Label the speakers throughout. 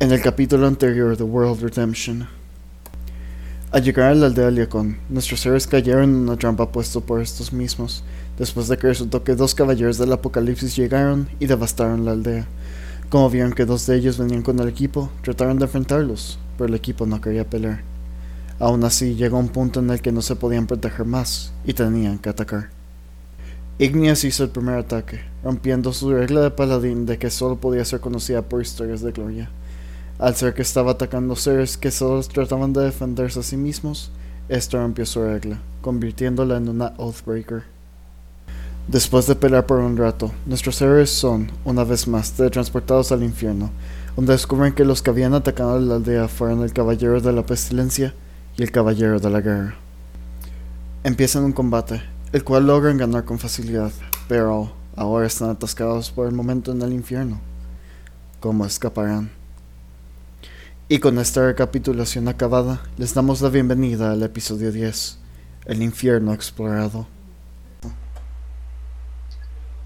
Speaker 1: en el capítulo anterior de World Redemption. Al llegar a la aldea Liacon, nuestros héroes cayeron en una trampa puesto por estos mismos, después de que resultó que dos caballeros del apocalipsis llegaron y devastaron la aldea. Como vieron que dos de ellos venían con el equipo, trataron de enfrentarlos, pero el equipo no quería pelear. Aún así, llegó un punto en el que no se podían proteger más y tenían que atacar. Igneas hizo el primer ataque, rompiendo su regla de paladín de que solo podía ser conocida por historias de gloria. Al ser que estaba atacando seres que solo trataban de defenderse a sí mismos, esto rompió su regla, convirtiéndola en una Oathbreaker. Después de pelear por un rato, nuestros héroes son, una vez más, teletransportados al infierno, donde descubren que los que habían atacado a la aldea fueron el Caballero de la Pestilencia y el Caballero de la Guerra. Empiezan un combate, el cual logran ganar con facilidad, pero ahora están atascados por el momento en el infierno. ¿Cómo escaparán? Y con esta recapitulación acabada, les damos la bienvenida al episodio 10, El infierno explorado.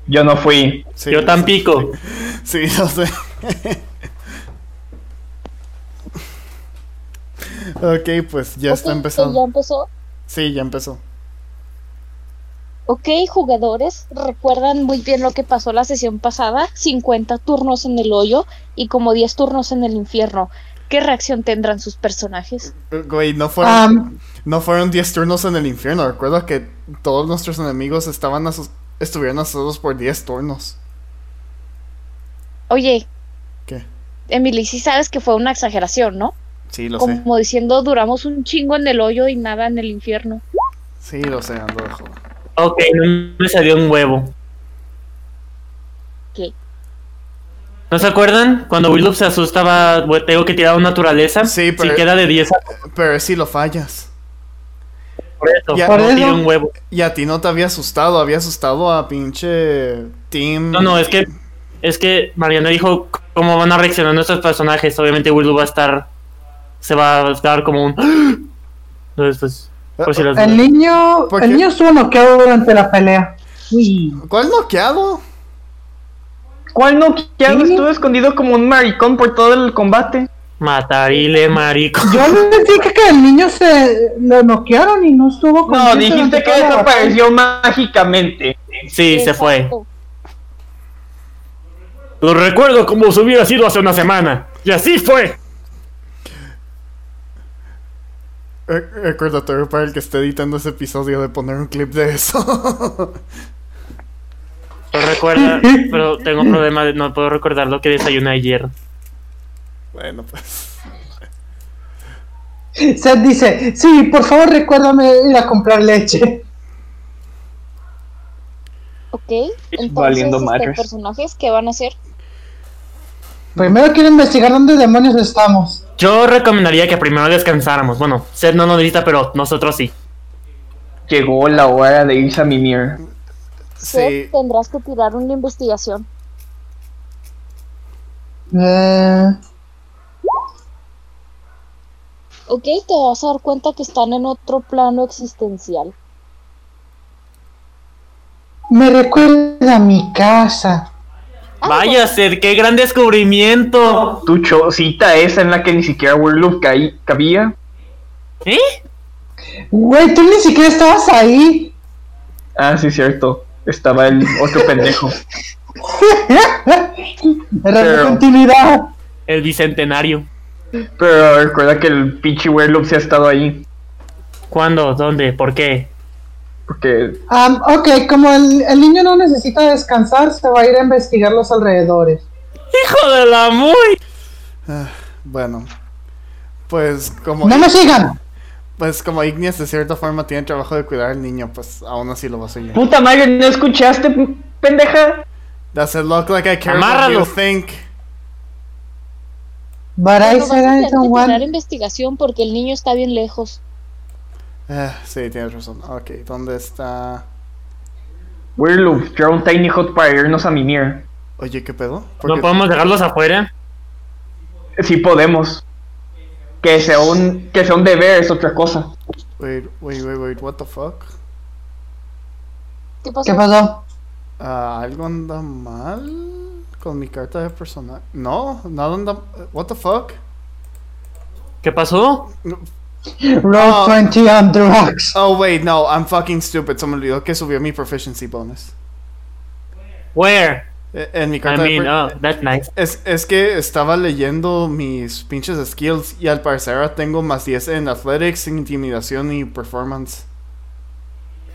Speaker 2: Yo no fui.
Speaker 1: Sí,
Speaker 3: Yo
Speaker 1: lo
Speaker 3: tampico.
Speaker 1: sé. Sí, lo sé. ok, pues ya está
Speaker 4: Ok,
Speaker 1: empezando.
Speaker 4: Ya empezó.
Speaker 1: Sí, ya empezó.
Speaker 4: Ok, jugadores, recuerdan muy bien lo que pasó la sesión pasada, 50 turnos en el hoyo y como 10 turnos en el infierno. ¿Qué reacción tendrán sus personajes?
Speaker 1: Eh, Güey, no fueron, no fueron 10 turnos en el infierno. Recuerda que todos nuestros enemigos estaban asos- estuvieron asados por 10 turnos.
Speaker 4: Oye,
Speaker 1: ¿Qué?
Speaker 4: Emily, sí sabes que fue una exageración, ¿no?
Speaker 1: Sí, lo sé.
Speaker 4: como diciendo, duramos un chingo en el hoyo y nada en el infierno.
Speaker 1: Sí, lo sé, ando de joda.
Speaker 3: Ok, no me salió un huevo.
Speaker 4: ¿Qué?
Speaker 3: ¿No se acuerdan? Cuando Willow se asustaba, güey, tengo que tirar una naturaleza.
Speaker 1: Sí, pero-
Speaker 3: Si queda de 10 a
Speaker 1: Pero si lo fallas.
Speaker 3: por eso,
Speaker 1: Ya-
Speaker 3: no
Speaker 1: Por eso.
Speaker 3: tiré un huevo.
Speaker 1: Y a ti no te había asustado, había asustado a pinche Team.
Speaker 3: No, no, es que es que Mariana dijo c- cómo van a reaccionar nuestros personajes. Obviamente Willow va a estar se va a estar como un ¡Ah! Entonces, pues, por si las
Speaker 2: El
Speaker 3: dudas.
Speaker 2: niño,
Speaker 1: ¿Por
Speaker 2: el
Speaker 1: qué?
Speaker 2: niño estuvo noqueado durante la pelea. Uy.
Speaker 1: Eh, ¿Cuál noqueado?
Speaker 5: ¿Cuál no quiero?
Speaker 2: ¿Sí?
Speaker 5: Estuve escondido como un maricón por todo el combate.
Speaker 3: matarile marico.
Speaker 2: Yo les dije que el niño se lo noquearon y no
Speaker 5: No,
Speaker 2: estuvo consciente
Speaker 5: dijiste
Speaker 2: durante
Speaker 5: que
Speaker 2: toda la
Speaker 5: desapareció mágicamente.
Speaker 3: Sí, se fue.
Speaker 4: Exacto.
Speaker 3: Lo recuerdo como si hubiera sido hace una semana. Y así fue.
Speaker 1: Re- Recordatorio Eh, para el que esté editando ese episodio de poner un clip de eso.
Speaker 3: Lo recuerda, pero tengo un problema, de- no puedo recordar lo que desayuné ayer.
Speaker 1: bueno, pues.
Speaker 2: pelea. Seth dice, sí, por favor recuérdame ir a comprar leche.
Speaker 4: Ok, entonces,
Speaker 5: Valiendo
Speaker 4: este,
Speaker 5: madres.
Speaker 4: personajes, ¿qué van a hacer?
Speaker 2: Primero quiero investigar dónde demonios estamos.
Speaker 3: Yo recomendaría que primero descansáramos. Bueno, Seth no nos necesita, pero nosotros sí.
Speaker 5: Llegó la hora de irse a mimir.
Speaker 1: Sí.
Speaker 4: Seth, Tendrás que tirar una investigación.
Speaker 2: Eh,
Speaker 4: Ok, te vas a dar cuenta que están en otro plano existencial.
Speaker 2: me recuerda a mi casa.
Speaker 3: Vaya, Seth, qué gran descubrimiento.
Speaker 5: Tu chocita esa en la que ni siquiera Werewolf caí- cabía.
Speaker 3: ¿Eh?
Speaker 2: Güey, tú ni siquiera estabas ahí.
Speaker 5: Ah, sí, cierto. Estaba el otro pendejo.
Speaker 2: Error de
Speaker 5: Pero-
Speaker 2: continuidad.
Speaker 3: El bicentenario.
Speaker 5: Pero recuerda que el pinche Werewolf se ha estado ahí.
Speaker 3: ¿Cuándo? ¿Dónde? ¿Por qué?
Speaker 5: Porque
Speaker 2: Am, Ah, ok, como el, el niño no necesita descansar, se va a ir a investigar los alrededores.
Speaker 3: ¡Hijo de la muy!
Speaker 1: Ah, bueno. Pues como.
Speaker 2: ¡No me sigan!
Speaker 1: Pues como Igneas de cierta forma tiene trabajo de cuidar al niño, pues aún así lo va a seguir.
Speaker 5: puta madre, ¿no escuchaste, pendeja?
Speaker 1: Does it look like I care
Speaker 3: Amárralo.
Speaker 1: what you think?
Speaker 2: But I
Speaker 4: Bueno, vas a
Speaker 2: said I
Speaker 4: tener
Speaker 2: don't
Speaker 4: que tirar
Speaker 2: want.
Speaker 4: investigación porque el niño está bien lejos.
Speaker 1: Ah, sí, tienes razón. Ok, ¿dónde está?
Speaker 5: Werewolf, draw un tiny hot para irnos a mimir.
Speaker 1: Oye, ¿qué pedo? ¿Por
Speaker 3: ¿No
Speaker 1: qué-
Speaker 3: podemos dejarlos afuera?
Speaker 5: Si podemos. Que sea un, que sea un deber es otra cosa.
Speaker 1: Wait, wait, wait, wait, what the fuck?
Speaker 4: ¿Qué pasó?
Speaker 2: ¿Qué pasó?
Speaker 1: Ah, ¿Algo anda mal? Con mi carta de personaje. No, nada anda. What the fuck?
Speaker 3: ¿Qué pasó?
Speaker 1: Oh.
Speaker 2: Roll 20 on drugs.
Speaker 1: Oh, wait, no, I'm fucking stupid. Se me olvidó que subió mi proficiency bonus.
Speaker 3: Where?
Speaker 1: E- En mi
Speaker 3: I
Speaker 1: carta de
Speaker 3: mean, oh,
Speaker 1: per-
Speaker 3: that's nice.
Speaker 1: es, es que estaba leyendo mis pinches skills y al parecer ahora tengo más 10 en athletics, intimidación y performance.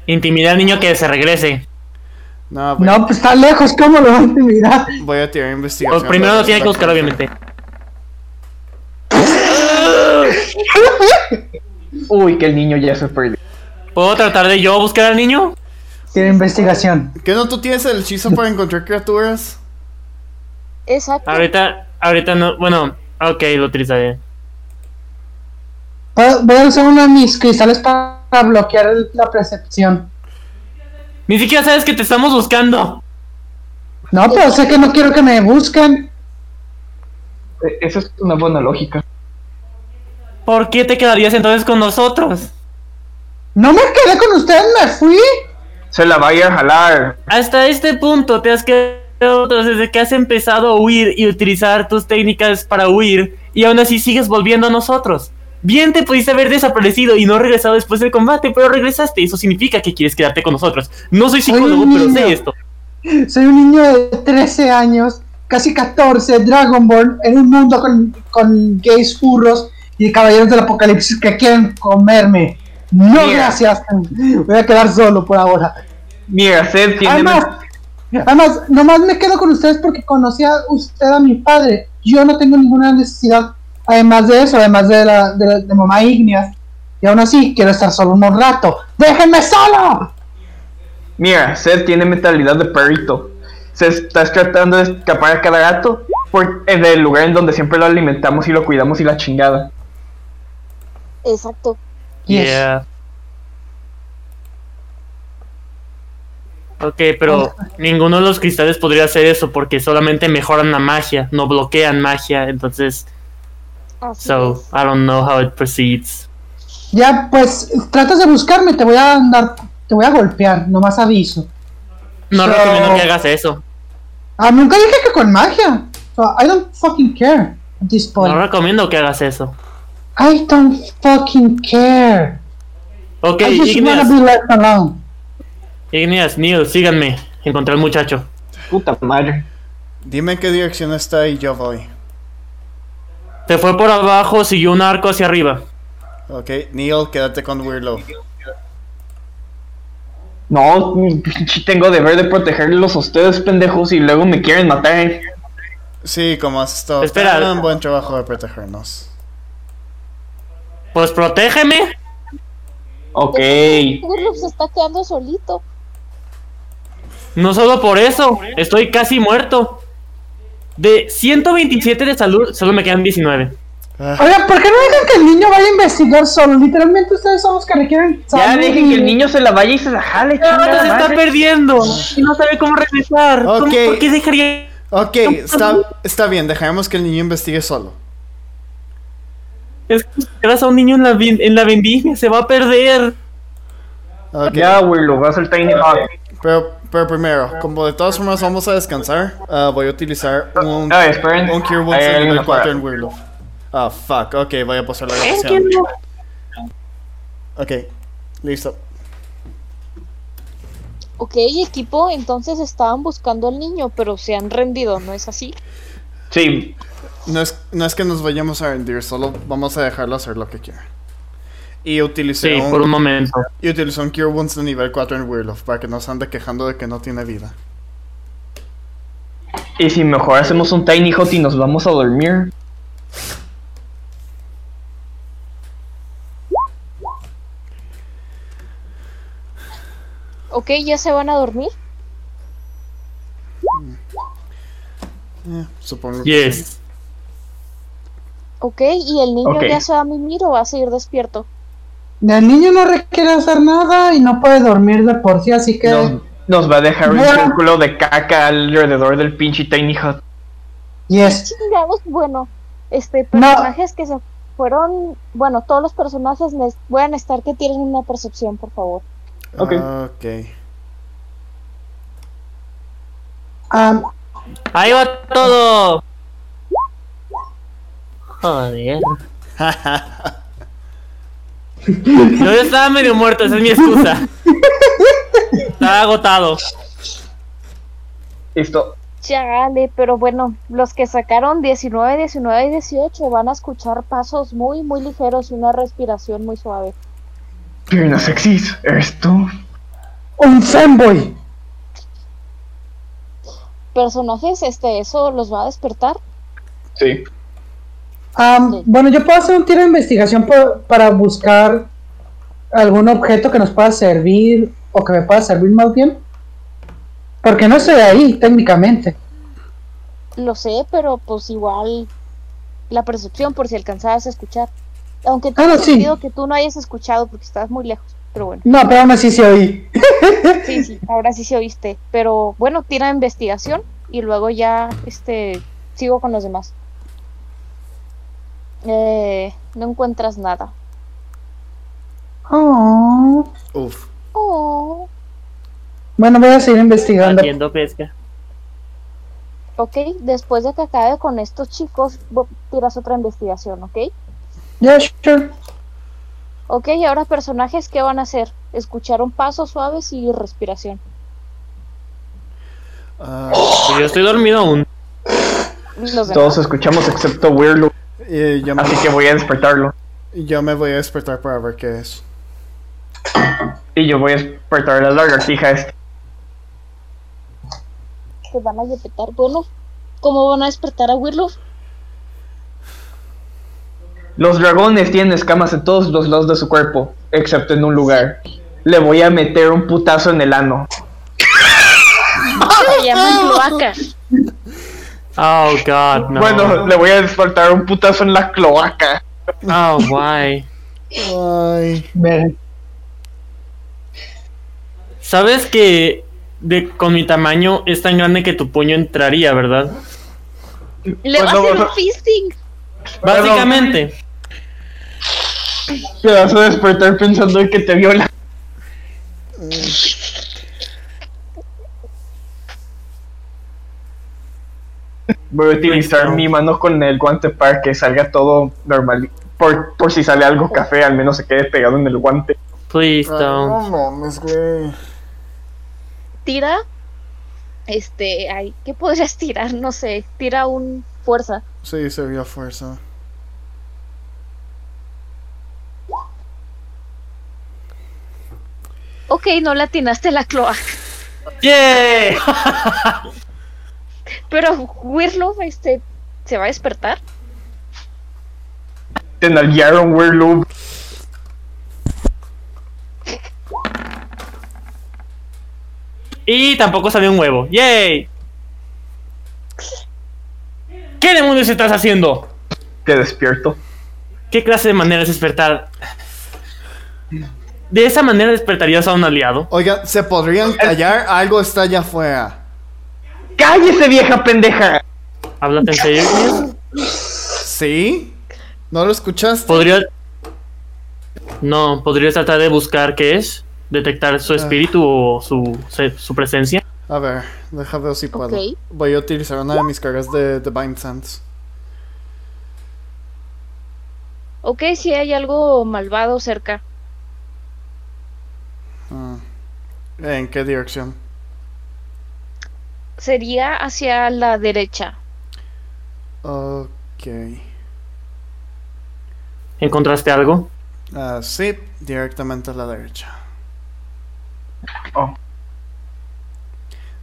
Speaker 3: Intimidar al niño que se regrese.
Speaker 1: No, voy,
Speaker 2: No, pues está lejos, ¿cómo lo van a mirar?
Speaker 1: voy a tirar investigación.
Speaker 3: Pues primero
Speaker 1: para ver
Speaker 3: lo tiene
Speaker 1: si
Speaker 3: que
Speaker 1: la
Speaker 3: buscar,
Speaker 1: encuentro.
Speaker 3: obviamente.
Speaker 5: Uy, que el niño ya se perdió.
Speaker 3: ¿Puedo tratar de yo buscar al niño?
Speaker 2: Tiene investigación.
Speaker 1: ¿Qué no tú tienes el hechizo para encontrar criaturas?
Speaker 4: Exacto.
Speaker 3: Ahorita, ahorita no. Bueno, ok, lo utilizaré.
Speaker 2: Pa- Voy a usar uno de mis cristales para bloquear el- la percepción.
Speaker 3: Ni siquiera sabes que te estamos buscando.
Speaker 2: No, pero sé que no quiero que me busquen.
Speaker 5: E- Esa es una buena lógica.
Speaker 3: ¿Por qué te quedarías entonces con nosotros?
Speaker 2: No me quedé con ustedes, me fui.
Speaker 5: Se la vaya a jalar.
Speaker 3: Hasta este punto te has quedado desde que has empezado a huir y utilizar tus técnicas para huir y aún así sigues volviendo a nosotros. Bien te pudiste haber desaparecido y no regresado después del combate, pero regresaste. Eso significa que quieres quedarte con nosotros. No soy psicólogo,
Speaker 2: Oye,
Speaker 3: pero
Speaker 2: niño.
Speaker 3: sé esto.
Speaker 2: Soy un niño de 13 años, casi 14, Dragonborn, en un mundo con, con gays furros y caballeros del apocalipsis que quieren comerme. No,
Speaker 5: Mira.
Speaker 2: gracias. Voy a quedar solo por ahora.
Speaker 5: Mira, Seth tiene.
Speaker 2: Además, además, nomás me quedo con ustedes porque conocía usted a mi padre. Yo no tengo ninguna necesidad, además de eso, además de, la, de, la- de mamá Igneas. Y aún así, quiero estar solo un rato. ¡Déjenme solo!
Speaker 5: Mira, Seth tiene mentalidad de perrito. Se está tratando de escapar a cada gato por, eh, del lugar en donde siempre lo alimentamos y lo cuidamos y la chingada.
Speaker 4: Exacto.
Speaker 2: Yes.
Speaker 3: Yeah. Ok, pero ninguno de los cristales podría hacer eso porque solamente mejoran la magia, no bloquean magia, entonces,
Speaker 4: Así
Speaker 3: so,
Speaker 4: es.
Speaker 3: I don't know how it proceeds.
Speaker 2: Ya, pues, tratas de buscarme, te voy a andar, te voy a golpear, nomás aviso.
Speaker 3: No
Speaker 2: So-
Speaker 3: recomiendo que hagas eso.
Speaker 2: Ah, nunca dije que con magia. So, I don't fucking care at this point.
Speaker 3: No recomiendo que hagas eso.
Speaker 2: I don't fucking care.
Speaker 3: Ok,
Speaker 2: I just wanna
Speaker 3: Igneas,
Speaker 2: be left alone.
Speaker 3: Igneas, Neil, síganme. Encontré al muchacho.
Speaker 5: Puta madre.
Speaker 1: Dime en qué dirección está y yo voy.
Speaker 3: Se fue por abajo, siguió un arco hacia arriba.
Speaker 1: Ok, Neil, quédate con Weirdo.
Speaker 5: No, pinche, tengo deber de protegerlos a ustedes, pendejos, y luego me quieren matar.
Speaker 1: Sí, como has estado.
Speaker 3: Espera.
Speaker 1: tan buen trabajo de protegernos.
Speaker 3: Pues protégeme.
Speaker 5: Ok.
Speaker 4: Gurlup se está quedando solito.
Speaker 3: No solo por eso, estoy casi muerto. De 127 de salud, solo me quedan 19.
Speaker 1: Ah,
Speaker 2: Oigan, ¿por qué no dejan que el niño vaya a investigar solo? Literalmente ustedes son los que le quieren
Speaker 5: Ya
Speaker 2: salir.
Speaker 5: dejen que el niño se la vaya y se la jale,
Speaker 3: Ahora
Speaker 5: chingada
Speaker 3: se está
Speaker 5: madre.
Speaker 3: perdiendo y no sabe cómo regresar. ¿Cómo-
Speaker 1: Ok.
Speaker 3: ¿Por qué dejaría?
Speaker 1: ok, está, está bien, dejaremos que el niño investigue solo.
Speaker 3: Es que si llevas a un niño en la, vin- en la vendimia, se va a perder.
Speaker 1: Ok,
Speaker 5: Ya, güey, lo vas al Tiny Hawk.
Speaker 1: pero, pero primero, como de todas formas vamos a descansar, ah, voy a utilizar un,
Speaker 5: Ah, esperen.
Speaker 1: un Cure Wounds
Speaker 5: Hay
Speaker 1: de
Speaker 5: alguien
Speaker 1: nivel 4
Speaker 5: afuera.
Speaker 1: en Weirdo. Ah, fuck, ok, voy a pasar la
Speaker 3: Es
Speaker 1: grabación.
Speaker 3: que no.
Speaker 1: Ok, listo.
Speaker 4: Ok, equipo, entonces estaban buscando al niño, pero se han rendido, ¿no es así?
Speaker 5: Sí,
Speaker 1: No es, no es que nos vayamos a rendir, solo vamos a dejarlo hacer lo que quiera. Y utilicé
Speaker 3: Sí,
Speaker 1: un,
Speaker 3: por un momento.
Speaker 1: y utilicé un Cure Wounds de nivel 4 en Weirlof para que no se ande quejando de que no tiene vida.
Speaker 5: y si mejor hacemos un Tiny Hot y nos vamos a dormir.
Speaker 4: Ok, ya se van a dormir.
Speaker 1: Eh, supongo que sí.
Speaker 3: Yes.
Speaker 4: Ok, y el niño
Speaker 5: Ok.
Speaker 4: ya se va a mimir o va a seguir despierto.
Speaker 2: El niño no requiere hacer nada y no puede dormir de por sí, así que...
Speaker 5: Nos, nos va a dejar un
Speaker 2: Ya.
Speaker 5: círculo de caca alrededor del pinche Tiny Hut.
Speaker 2: Yes.
Speaker 4: Chingados, bueno, este personajes que se fueron, bueno, todos los personajes me voy a necesitar que tienen una percepción, por favor.
Speaker 5: Ok.
Speaker 1: Ok.
Speaker 2: Am,
Speaker 3: Ahí va todo. Joder. Yo ya estaba medio muerto, esa es mi excusa. Estaba agotado.
Speaker 5: Listo.
Speaker 4: Chale, pero bueno, los que sacaron 19, 19 y 18 van a escuchar pasos muy, muy ligeros y una respiración muy suave.
Speaker 5: Piernas sexys, eres tú.
Speaker 2: Un fanboy.
Speaker 4: Personajes, este, eso los va a despertar.
Speaker 5: Sí.
Speaker 2: Am,
Speaker 4: Sí.
Speaker 2: bueno, yo puedo hacer un tiro de investigación pa- para buscar algún objeto que nos pueda servir o que me pueda servir más bien. Porque no estoy ahí técnicamente.
Speaker 4: Lo sé, pero pues igual la percepción por si alcanzabas a escuchar. Aunque
Speaker 2: Ah,
Speaker 4: tengo
Speaker 2: sí.
Speaker 4: sentido que tú no hayas escuchado porque estabas muy lejos. Pero bueno,
Speaker 2: No, pero aún así sí oí.
Speaker 4: sí, sí, ahora sí se oíste. Pero bueno, tira investigación y luego ya este sigo con los demás. Eh, no encuentras nada.
Speaker 2: Oh.
Speaker 1: Uf.
Speaker 4: Oh.
Speaker 2: Bueno, voy a seguir investigando.
Speaker 3: Haciendo pesca.
Speaker 4: Ok, después de que acabe con estos chicos, vo- tiras otra investigación, ¿ok?
Speaker 2: Ya, sure.
Speaker 4: Ok, y ahora personajes, ¿qué van a hacer? Escucharon pasos suaves y respiración.
Speaker 1: Ah,
Speaker 3: Yo estoy dormido aún.
Speaker 4: Los demás.
Speaker 5: Todos escuchamos excepto Weirdo,
Speaker 1: eh, yo, me,
Speaker 5: así que voy a despertarlo.
Speaker 1: yo me voy a despertar para ver qué es.
Speaker 5: Y yo voy a despertar a la lagartija esta.
Speaker 4: que van a despertar. Bueno, ¿cómo van a despertar a Wirloof?
Speaker 5: Los dragones tienen escamas en todos los lados de su cuerpo, excepto en un lugar. Le voy a meter un putazo en el ano.
Speaker 4: Se llaman cloacas.
Speaker 3: Oh, God, no.
Speaker 5: Bueno, le voy a despertar un putazo en la cloaca.
Speaker 3: Oh, guay.
Speaker 1: Ay.
Speaker 2: Ver.
Speaker 3: Sabes que de, con mi tamaño es tan grande que tu puño entraría, ¿verdad?
Speaker 4: Le va a
Speaker 5: Bueno,
Speaker 4: hacer un
Speaker 5: bueno.
Speaker 4: fisting.
Speaker 5: Bueno.
Speaker 3: Básicamente.
Speaker 5: Te vas a despertar pensando en que te viola. Voy a utilizar mi mano con el guante para que salga todo normal. Por, por si sale algo café, al menos se quede pegado en el guante.
Speaker 3: Please
Speaker 1: Ay,
Speaker 3: don't.
Speaker 1: Ah, no mames, güey.
Speaker 4: Tira. Este, ay, ¿qué podrías tirar? No sé, tira un fuerza.
Speaker 1: Sí, se vio fuerza.
Speaker 4: Ok, no le atinaste la cloaca.
Speaker 3: ¡Yay!
Speaker 4: Pero Wirloof, este, se va a despertar.
Speaker 5: Te nalguearon, Werewolf.
Speaker 3: y tampoco salió un huevo. ¡Yay! ¿Qué demonios estás haciendo?
Speaker 5: Te despierto.
Speaker 3: ¿Qué clase de manera es despertar? ¿De esa manera despertarías a un aliado?
Speaker 1: Oigan, ¿se podrían callar? Algo está allá afuera.
Speaker 5: ¡Cállese, vieja pendeja!
Speaker 3: ¿Háblate en serio? Ignis?
Speaker 1: ¿Sí? ¿No lo escuchaste?
Speaker 3: ¿Podría... No, ¿podrías tratar de buscar qué es? ¿Detectar su espíritu o su, se- su presencia?
Speaker 1: A ver, deja ver si puedo.
Speaker 4: Ok.
Speaker 1: Voy a utilizar una de mis cargas de Divine Sense.
Speaker 4: Ok, si hay algo malvado cerca.
Speaker 1: Ah. ¿En qué dirección?
Speaker 4: Sería hacia la derecha.
Speaker 1: Ok.
Speaker 3: ¿Encontraste algo?
Speaker 1: Ah, sí, directamente a la derecha.
Speaker 5: Oh.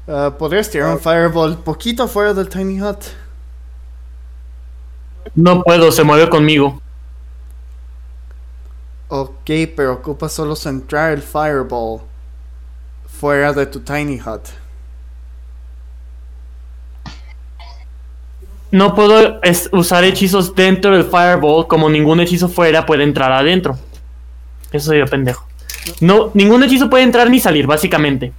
Speaker 1: Ah, ¿Podrías tirar un Fireball poquito fuera del Tiny Hut?
Speaker 3: No puedo, se mueve conmigo.
Speaker 1: Ok, pero ocupa solo centrar el Fireball fuera de tu Tiny Hut.
Speaker 3: No puedo es, usar hechizos dentro del Fireball como ningún hechizo fuera puede entrar adentro. Eso sería pendejo. No, ningún hechizo puede entrar ni salir, básicamente.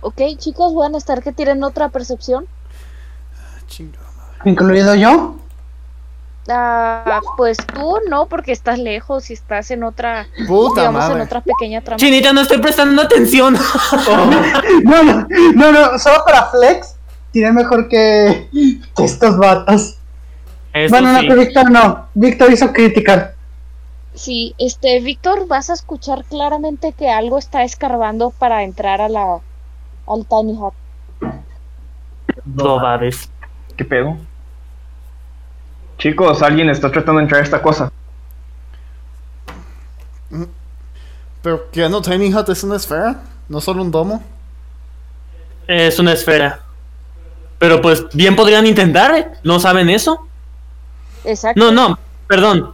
Speaker 4: Ok, chicos, voy a necesitar que tiren otra percepción.
Speaker 1: Ah, chinga.
Speaker 2: Incluido yo.
Speaker 4: Ah, pues tú no, porque estás lejos y estás en otra,
Speaker 1: Puta
Speaker 4: digamos, en
Speaker 1: madre.
Speaker 4: otra pequeña trama.
Speaker 3: Chinita, no estoy prestando atención.
Speaker 2: No, no, no, no, solo para flex. tiré mejor que, que estos vatos.
Speaker 3: Eso
Speaker 2: bueno, no,
Speaker 3: sí.
Speaker 2: que Víctor no. Víctor hizo criticar.
Speaker 4: Sí, este, Víctor, vas a escuchar claramente que algo está escarbando para entrar a la, al Tiny Hut.
Speaker 3: Dobades.
Speaker 5: ¿Qué pedo? Chicos, alguien está tratando de entrar a esta cosa.
Speaker 1: Pero que no Tiny Hut es una esfera, no solo un domo.
Speaker 3: Es una esfera. Pero pues bien podrían intentar, ¿eh? ¿No saben eso?
Speaker 4: Exacto.
Speaker 3: No, no, perdón.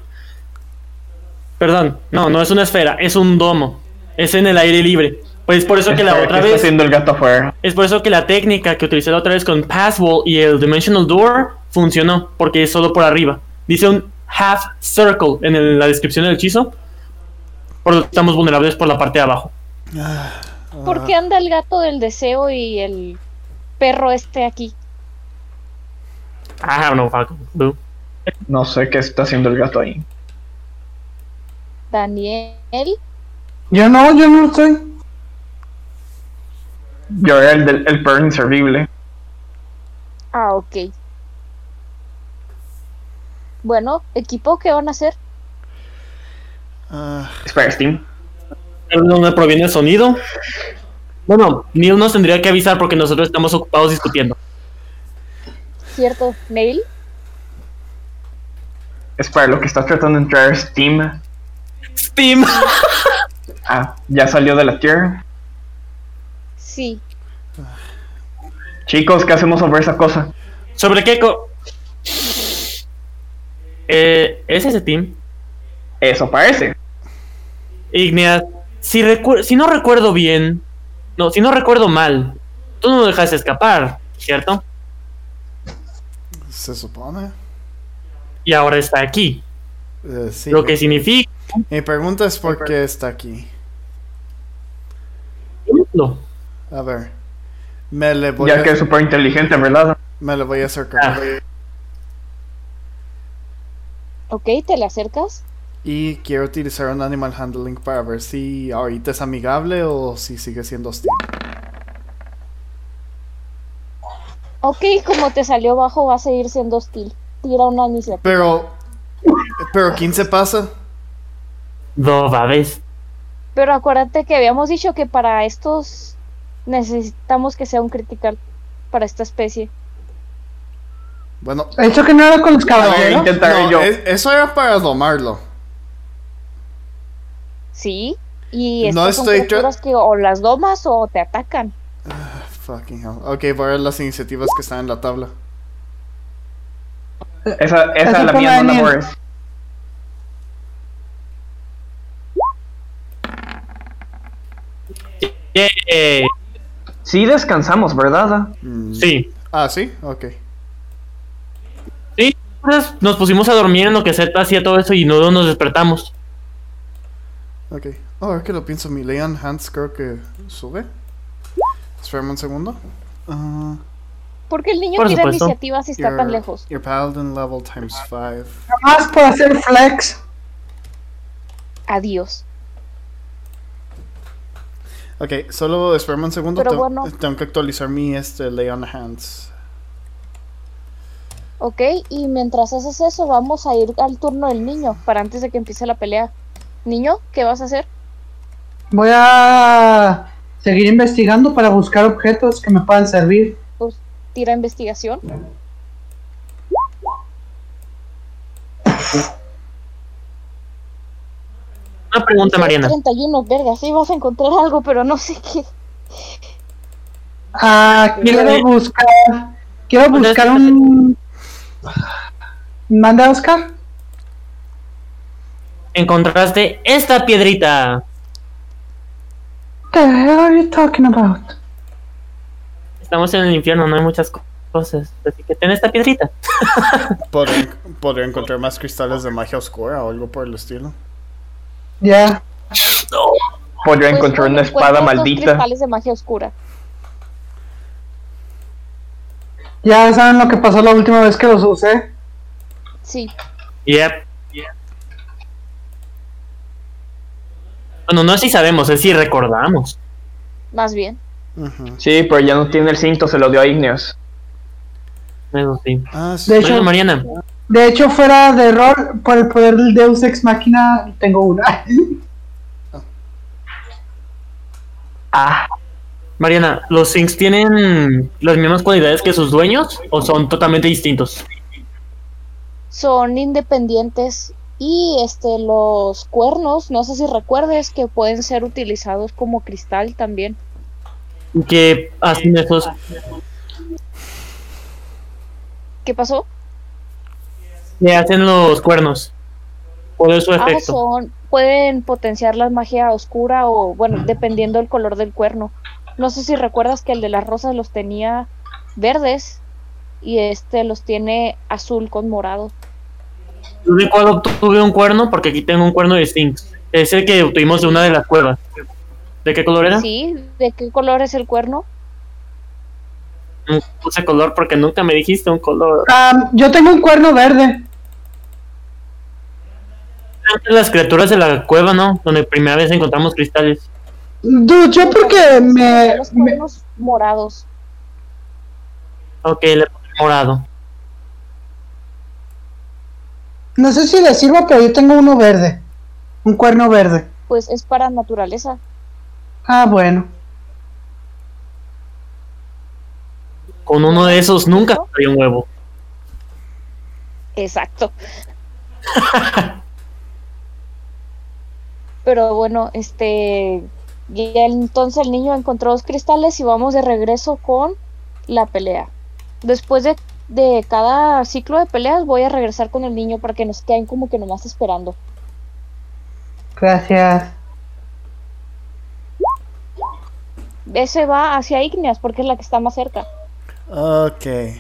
Speaker 3: Perdón, no, no es una esfera, es un domo. Es en el aire libre. Pues por eso que la
Speaker 5: Espera,
Speaker 3: otra
Speaker 5: ¿qué está
Speaker 3: vez...
Speaker 5: haciendo el gato afuera?
Speaker 3: Es por eso que la técnica que utilicé la otra vez con Passwall y el Dimensional Door funcionó, porque es solo por arriba. Dice un half circle en el- la descripción del hechizo, por lo que estamos vulnerables por la parte de abajo.
Speaker 4: ¿Por qué anda el gato del deseo y el perro este aquí?
Speaker 3: I have Ah, no fucking clue.
Speaker 5: No sé qué está haciendo el gato ahí.
Speaker 4: Daniel.
Speaker 2: Yo no, yo no soy.
Speaker 5: Yo era el, del, el perro inservible.
Speaker 4: Ah, ok. Bueno, equipo, ¿qué van a hacer?
Speaker 1: Ah,
Speaker 5: Espera, Steam.
Speaker 3: ¿Pero ¿De dónde proviene el sonido? Bueno, Neil nos tendría que avisar porque nosotros estamos ocupados discutiendo.
Speaker 4: ¿Cierto, Neil?
Speaker 5: Espera, lo que está tratando de entrar es Steam.
Speaker 3: Steam.
Speaker 5: Ah, ya salió de la tierra.
Speaker 4: Sí.
Speaker 5: Chicos, ¿qué hacemos sobre esa cosa?
Speaker 3: ¿Sobre qué? co- Eh, ¿Es ese Steam?
Speaker 5: Eso parece.
Speaker 3: Ignea, si, recu- si no recuerdo bien, no, si no recuerdo mal, tú no lo dejaste escapar, ¿cierto?
Speaker 1: se supone.
Speaker 3: Y ahora está aquí,
Speaker 1: Eh, sí.
Speaker 3: lo que significa...
Speaker 1: Mi pregunta es por qué está aquí. A ver. Me le voy
Speaker 5: ya
Speaker 1: a,
Speaker 5: que es Ah. súper inteligente, ¿verdad?
Speaker 1: me le voy a acercar.
Speaker 4: Ok, ¿te le acercas?
Speaker 1: Y quiero utilizar un animal handling para ver si ahorita es amigable o si sigue siendo hostil.
Speaker 4: Ok, como te salió bajo, va a seguir siendo hostil. Tira una iniciativa.
Speaker 1: Pero. Pero 15 pasa.
Speaker 3: No, babes.
Speaker 4: Pero acuérdate que habíamos dicho que para estos necesitamos que sea un critical para esta especie.
Speaker 1: Bueno.
Speaker 2: Eso que no era con los
Speaker 5: Voy a
Speaker 2: caballeros.
Speaker 5: intentar
Speaker 1: no,
Speaker 5: yo.
Speaker 1: es- eso era para domarlo.
Speaker 4: Sí. Y
Speaker 1: No
Speaker 4: estas son
Speaker 1: estoy tra-
Speaker 4: criaturas que o las domas o te atacan.
Speaker 1: Fucking hell. Ok, voy a ver las iniciativas que están en la tabla.
Speaker 5: Esa,
Speaker 2: Esa
Speaker 5: esa la
Speaker 2: fue la
Speaker 5: mía,
Speaker 2: de
Speaker 5: no la
Speaker 2: Neil.
Speaker 5: borres.
Speaker 3: Eh,
Speaker 5: Sí descansamos, ¿verdad?
Speaker 1: Mm,
Speaker 3: sí.
Speaker 1: Ah, sí, ok.
Speaker 3: Sí, entonces nos pusimos a dormir en lo que Z hacía todo eso y no nos despertamos.
Speaker 1: Ok. Oh, ahora que lo pienso, mi Leon Hans creo que sube. Espérame un segundo. Ah,
Speaker 4: Porque el niño
Speaker 3: Por
Speaker 4: tira
Speaker 3: supuesto.
Speaker 4: iniciativa si está tan
Speaker 1: your-
Speaker 4: lejos.
Speaker 1: Your paladin level times 5.
Speaker 2: Más por hacer flex.
Speaker 4: Adiós.
Speaker 1: Ok, solo espérame un segundo.
Speaker 4: Pero
Speaker 1: tengo-
Speaker 4: bueno.
Speaker 1: Tengo que actualizar mi este Leon Hans.
Speaker 4: Ok, y mientras haces eso, vamos a ir al turno del niño para antes de que empiece la pelea. Niño, ¿qué vas a hacer?
Speaker 2: Voy a seguir investigando para buscar objetos que me puedan servir.
Speaker 4: Pues tira investigación.
Speaker 3: Una pregunta, Mariana.
Speaker 4: 31, verga, sí vas a encontrar algo, pero no sé qué.
Speaker 2: Ah,
Speaker 3: Mira, eh.
Speaker 2: quiero buscar. Quiero
Speaker 3: Manda-
Speaker 2: buscar un. Manda Oscar.
Speaker 3: Encontraste esta piedrita.
Speaker 2: What the hell are you talking about?
Speaker 3: Estamos en el infierno, no hay muchas co- cosas. Así que ten esta piedrita.
Speaker 1: Podría, podría encontrar más cristales de magia oscura o algo por el estilo.
Speaker 2: Ya.
Speaker 5: Podría
Speaker 4: Pues,
Speaker 5: encontrar
Speaker 4: bueno,
Speaker 5: una espada
Speaker 4: encuentras dos
Speaker 5: maldita.
Speaker 4: cristales de magia oscura.
Speaker 2: Ya saben lo que pasó la última vez que los usé.
Speaker 4: Sí.
Speaker 3: Yep. Bueno, no es si sabemos, es si recordamos.
Speaker 4: Más bien.
Speaker 1: Ujú.
Speaker 5: Sí, pero ya no tiene el cinto, se lo dio a Igneos.
Speaker 3: Eso sí.
Speaker 1: Ah, sí.
Speaker 2: De hecho-
Speaker 3: Bueno, Mariana,
Speaker 2: De hecho, fuera de error, por el poder del Deus Ex Máquina, tengo una.
Speaker 5: Ah,
Speaker 3: Mariana, ¿los Sinks tienen las mismas cualidades que sus dueños o son totalmente distintos?
Speaker 4: Son independientes y este los cuernos, no sé si recuerdes que pueden ser utilizados como cristal también.
Speaker 3: ¿Y ¿Qué hacen esos?
Speaker 4: ¿Qué pasó?
Speaker 3: ¿Qué hacen los cuernos? ¿Cuál es su
Speaker 4: Ah,
Speaker 3: efecto?
Speaker 4: son pueden potenciar la magia oscura o bueno, dependiendo del color del cuerno. No sé si recuerdas que el de las rosas los tenía verdes y este los tiene azul con morado.
Speaker 3: Yo de cuál obtuve un cuerno porque aquí tengo un cuerno de Sinks. Es el que obtuvimos de una de las cuevas. ¿De qué color era?
Speaker 4: ¿Sí? ¿De qué color es el cuerno?
Speaker 3: No puse color porque nunca me dijiste un color.
Speaker 2: Am, Ah, yo tengo un cuerno verde.
Speaker 3: Las criaturas de la cueva, ¿no? Donde primera vez encontramos cristales.
Speaker 2: Dude, yo porque me,
Speaker 4: Los
Speaker 2: me-
Speaker 4: cuernos morados.
Speaker 3: Ok, le puse morado.
Speaker 2: No sé si le sirva, pero yo tengo uno verde. Un cuerno verde.
Speaker 4: Pues es para naturaleza.
Speaker 2: Ah, bueno.
Speaker 3: Con uno de esos nunca salió un huevo.
Speaker 4: Exacto. Pero bueno, este. y el- entonces el niño encontró dos cristales y vamos de regreso con la pelea. Después de, de cada ciclo de peleas, voy a regresar con el niño para que nos queden como que nomás esperando.
Speaker 2: Gracias.
Speaker 4: Ese va hacia Igneas porque es la que está más cerca.
Speaker 1: Ok. Eh,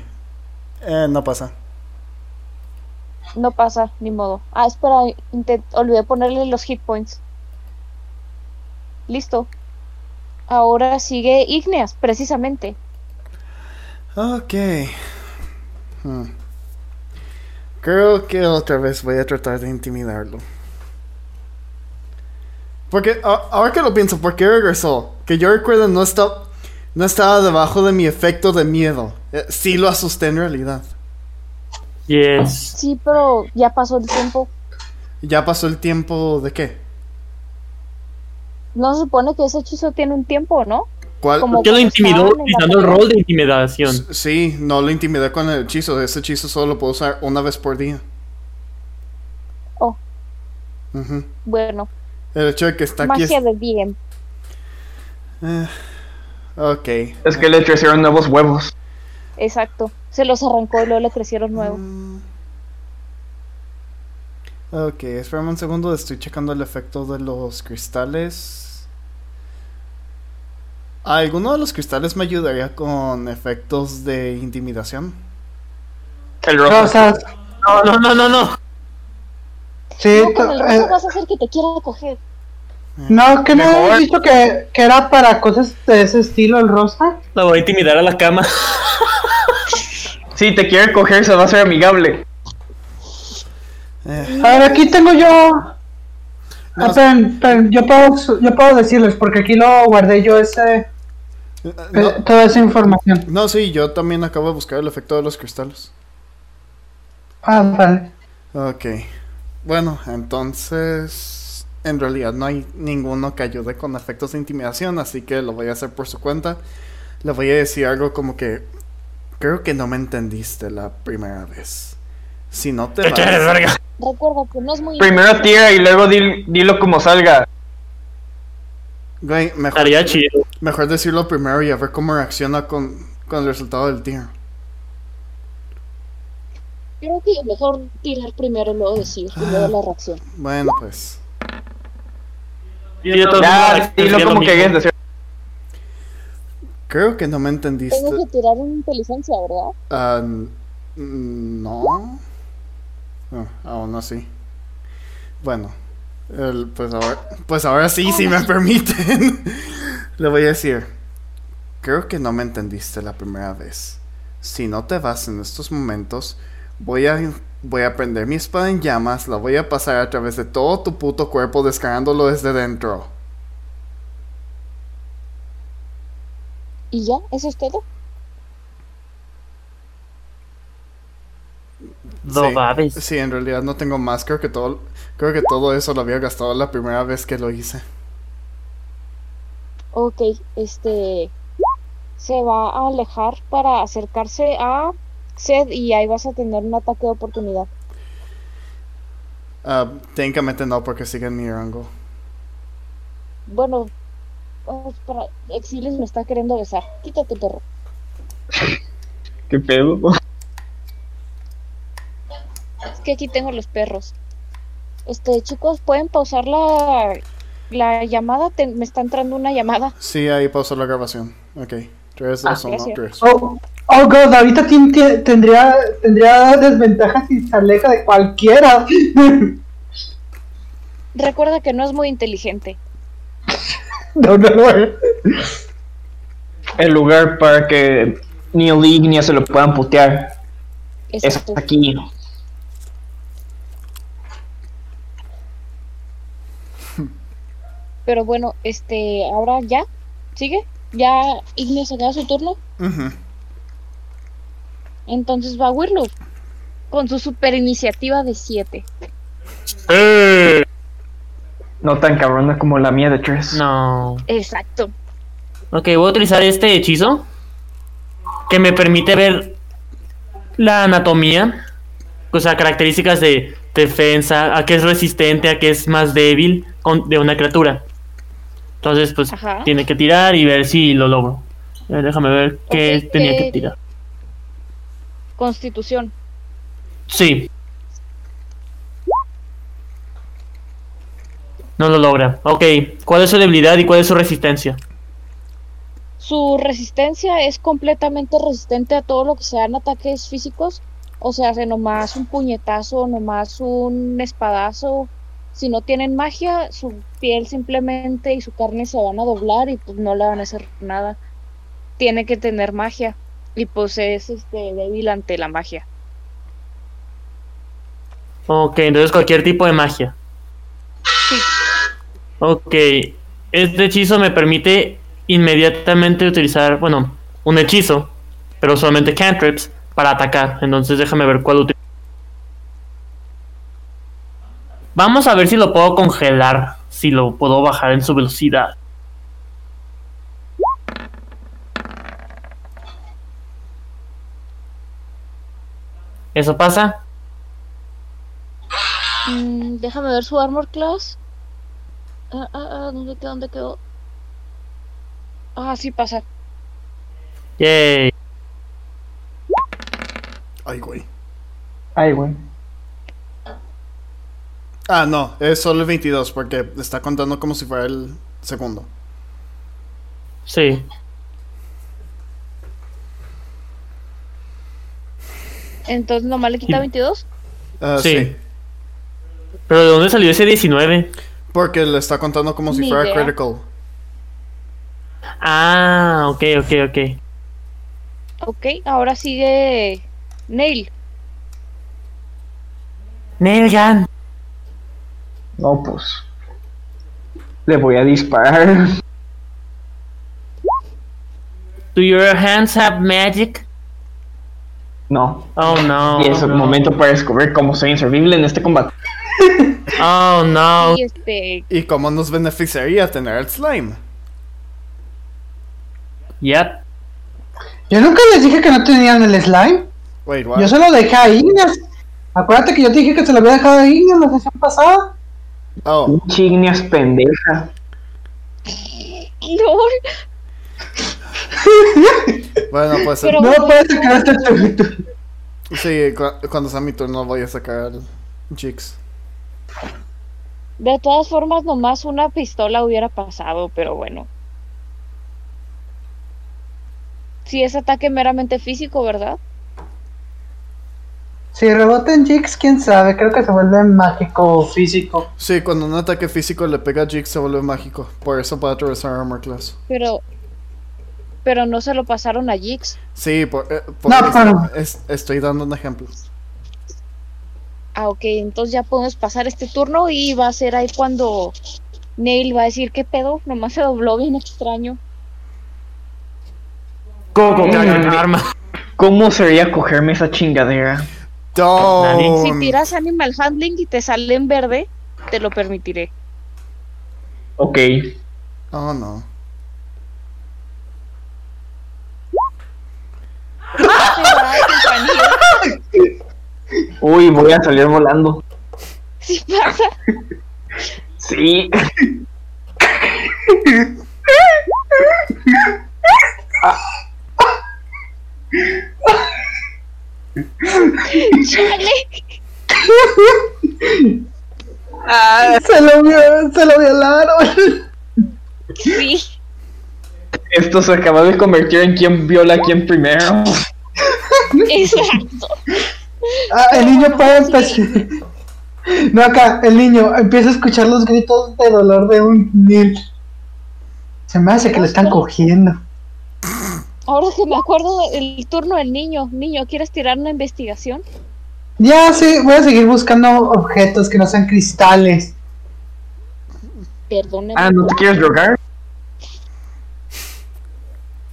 Speaker 1: no pasa.
Speaker 4: No pasa, ni modo. Ah, espera, intent- olvidé ponerle los hit points. Listo. Ahora sigue Igneas, precisamente.
Speaker 1: Ok. Hmm. Creo que otra vez voy a tratar de intimidarlo. Porque a- ahora que lo pienso, ¿por qué regresó? Que yo recuerdo no, esta- no estaba debajo de mi efecto de miedo. Eh, sí lo asusté en realidad.
Speaker 3: Yes.
Speaker 4: Sí, pero ya pasó el tiempo.
Speaker 1: ¿Ya pasó el tiempo de qué?
Speaker 4: No se supone que ese hechizo tiene un tiempo, ¿no?
Speaker 1: ¿Cuál?
Speaker 4: Como-
Speaker 3: ¿Por qué lo intimidó
Speaker 4: Estaban en la
Speaker 3: utilizando el
Speaker 4: pelea.
Speaker 3: rol de intimidación?
Speaker 1: S- Sí, no lo intimidé con el hechizo. Ese hechizo solo lo puedo usar una vez por día.
Speaker 4: Oh.
Speaker 1: Ujú.
Speaker 4: Bueno,
Speaker 1: El hecho de que está aquí es...
Speaker 4: magia de bien.
Speaker 1: Eh, ok.
Speaker 5: es que le crecieron nuevos huevos.
Speaker 4: Exacto. Se los arrancó y luego le crecieron nuevos.
Speaker 1: Mm. Ok, espérame un segundo, estoy checando el efecto de los cristales. ¿Alguno de los cristales me ayudaría con efectos de intimidación?
Speaker 5: El rojo.
Speaker 2: Rosas.
Speaker 3: No, no, no, no, no.
Speaker 2: Sí,
Speaker 4: No, con el
Speaker 2: to-
Speaker 4: rojo
Speaker 2: eh,
Speaker 4: vas a hacer que te quiera coger.
Speaker 2: no, que no
Speaker 5: Mejor.
Speaker 2: habías dicho que, que era para cosas de ese estilo el rosa.
Speaker 3: La voy a intimidar a la cama.
Speaker 5: Si te quiere coger, se va a ser amigable.
Speaker 1: Eh,
Speaker 2: A ver, aquí tengo yo.
Speaker 1: No.
Speaker 2: Ah, esperen, esperen, yo puedo, su- yo puedo decirles porque aquí lo guardé yo ese,
Speaker 1: no,
Speaker 2: eh, toda esa información.
Speaker 1: no, sí, yo también acabo de buscar el efecto de los cristales.
Speaker 2: Ah, vale.
Speaker 1: Ok, bueno, entonces en realidad no hay ninguno que ayude con efectos de intimidación, así que lo voy a hacer por su cuenta. Le voy a decir algo como que creo que no me entendiste la primera vez. Si no te
Speaker 3: ¿Qué quieres,
Speaker 1: vas,
Speaker 3: verga?
Speaker 4: Recuerda que no es muy.
Speaker 5: Primero tira y luego dil- dilo como salga.
Speaker 1: güey, mejor,
Speaker 3: Estaría chido.
Speaker 1: mejor decirlo primero y a ver cómo reacciona con, con el resultado del tiro.
Speaker 4: Creo que mejor tirar primero y luego decir y luego
Speaker 1: Ah,
Speaker 4: la reacción.
Speaker 1: Bueno, pues.
Speaker 3: Sí, yo todo el mundo
Speaker 5: Ya,
Speaker 3: decía
Speaker 5: dilo
Speaker 3: lo
Speaker 5: como
Speaker 3: mismo.
Speaker 5: querías decir.
Speaker 1: Creo que no me entendiste.
Speaker 4: Tengo que tirar una inteligencia, ¿verdad?
Speaker 1: Ah, n- no. No, aún así. Bueno, el- pues, ahora, pues ahora sí, si me permiten. Le voy a decir. Creo que no me entendiste la primera vez. Si no te vas en estos momentos, voy a, voy a prender mi espada en llamas, la voy a pasar a través de todo tu puto cuerpo descargándolo desde dentro.
Speaker 4: Y ya, eso es todo.
Speaker 3: No
Speaker 1: sí,
Speaker 3: babes.
Speaker 1: sí, en realidad no tengo más. Creo que todo, creo que todo eso lo había gastado la primera vez que lo hice.
Speaker 4: Ok, este se va a alejar para acercarse a Sed y ahí vas a tener un ataque de oportunidad.
Speaker 1: Ah, técnicamente no, porque sigue en mi rango.
Speaker 4: Bueno, vamos para Exiles me está queriendo besar. Quítate, perro.
Speaker 5: ¿Qué pedo?
Speaker 4: Es que aquí tengo los perros. Este, chicos, pueden pausar la, la llamada. Te- me está entrando una llamada.
Speaker 1: Sí, ahí pausó la grabación. Ok, 3,
Speaker 5: Ah,
Speaker 1: 2, 1,
Speaker 4: gracias.
Speaker 1: 3.
Speaker 2: Oh, oh god, ahorita tien- tien- tendría, tendría desventajas si se aleja de cualquiera.
Speaker 4: Recuerda que no es muy inteligente.
Speaker 2: no, no, no.
Speaker 5: El lugar para que ni League ni se lo puedan putear
Speaker 4: Es
Speaker 5: es
Speaker 4: tú.
Speaker 5: aquí.
Speaker 4: Pero bueno, este, ahora ya. ¿Sigue? Ya Ignis se queda su turno. Entonces va Wirloop con su super iniciativa de 7.
Speaker 5: No tan cabrona como la mía de tres.
Speaker 3: No.
Speaker 4: Exacto.
Speaker 3: Ok, voy a utilizar este hechizo que me permite ver la anatomía, o sea, características de defensa, a qué es resistente, a qué es más débil con- de una criatura. Entonces, pues
Speaker 4: Ajá.
Speaker 3: tiene que tirar y ver si lo logro. A ver, déjame ver qué
Speaker 4: Ok, eh,
Speaker 3: tenía
Speaker 4: ¿qué-
Speaker 3: que tirar.
Speaker 4: Constitución.
Speaker 3: Sí. No lo logra. Ok, ¿cuál es su debilidad y cuál es su resistencia?
Speaker 4: Su resistencia es completamente resistente a todo lo que sean ataques físicos. O sea, hace nomás un puñetazo, nomás un espadazo. Si no tienen magia, su piel simplemente y su carne se van a doblar y pues no le van a hacer nada. Tiene que tener magia. Y pues es este, débil ante la magia.
Speaker 3: Ok, entonces cualquier tipo de magia.
Speaker 4: Sí.
Speaker 3: Ok, este hechizo me permite inmediatamente utilizar, bueno, un hechizo, pero solamente cantrips para atacar. Entonces déjame ver cuál utilizo. Vamos a ver si lo puedo congelar, si lo puedo bajar en su velocidad. ¿Eso pasa?
Speaker 4: Mm, déjame ver su armor class. Ah, ah, ah, ¿dónde quedó? ¿Dónde quedó? Ah, sí pasa.
Speaker 3: Yay.
Speaker 1: Ay, güey.
Speaker 5: Ay, güey.
Speaker 1: Ah, no, es solo el 22, porque está contando como si fuera el segundo.
Speaker 3: Sí.
Speaker 4: Entonces nomás le quita 22.
Speaker 1: Ah,
Speaker 3: Sí.
Speaker 1: sí.
Speaker 3: ¿Pero de dónde salió ese 19?
Speaker 1: porque le está contando como si
Speaker 4: Ni
Speaker 1: fuera
Speaker 4: idea.
Speaker 1: critical.
Speaker 3: Ah, ok, ok, ok.
Speaker 4: Ok, ahora sigue Nail.
Speaker 3: Nelgan.
Speaker 5: No, pues. Le voy a disparar.
Speaker 3: Do your hands have magic?
Speaker 5: No.
Speaker 3: Oh no.
Speaker 5: y es un
Speaker 3: no.
Speaker 5: momento para descubrir cómo soy inservible en este combate.
Speaker 3: Oh no.
Speaker 4: Y este,
Speaker 1: ¿Y cómo nos beneficiaría tener el slime?
Speaker 3: Yep.
Speaker 2: Yo nunca les dije que no tenían el slime.
Speaker 1: Wait, what?
Speaker 2: Yo se lo dejé a Ignas. Acuérdate que yo te dije que se lo había dejado a Ignas la sesión pasada.
Speaker 1: Oh,
Speaker 5: Chignias pendeja.
Speaker 4: no,
Speaker 1: bueno, pues
Speaker 4: Pero-
Speaker 2: No lo puedes sacar este hasta el turno.
Speaker 1: sí, cu- cuando sea mi turno voy a sacar el Jigs.
Speaker 4: de todas formas nomás una pistola hubiera pasado, pero bueno. Si es ataque meramente físico, ¿verdad?
Speaker 2: Si rebotan Jigs, quién sabe, creo que se vuelve mágico o físico.
Speaker 1: Sí, cuando un ataque físico le pega a Jigs se vuelve mágico. Por eso puede atravesar Armor Class.
Speaker 4: Pero pero no se lo pasaron a Jix.
Speaker 1: Sí, por, eh, por-
Speaker 2: No, pero-
Speaker 1: es- estoy dando un ejemplo.
Speaker 4: Ah, ok, entonces ya podemos pasar este turno y va a ser ahí cuando Neil va a decir qué pedo, nomás se dobló bien extraño.
Speaker 3: Coco,
Speaker 5: Mm.
Speaker 3: arma.
Speaker 5: ¿Cómo sería cogerme esa chingadera?
Speaker 1: Down.
Speaker 4: Si tiras Animal Handling y te sale en verde, te lo permitiré.
Speaker 5: Ok.
Speaker 1: Oh no.
Speaker 5: Uy, voy a salir volando.
Speaker 4: Si pasa,
Speaker 5: Sí.
Speaker 4: chale.
Speaker 2: Se lo, vio- se lo violaron.
Speaker 4: Sí.
Speaker 5: Esto se acaba de convertir en quién viola a quién primero.
Speaker 4: Exacto.
Speaker 2: Ah, el niño puede empezar. No, acá, el niño empieza a escuchar los gritos de dolor de un Neil. Se me hace que lo están cogiendo.
Speaker 4: Ahora que me acuerdo del turno del niño. Niño, ¿quieres tirar una investigación?
Speaker 2: Ya, sí, voy a seguir buscando objetos que no sean cristales.
Speaker 4: Perdóneme.
Speaker 5: Ah, ¿no te quieres drogar?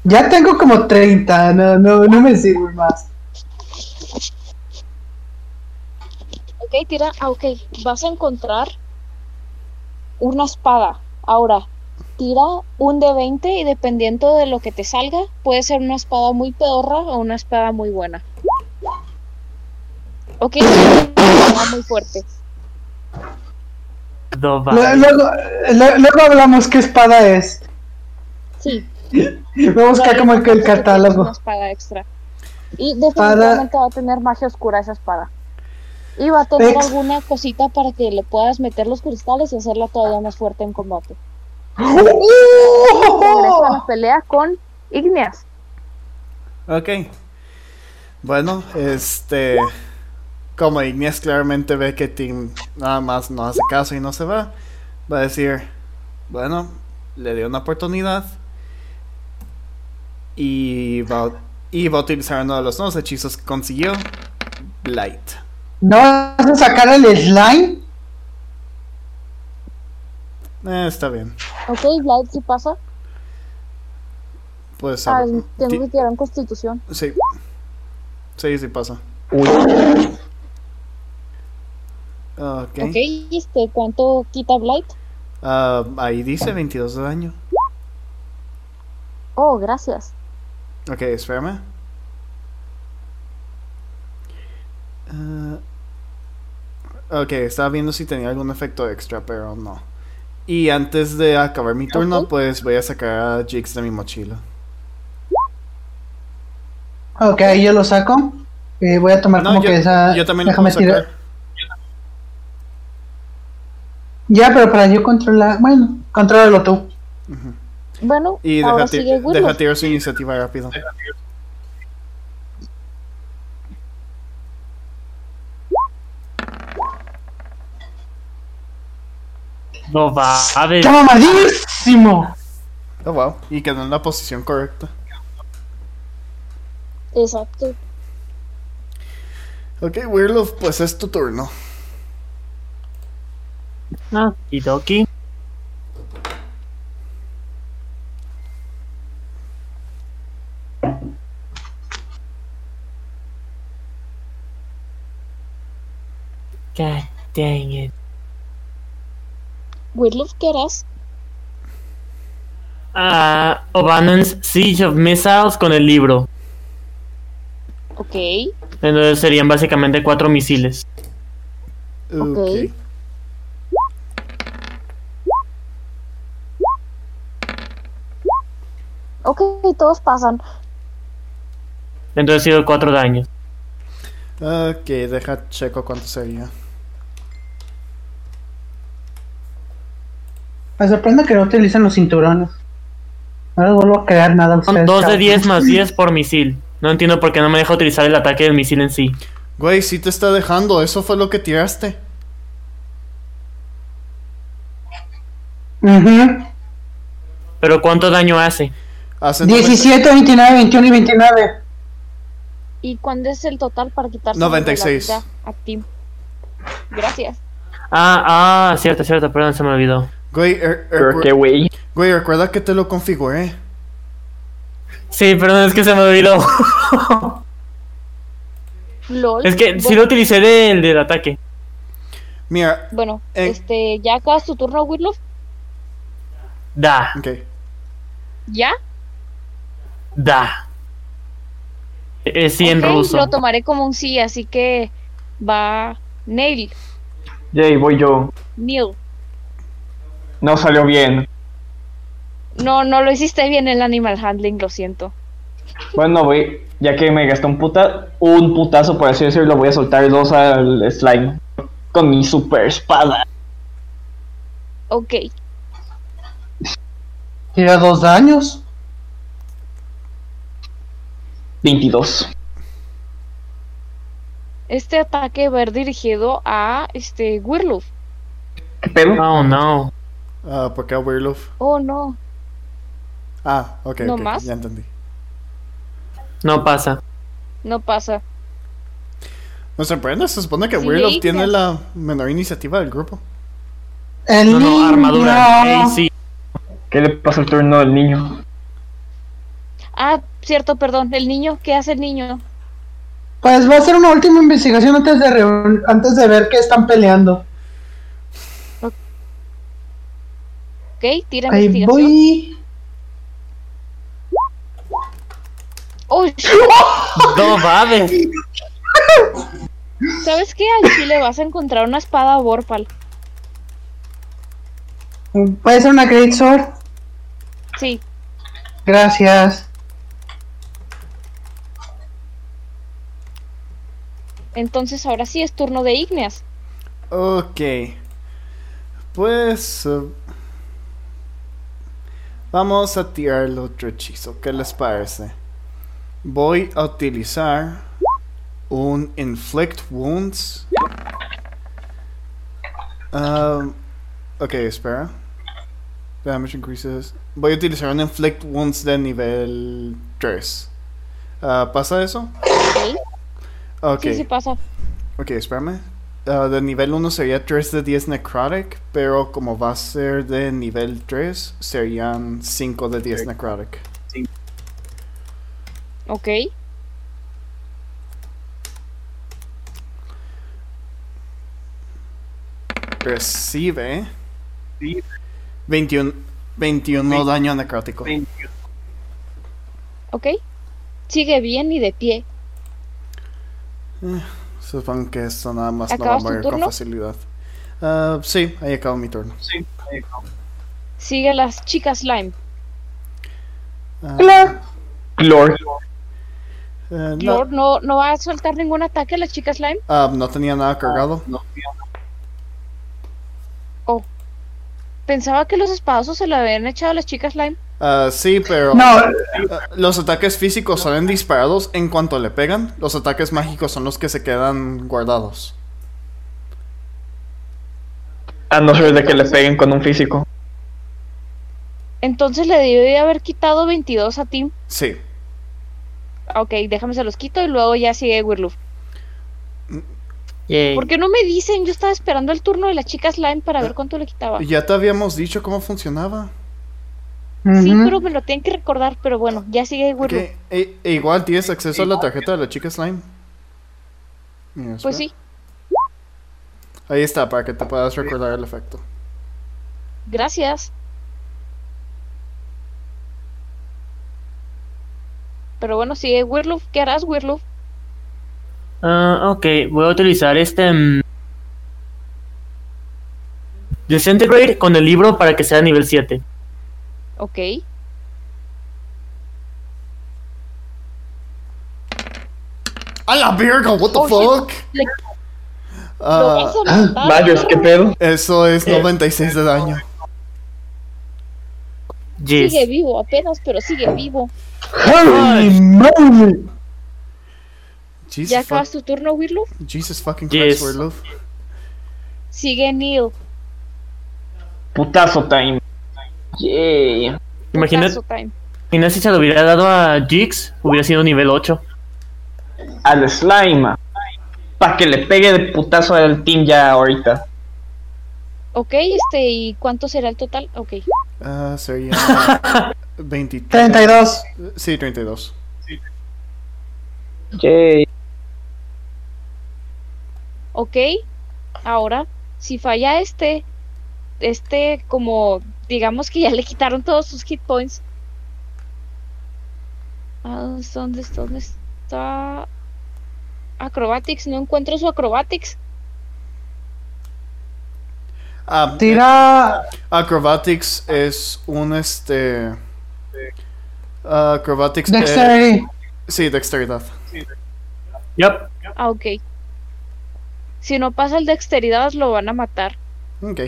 Speaker 2: Ya tengo como 30, no, no, no me sirve más.
Speaker 4: Ok, tira. Ah, ok. Vas a encontrar una espada. Ahora, tira un de 20 y dependiendo de lo que te salga, puede ser una espada muy pedorra o una espada muy buena. Ok, una espada muy fuerte.
Speaker 3: No va.
Speaker 2: Lue- Luego, lue- luego hablamos qué espada es.
Speaker 4: Sí.
Speaker 2: Voy a buscar como el, el
Speaker 4: Una
Speaker 2: catálogo.
Speaker 4: espada extra. Y definitivamente va a tener magia oscura esa espada. Y va a tener
Speaker 2: Ex-
Speaker 4: alguna cosita para que le puedas meter los cristales y hacerla todavía más fuerte en combate. Regresa a la pelea con Igneas.
Speaker 1: Ok. Bueno, este. Como Ignis claramente ve que Tim nada más no hace caso y no se va, va a decir: Bueno, le dio una oportunidad. Y va, a- y va a utilizar uno de los nuevos hechizos que consiguió: Blight.
Speaker 2: ¿No vas a sacar el slime?
Speaker 1: Eh, está bien.
Speaker 4: Ok, Light, si pasa.
Speaker 1: Puedes
Speaker 4: Ay,
Speaker 1: saber.
Speaker 4: tengo que tirar en constitución.
Speaker 1: Sí. Sí, sí pasa.
Speaker 5: Uy.
Speaker 1: Ok.
Speaker 4: Ok, este, ¿cuánto quita Blight?
Speaker 1: Ah, ahí dice 22 de daño.
Speaker 4: Oh, gracias.
Speaker 1: Ok, espérame. Ah, ok, estaba viendo si tenía algún efecto extra, pero no. Y antes de acabar mi turno,
Speaker 4: Ok.
Speaker 1: pues voy a sacar a Jigs de mi mochila.
Speaker 2: Ok, ahí yo lo saco. Eh, voy a tomar
Speaker 1: No,
Speaker 2: como
Speaker 1: yo,
Speaker 2: que esa.
Speaker 1: yo también lo
Speaker 2: déjame
Speaker 1: puedo sacar.
Speaker 2: tirar. Ya, pero para yo controlar. Bueno, contrólalo tú.
Speaker 1: Ujú.
Speaker 4: Bueno,
Speaker 1: Y deja,
Speaker 4: ahora
Speaker 1: ti-
Speaker 4: sigue Willow.
Speaker 1: deja tirar su iniciativa rápido.
Speaker 3: No va. A ver.
Speaker 2: ¡Está mamadísimo!
Speaker 1: Oh, wow. Y quedó en la posición correcta.
Speaker 4: Exacto.
Speaker 1: Ok, Weirloof, pues es tu turno.
Speaker 3: Ah, y Doki. God dang it.
Speaker 4: Whitlow, ¿qué harás?
Speaker 3: Ah, O'Bannon's Siege of Missiles con el libro.
Speaker 4: Ok,
Speaker 3: Entonces serían básicamente cuatro misiles.
Speaker 1: Ok.
Speaker 4: Ok. ok, todos pasan.
Speaker 3: Entonces sido cuatro daños.
Speaker 1: Ok, deja checo cuánto sería.
Speaker 2: Me sorprende que no utilicen los cinturones. No les vuelvo a crear nada a
Speaker 3: Son
Speaker 2: ustedes.
Speaker 3: dos de
Speaker 2: chavos.
Speaker 3: 10 más 10 por misil. No entiendo por qué no me deja utilizar el ataque del misil en sí.
Speaker 1: Güey, sí te está dejando, eso fue lo que tiraste.
Speaker 2: Ujú.
Speaker 3: Pero ¿cuánto daño hace?
Speaker 1: Hace
Speaker 2: 17, 29, 21 y 29.
Speaker 4: ¿Y cuándo es el total para quitarse
Speaker 1: 96.
Speaker 4: la vida a Tim? Gracias.
Speaker 3: Ah, ah, cierto, cierto, perdón, se me olvidó.
Speaker 1: Güey, er- er-
Speaker 5: Pero qué güey.
Speaker 1: güey, recuerda que te lo configuré.
Speaker 3: Sí, perdón, es que se me olvidó.
Speaker 4: LOL.
Speaker 3: Es que si
Speaker 4: Bueno,
Speaker 3: lo utilicé del, del ataque.
Speaker 1: Mira,
Speaker 4: Bueno,
Speaker 1: Eh.
Speaker 4: este, ¿ya acabas tu turno, Whitloff?
Speaker 3: Da,
Speaker 1: ok.
Speaker 4: ¿Ya?
Speaker 3: da. Es 100
Speaker 4: Ok,
Speaker 3: ruso.
Speaker 4: Lo tomaré como un sí, así que va Neil,
Speaker 5: Yay, voy yo.
Speaker 4: Neil.
Speaker 5: No salió bien.
Speaker 4: No, no lo hiciste bien el animal handling, lo siento.
Speaker 5: Bueno, voy. Ya que me gasté un puta, un putazo, por así decirlo, voy a soltar dos al slime. Con mi super espada.
Speaker 4: Ok,
Speaker 2: Tira dos daños.
Speaker 5: 22.
Speaker 4: este ataque va a ir dirigido a este Wirloof.
Speaker 5: ¿Qué pedo?
Speaker 3: Oh no.
Speaker 1: Ah, ¿Por qué a Werewolf?
Speaker 4: Oh no,
Speaker 1: Ah, ok,
Speaker 4: ¿No
Speaker 1: ok,
Speaker 4: más?
Speaker 1: ya entendí.
Speaker 3: No pasa.
Speaker 4: no pasa.
Speaker 1: Me sorprende, se supone que
Speaker 4: Sí,
Speaker 1: Werewolf
Speaker 4: le
Speaker 1: tiene
Speaker 4: hice.
Speaker 1: la menor iniciativa del grupo.
Speaker 2: El
Speaker 3: No, no,
Speaker 2: niño.
Speaker 3: armadura. Ey, sí.
Speaker 5: ¿Qué le pasó al turno del niño?
Speaker 4: Ah, cierto, perdón, el niño, ¿qué hace el niño?
Speaker 2: Pues va a hacer una última investigación antes de, reun- antes de ver que están peleando.
Speaker 4: Ok, tira
Speaker 2: Ahí
Speaker 4: investigación.
Speaker 2: voy.
Speaker 4: Oh, shit.
Speaker 3: No mames.
Speaker 4: ¿sabes qué? Al chile vas a encontrar una espada Vorpal.
Speaker 2: Puede ser una Great Sword.
Speaker 4: Sí,
Speaker 2: Gracias.
Speaker 4: entonces ahora sí es turno de Igneas.
Speaker 1: Ok. Pues. eh, vamos a tirar el otro hechizo. ¿Qué les parece? Voy a utilizar un Inflict Wounds. Um, ok, espera. Damage increases. Voy a utilizar un Inflict Wounds de nivel 3. Ah, ¿Pasa eso?
Speaker 4: Ok,
Speaker 1: Ok.
Speaker 4: Sí, sí pasa.
Speaker 1: Ok, espérame. Ah, de nivel 1 sería 3 de 10 necrotic, pero como va a ser de nivel 3, serían 5 de 10 necrotic.
Speaker 4: Ok,
Speaker 1: Recibe 21, 21 daño necrótico.
Speaker 4: ok. Sigue bien y de pie.
Speaker 1: Supongo que esto nada más no va a
Speaker 4: ¿Acabas tu
Speaker 1: morir con
Speaker 4: turno?
Speaker 1: facilidad. Ah, sí, ahí acabo mi turno.
Speaker 4: Sigue las chicas Slime.
Speaker 1: Ah,
Speaker 2: Hola.
Speaker 5: Lord.
Speaker 1: eh, no,
Speaker 4: Lord, no, no va a soltar ningún ataque a las chicas Slime.
Speaker 1: ah, no tenía nada cargado.
Speaker 4: Pensaba que los espadazos se lo habían echado a las chicas Slime.
Speaker 1: Ah, sí, pero
Speaker 2: No,
Speaker 1: ah, los ataques físicos salen disparados en cuanto le pegan. Los ataques mágicos son los que se quedan guardados.
Speaker 5: A no ser de que le peguen con un físico.
Speaker 4: Entonces le debí de haber quitado 22 a Tim. Ah,
Speaker 1: Sí.
Speaker 4: Ok, déjame se los quito y luego ya sigue Wirloof.
Speaker 3: Yay.
Speaker 4: ¿Por qué no me dicen? Yo estaba esperando el turno de las chicas Slime para ver cuánto le quitaba.
Speaker 1: Ya te habíamos dicho cómo funcionaba.
Speaker 4: Sí,
Speaker 2: Ujú.
Speaker 4: pero me lo tienen que recordar, pero bueno, ya sigue Wirloof.
Speaker 1: Que, e- e igual tienes acceso a la tarjeta de la chica Slime. Mira,
Speaker 4: Pues
Speaker 1: espera.
Speaker 4: sí,
Speaker 1: Ahí está, para que te puedas recordar el efecto.
Speaker 4: gracias. Pero bueno, sigue Wirloof. ¿Qué harás, Wirloof?
Speaker 3: Ah, ok, voy a utilizar este. mm, Disintegrate con el libro para que sea nivel 7.
Speaker 4: Ok,
Speaker 1: ¡A la verga! ¿What the
Speaker 4: Oh,
Speaker 1: fuck?
Speaker 4: shit. Le- lo
Speaker 1: Ah,
Speaker 4: vas a matar.
Speaker 5: Vayos, qué pedo.
Speaker 1: eso es
Speaker 3: Eh.
Speaker 1: 96 de daño.
Speaker 3: Yes.
Speaker 4: Sigue vivo apenas, pero sigue vivo.
Speaker 2: Holy moly.
Speaker 4: ¿Ya
Speaker 1: Jesus, fuck-
Speaker 4: acabas tu turno, Wirloof?
Speaker 1: Jesus fucking Christ,
Speaker 3: Yes.
Speaker 1: Werewolf.
Speaker 4: Sigue Neil.
Speaker 5: Putazo time. Yay.
Speaker 3: Imagina,
Speaker 4: Putazo time.
Speaker 3: imagina si se lo hubiera dado a Jix, hubiera sido nivel 8.
Speaker 5: Al slime. Para que le pegue de putazo al team ya ahorita.
Speaker 4: Ok, este, ¿y cuánto será el total? Ok.
Speaker 1: Ah, sería 23.
Speaker 2: 32.
Speaker 1: Sí, 32.
Speaker 5: Yay.
Speaker 4: Ok, ahora, si falla este, este como, digamos que ya le quitaron todos sus hit points. Ah, ¿Dónde, es- dónde está? Acrobatics, no encuentro su acrobatics.
Speaker 1: Ah,
Speaker 2: Tira.
Speaker 1: Acrobatics es un este. Acrobatics. eh,
Speaker 2: Dexterity.
Speaker 1: sí, dexteridad.
Speaker 3: Yep.
Speaker 4: Ah, ok. Si no pasa el dexteridad, lo van a matar.
Speaker 1: Ok.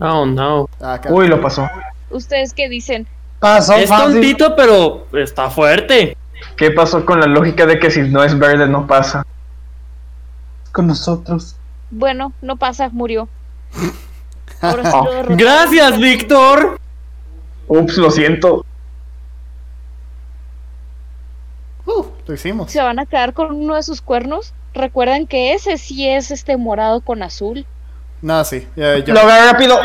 Speaker 1: Ah,
Speaker 3: Oh, no.
Speaker 1: Acá.
Speaker 5: Uy, lo pasó.
Speaker 4: ¿Ustedes qué dicen?
Speaker 2: Pasó
Speaker 3: es
Speaker 2: fácil.
Speaker 3: tontito, pero está fuerte.
Speaker 5: ¿Qué pasó con la lógica de que si no es verde no pasa?
Speaker 2: Con nosotros.
Speaker 4: Bueno, no pasa, murió. Ahora sí
Speaker 5: Oh.
Speaker 4: lo derrotaron.
Speaker 3: Gracias, Víctor.
Speaker 5: Ups, lo siento.
Speaker 1: Uh, lo hicimos.
Speaker 4: se van a quedar con uno de sus cuernos. Recuerden que ese sí es este morado con azul.
Speaker 1: Nada, sí. Ya, ya.
Speaker 5: Lo agarré rápido.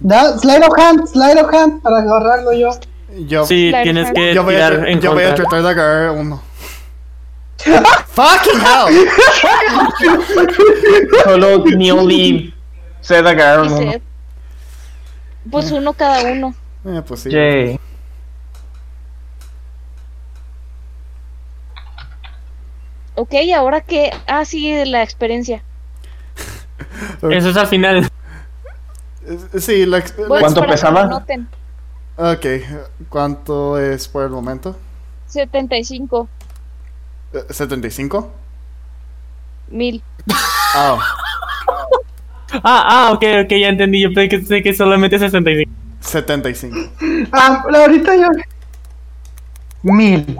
Speaker 2: Da, slide of hand, slide of hand para agarrarlo yo.
Speaker 1: Yo,
Speaker 3: Sí,
Speaker 4: La
Speaker 3: tienes
Speaker 4: hija-
Speaker 3: que
Speaker 1: yo voy, a,
Speaker 3: tirar
Speaker 1: tra-
Speaker 3: en
Speaker 1: yo voy a
Speaker 3: contra.
Speaker 1: tratar de agarrar uno. ¡Fucking hell!
Speaker 5: Solo Neil y Seth
Speaker 4: Y
Speaker 5: agarraron uno.
Speaker 4: se- Pues uno cada uno.
Speaker 1: Eh, pues sí.
Speaker 5: Yay.
Speaker 4: Ok, ahora que. Ah, sí, la experiencia.
Speaker 3: Eso es al final.
Speaker 1: Eh, Sí, la ex-
Speaker 4: Bueno,
Speaker 5: ¿Cuánto
Speaker 4: es para que
Speaker 5: pesaba?
Speaker 4: lo noten.
Speaker 1: Ok, ¿cuánto es por el momento?
Speaker 4: 75
Speaker 1: Eh, ¿75?
Speaker 4: mil.
Speaker 1: Ah,
Speaker 3: Ah, ah, ok, ok, ya entendí. Yo pensé que solamente 65.
Speaker 1: 75.
Speaker 2: Ah, ahorita yo. Mil.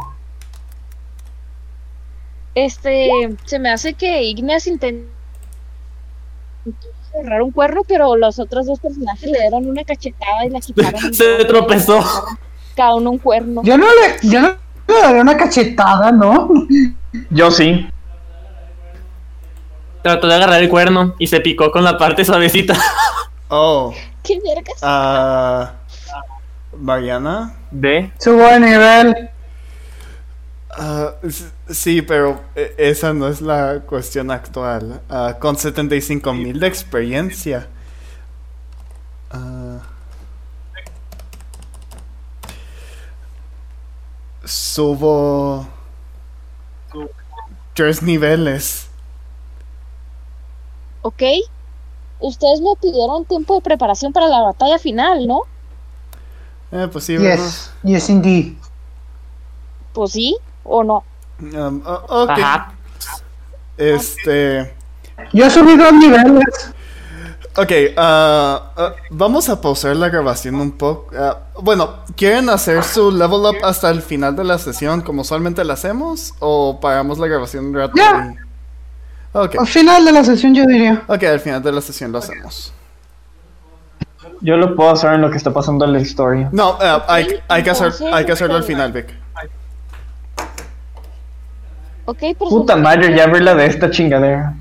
Speaker 4: Este. Se me hace que Igneas intentó cerrar un cuerno, pero los otros dos personajes le dieron una cachetada y la quitaron.
Speaker 3: Se tropezó.
Speaker 4: Cada uno un cuerno.
Speaker 2: Yo no le, yo no le daría una cachetada, ¿no?
Speaker 5: Yo sí.
Speaker 3: Trató de agarrar el cuerno y se picó con la parte suavecita.
Speaker 1: Oh,
Speaker 4: ¿Qué vergas?
Speaker 1: ah. Mariana.
Speaker 3: ¿De?
Speaker 2: Subo de nivel.
Speaker 1: Ah, s- sí, pero eh, esa no es la cuestión actual. Ah, con 75 mil de experiencia. Ah. subo tres niveles.
Speaker 4: ¿Ok? Ustedes me pidieron tiempo de preparación para la batalla final, ¿no?
Speaker 1: Eh, pues sí, ¿verdad?
Speaker 2: Yes, yes indeed.
Speaker 4: Pues sí, o no.
Speaker 1: Um, o- ok.
Speaker 3: Ajá.
Speaker 1: Este.
Speaker 2: Yo subí dos niveles.
Speaker 1: Ok, ah, ah, vamos a pausar la grabación un poco. Ah, bueno, ¿quieren hacer su level up hasta el final de la sesión como usualmente la hacemos? ¿O paramos la grabación un rato?
Speaker 2: Ya.
Speaker 1: y- Ok,
Speaker 2: Al final de la sesión yo diría.
Speaker 1: ok, al final de la sesión lo hacemos.
Speaker 5: Yo lo puedo hacer en lo que está pasando en la historia.
Speaker 1: No, ah, hay, hay que hacer,
Speaker 4: entonces,
Speaker 1: hay que hacerlo al final, Vic.
Speaker 4: ¿Ok? Personajes,
Speaker 5: Puta madre, ya verla de esta chingadera.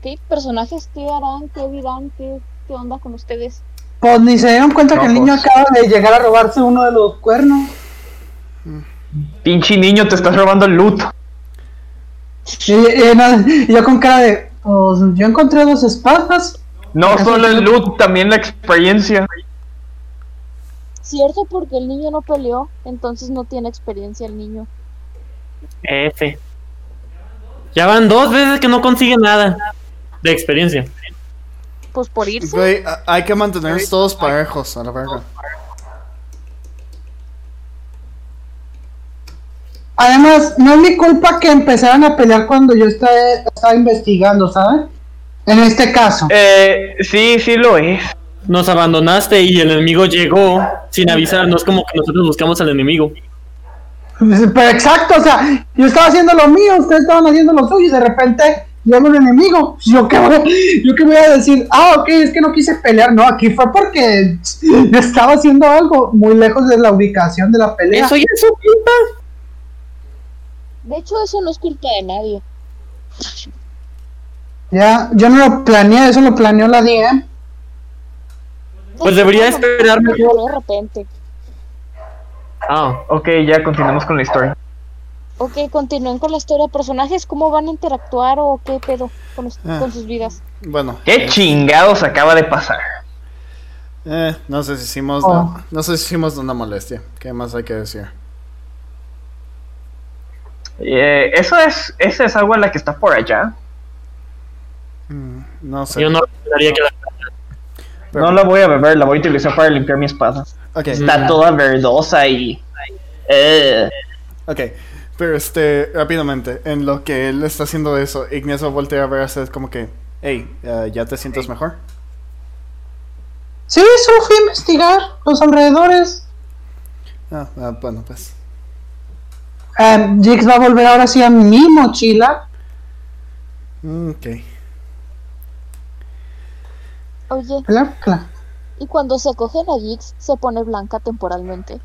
Speaker 4: ¿ok? Personajes, ¿qué harán? ¿Qué dirán? ¿Qué, qué onda con ustedes?
Speaker 2: Pues ni se dieron cuenta que el niño
Speaker 1: pues.
Speaker 5: Ojos.
Speaker 2: acaba de llegar a robarse uno de los cuernos.
Speaker 5: Pinche niño, te estás robando el loot.
Speaker 2: Y, y no- y yo con cara de. Pues yo encontré dos espadas.
Speaker 5: No
Speaker 2: Así
Speaker 5: solo
Speaker 2: que-
Speaker 5: el loot, también la experiencia.
Speaker 4: Cierto, porque el niño no peleó, entonces no tiene experiencia el niño.
Speaker 3: F. Ya van dos veces que no consigue nada de experiencia.
Speaker 4: Pues por irse.
Speaker 1: Güey, ah, hay que mantenernos todos parejos, a la verga.
Speaker 2: Además, no es mi culpa que empezaran a pelear cuando yo estaba, estaba investigando, ¿saben? En este caso.
Speaker 5: Eh, sí, sí lo es.
Speaker 3: Nos abandonaste y el enemigo llegó sin avisarnos, como que nosotros buscamos al enemigo.
Speaker 2: Pero exacto, o sea, yo estaba haciendo lo mío, ustedes estaban haciendo lo suyo y de repente llega un enemigo. Pues, Yo qué voy, yo qué voy a decir, ah, ok, es que no quise pelear. No, aquí fue porque yo estaba haciendo algo muy lejos de la ubicación de la pelea.
Speaker 3: Eso ya es su culpa.
Speaker 4: De hecho, eso no es culpa de nadie.
Speaker 2: Ya, yo no lo planeé, eso lo planeó la DM.
Speaker 3: Pues debería
Speaker 4: Eso
Speaker 3: esperar
Speaker 4: no
Speaker 3: mejor.
Speaker 4: De repente.
Speaker 3: Ah,
Speaker 5: Ok, ya continuamos con la historia.
Speaker 4: Ok, continúen con la historia de personajes. ¿Cómo van a interactuar o qué pedo con, los-
Speaker 1: Ah.
Speaker 4: con sus vidas?
Speaker 1: Bueno,
Speaker 5: ¿Qué chingados acaba de pasar?
Speaker 1: eh, no sé si hicimos,
Speaker 2: Oh.
Speaker 1: no sé si hicimos una molestia. ¿Qué más hay que decir?
Speaker 5: Eh, eso es, esa es agua la que está por allá.
Speaker 1: Mm, no sé.
Speaker 3: Yo no recomendaría que la-
Speaker 1: Pero-
Speaker 5: No la voy a beber, la voy a utilizar para limpiar mi espada.
Speaker 1: Ok,
Speaker 5: Está toda verdosa y. Eh,
Speaker 1: ok. Pero este, rápidamente, en lo que él está haciendo eso, Ignacio voltea a ver a Seth como que, hey, eh, ¿ya te sientes mejor?
Speaker 2: Sí, solo fui a investigar los alrededores.
Speaker 1: Ah, ah, bueno, pues.
Speaker 2: Em, Jix va a volver ahora sí a mi mochila.
Speaker 1: Mm, Ok.
Speaker 4: Oye,
Speaker 2: Claro, claro.
Speaker 4: y cuando se cogen a Gix, se pone blanca temporalmente.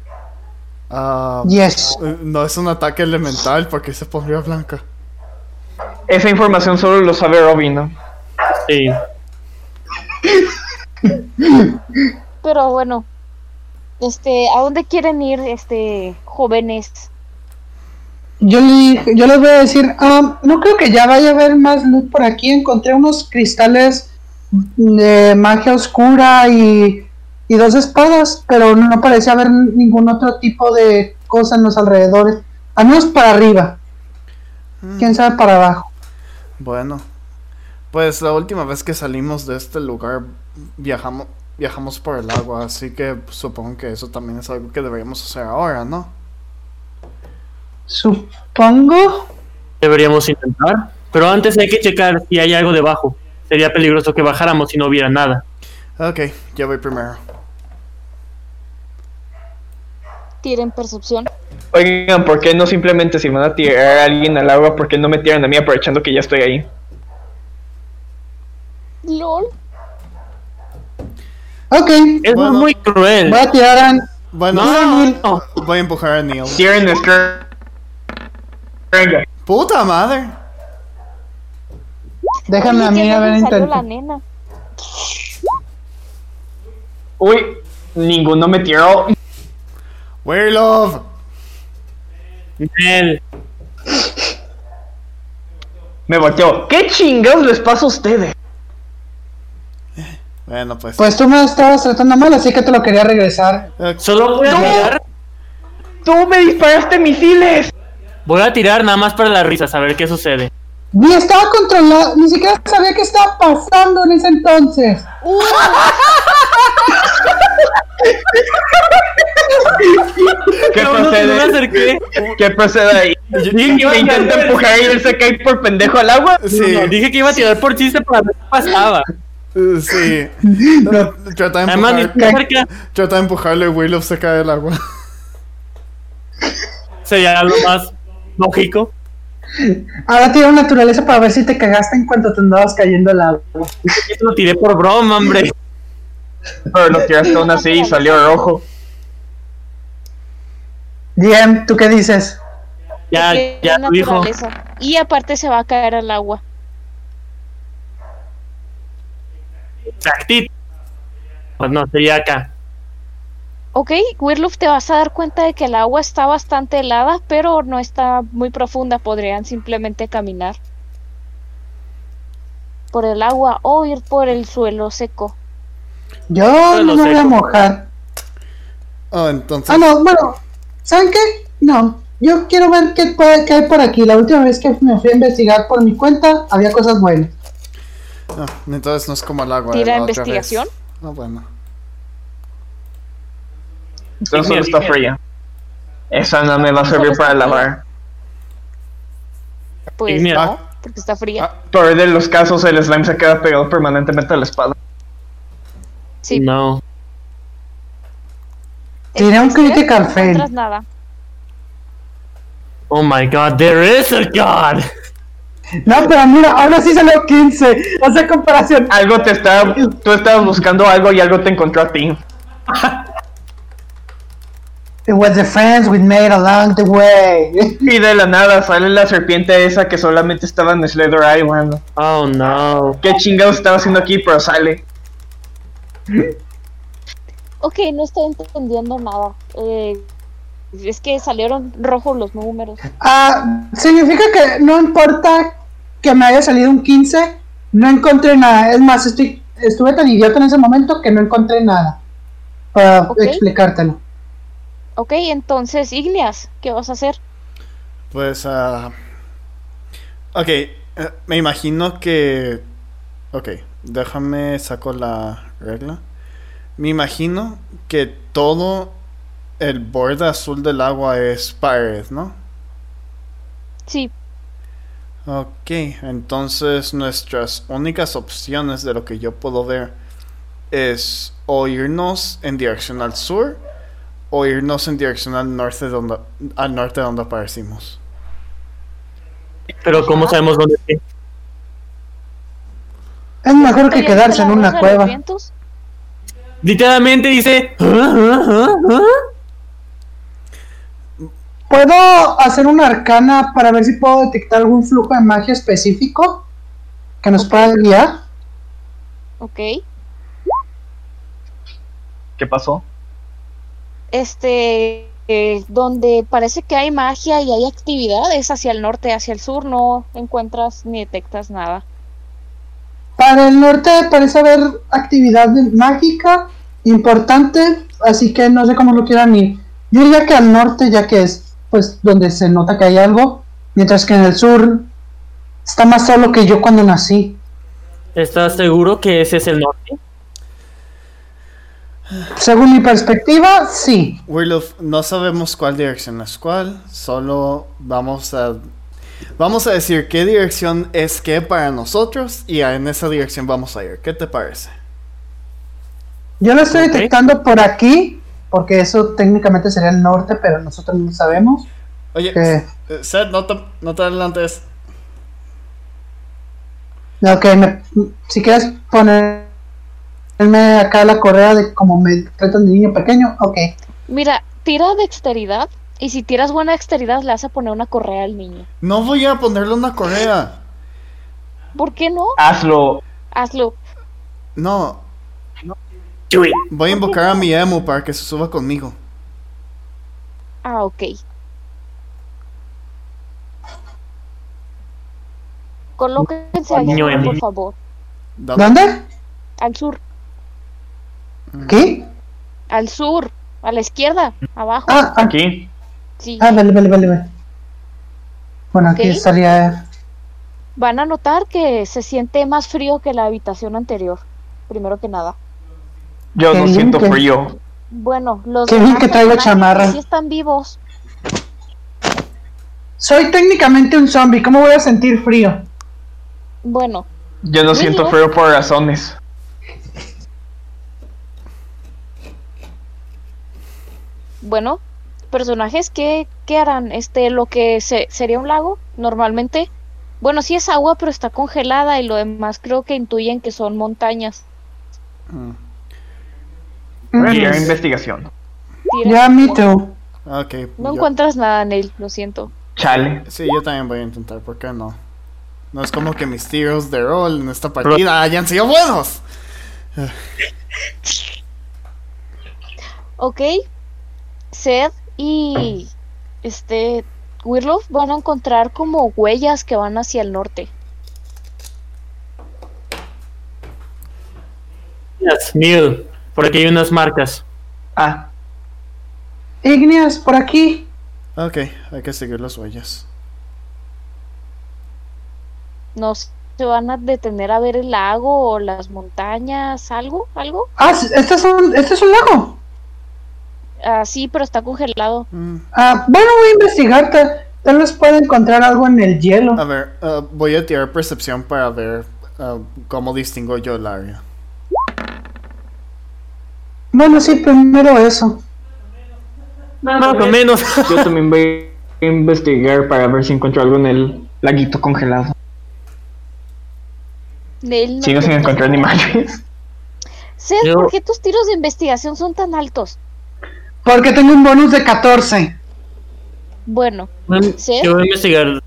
Speaker 1: Ah,
Speaker 2: Yes.
Speaker 1: eh, No es un ataque elemental porque se pondría blanca.
Speaker 5: esa información solo lo sabe Robin, ¿no?
Speaker 3: Sí.
Speaker 4: Pero bueno, este, ¿a dónde quieren ir, este, jóvenes?
Speaker 2: Yo, le dije- yo les voy a decir, ah, no creo que ya vaya a haber más luz por aquí. Encontré unos cristales de magia oscura y, y dos espadas, pero no parecía haber ningún otro tipo de cosa en los alrededores. Al menos para arriba.
Speaker 1: Mm.
Speaker 2: Quién sabe para abajo.
Speaker 1: Bueno, pues la última vez que salimos de este lugar viajamos, viajamos por el agua, así que supongo que eso también es algo que deberíamos hacer ahora, ¿no?
Speaker 2: Supongo.
Speaker 3: Deberíamos intentar. Pero antes hay que checar si hay algo debajo. Sería peligroso que bajáramos si no hubiera nada.
Speaker 1: Ok, yo voy primero.
Speaker 4: Tiren percepción.
Speaker 5: Oigan, ¿por qué no simplemente si van a tirar a alguien al agua, por qué no me tiran a mí aprovechando que ya estoy ahí?
Speaker 4: LOL.
Speaker 2: Ok.
Speaker 3: Es
Speaker 1: Bueno.
Speaker 3: muy cruel.
Speaker 2: Voy a tirar a...
Speaker 1: Bueno,
Speaker 3: No, no.
Speaker 1: voy a empujar a Neil.
Speaker 5: Tiren nuestra. Venga.
Speaker 1: ¡Puta madre!
Speaker 2: Déjame
Speaker 4: Oye,
Speaker 2: a
Speaker 4: qué
Speaker 2: mí
Speaker 4: bien
Speaker 2: a ver
Speaker 4: salió la
Speaker 2: intento.
Speaker 4: nena.
Speaker 5: Uy, ninguno me tiró.
Speaker 1: We're love.
Speaker 3: Nel,
Speaker 5: Me volteó. ¿Qué chingados les pasa a ustedes?
Speaker 1: Bueno, pues. eh,
Speaker 2: Pues tú me estabas tratando mal, así que te lo quería regresar.
Speaker 1: ok,
Speaker 3: Solo voy a tirar.
Speaker 5: ¡Tú me disparaste misiles!
Speaker 3: Voy a tirar nada más para la risa, a ver qué sucede.
Speaker 2: Ni estaba controlado, ni siquiera sabía qué estaba pasando en ese entonces.
Speaker 5: ¿Qué
Speaker 3: No, no, no me
Speaker 5: procede?
Speaker 3: acerqué.
Speaker 5: ¿Qué procede ahí?
Speaker 3: Dije que iba a
Speaker 5: Me intenta
Speaker 3: tirar-
Speaker 5: empujar y él se cae por pendejo al agua.
Speaker 1: Sí,
Speaker 3: No, dije que iba a tirar por chiste para ver qué pasaba.
Speaker 1: eh, sí. Trata de
Speaker 3: Además, ni
Speaker 1: empujar.
Speaker 3: está cerca
Speaker 1: Trata de empujarlo y Willow se cae del agua.
Speaker 3: sería lo más lógico.
Speaker 2: Ahora tira naturaleza para ver si te cagaste en cuanto te andabas cayendo al agua.
Speaker 3: Esto lo tiré por broma, hombre.
Speaker 5: Pero lo tiraste aún así y salió rojo.
Speaker 2: Bien, ¿tú qué dices?
Speaker 3: Ya,
Speaker 4: Tiene
Speaker 3: ya lo dijo.
Speaker 4: naturaleza. Y aparte se va a caer al agua.
Speaker 3: Exactito. Pues no, sería acá.
Speaker 4: Ok, Wirloof, te vas a dar cuenta de que el agua está bastante helada, pero no está muy profunda. Podrían simplemente caminar por el agua o ir por el suelo seco.
Speaker 2: Yo
Speaker 3: Yo
Speaker 2: no
Speaker 3: lo
Speaker 2: me voy a
Speaker 3: seco.
Speaker 2: mojar.
Speaker 1: Oh, entonces.
Speaker 2: Ah, no, bueno, ¿saben qué? No, yo quiero ver qué, puede- qué hay por aquí. La última vez que me fui a investigar por mi cuenta, había cosas buenas.
Speaker 1: Ah, entonces no es como el agua. de
Speaker 4: Tira
Speaker 1: la otra vez.
Speaker 4: investigación.
Speaker 1: Ah, bueno.
Speaker 5: Eso solo está fría. Esa no me va a servir para lavar.
Speaker 4: Pues
Speaker 3: mira.
Speaker 4: no, porque está fría.
Speaker 1: Ah.
Speaker 5: Peor de los casos, el slime se queda pegado permanentemente a la espada.
Speaker 4: Sí.
Speaker 3: No.
Speaker 2: Tiré un
Speaker 4: Investigas,
Speaker 2: critical
Speaker 4: no
Speaker 2: fail.
Speaker 4: encuentras nada.
Speaker 3: Oh my god, there is a god.
Speaker 2: No, pero mira, ahora sí salió 15. O sea, comparación.
Speaker 5: Algo te está. Tú estabas buscando algo y algo te encontró a ti.
Speaker 2: It was the friends we made along the way.
Speaker 5: Y de la nada sale la serpiente esa que solamente estaba en Slither Island.
Speaker 3: Oh no.
Speaker 5: ¿Qué chingados estaba haciendo aquí? Pero sale.
Speaker 4: Ok, no estoy entendiendo nada. Eh, Es que salieron rojos los números.
Speaker 2: Ah, significa que no importa que me haya salido un 15, no encontré nada. Es más, estoy, estuve tan idiota en ese momento que no encontré nada para
Speaker 4: Ok.
Speaker 2: explicártelo.
Speaker 4: Ok, entonces, Igneas, ¿qué vas a hacer?
Speaker 1: Pues, ah, ok, eh, me imagino que... Ok, déjame saco la regla. Me imagino que todo el borde azul del agua es pared, ¿no?
Speaker 4: Sí,
Speaker 1: Ok, entonces nuestras únicas opciones de lo que yo puedo ver es o irnos en dirección al sur o irnos en dirección al norte de donde, al norte de donde aparecimos.
Speaker 3: Pero ¿cómo sabemos dónde es?
Speaker 2: Es mejor
Speaker 4: ¿Ya
Speaker 2: que
Speaker 4: viste
Speaker 2: quedarse
Speaker 4: la
Speaker 2: en
Speaker 4: rosa
Speaker 2: una
Speaker 4: de
Speaker 2: cueva.
Speaker 4: los vientos?
Speaker 3: Literalmente dice... "Ah, ah, ah, ah".
Speaker 2: ¿Puedo hacer una arcana para ver si puedo detectar algún flujo de magia específico que nos pueda guiar?
Speaker 4: Ok.
Speaker 5: ¿Qué pasó?
Speaker 4: Este, eh, donde parece que hay magia y hay actividades hacia el norte, hacia el sur, no encuentras ni detectas nada.
Speaker 2: Para el norte parece haber actividad de- mágica importante, así que no sé cómo lo quieran ir. Yo diría que al norte, ya que es pues donde se nota que hay algo, mientras que en el sur está más solo que yo cuando nací.
Speaker 3: ¿Estás seguro que ese es el norte?
Speaker 2: Según mi perspectiva, sí.
Speaker 1: Wirlof, no sabemos cuál dirección es cuál, solo vamos a vamos a decir qué dirección es qué para nosotros y en esa dirección vamos a ir. ¿Qué te parece?
Speaker 2: Yo lo estoy
Speaker 3: Ok.
Speaker 2: detectando por aquí, porque eso técnicamente sería el norte, pero nosotros no sabemos.
Speaker 1: Oye,
Speaker 2: ¿Qué?
Speaker 1: eh, Seth, no te, no te adelantes.
Speaker 2: Ok, me- si quieres ponerme acá la correa de como me tratan de niño pequeño, ok.
Speaker 4: Mira, tira dexteridad y si tiras buena dexteridad le vas a poner una correa al niño.
Speaker 1: No voy a ponerle una correa.
Speaker 4: ¿Por qué no?
Speaker 5: Hazlo.
Speaker 4: Hazlo.
Speaker 1: No,
Speaker 3: Chui.
Speaker 1: Voy a invocar a mi emo para que se suba conmigo.
Speaker 4: Ah, ok. Colóquense
Speaker 5: Al niño
Speaker 4: allá,
Speaker 5: en-
Speaker 4: por favor.
Speaker 1: Dan-
Speaker 2: ¿Dónde?
Speaker 4: Al sur,
Speaker 2: ¿Aquí?
Speaker 4: al sur, a la izquierda, abajo.
Speaker 2: Ah, aquí.
Speaker 5: Aquí.
Speaker 4: Sí.
Speaker 2: Ah, vale, vale, vale. vale. Bueno, aquí
Speaker 4: Ok.
Speaker 2: estaría.
Speaker 4: Van a notar que se siente más frío que la habitación anterior, primero que nada.
Speaker 5: Yo
Speaker 2: Qué
Speaker 5: no siento
Speaker 2: limpio.
Speaker 5: frío.
Speaker 4: Bueno, los
Speaker 2: Qué bien
Speaker 4: demás
Speaker 2: que traigo
Speaker 4: personajes
Speaker 2: chamarra.
Speaker 4: sí están vivos.
Speaker 2: Soy técnicamente un zombie, ¿cómo voy a sentir frío?
Speaker 4: Bueno,
Speaker 5: Yo no
Speaker 4: Luis,
Speaker 5: siento
Speaker 4: ¿y vos?
Speaker 5: frío por razones.
Speaker 4: bueno, personajes que qué harán este lo que se- sería un lago normalmente. Bueno, sí es agua, pero está congelada y lo demás creo que intuyen que son montañas.
Speaker 1: Mm,
Speaker 2: Mm.
Speaker 5: Voy a
Speaker 3: Yes.
Speaker 5: tirar investigación.
Speaker 4: Tira-
Speaker 2: Ya, me too.
Speaker 1: Ah, Ok.
Speaker 4: No
Speaker 1: yo-
Speaker 4: encuentras nada, Neil, lo siento.
Speaker 5: Chale.
Speaker 1: Sí, yo también voy a intentar, ¿por qué no? No es como que mis tiros de rol en esta partida hayan sido buenos.
Speaker 4: Ok, Seth y este Wirlof van a encontrar como huellas que van hacia el norte.
Speaker 3: Yes, Neil, por aquí hay unas marcas.
Speaker 5: Ah,
Speaker 2: Igneas, por aquí.
Speaker 1: Ok, hay que seguir las huellas.
Speaker 4: No sé, se van a detener a ver el lago o las montañas, algo, algo.
Speaker 2: Ah, s- este es un, este es un lago.
Speaker 4: Ah, sí, pero está congelado.
Speaker 1: Mm,
Speaker 2: Ah, bueno, voy a investigarte. Tal vez pueda encontrar algo en el hielo.
Speaker 1: A ver, ah, voy a tirar percepción para ver ah, cómo distingo yo el área.
Speaker 2: Bueno, sí, primero eso.
Speaker 3: Nada menos.
Speaker 5: yo también voy a investigar para ver si encuentro algo en el laguito congelado.
Speaker 4: Neil no
Speaker 5: Sigo sin
Speaker 4: encuentra
Speaker 5: encontrar ni
Speaker 4: nada.
Speaker 5: madres.
Speaker 4: Seth,
Speaker 3: Yo-
Speaker 4: ¿por qué tus tiros de investigación son tan altos?
Speaker 2: Porque tengo un bonus de 14.
Speaker 4: Bueno, ¿Sí?
Speaker 3: Yo voy a investigar.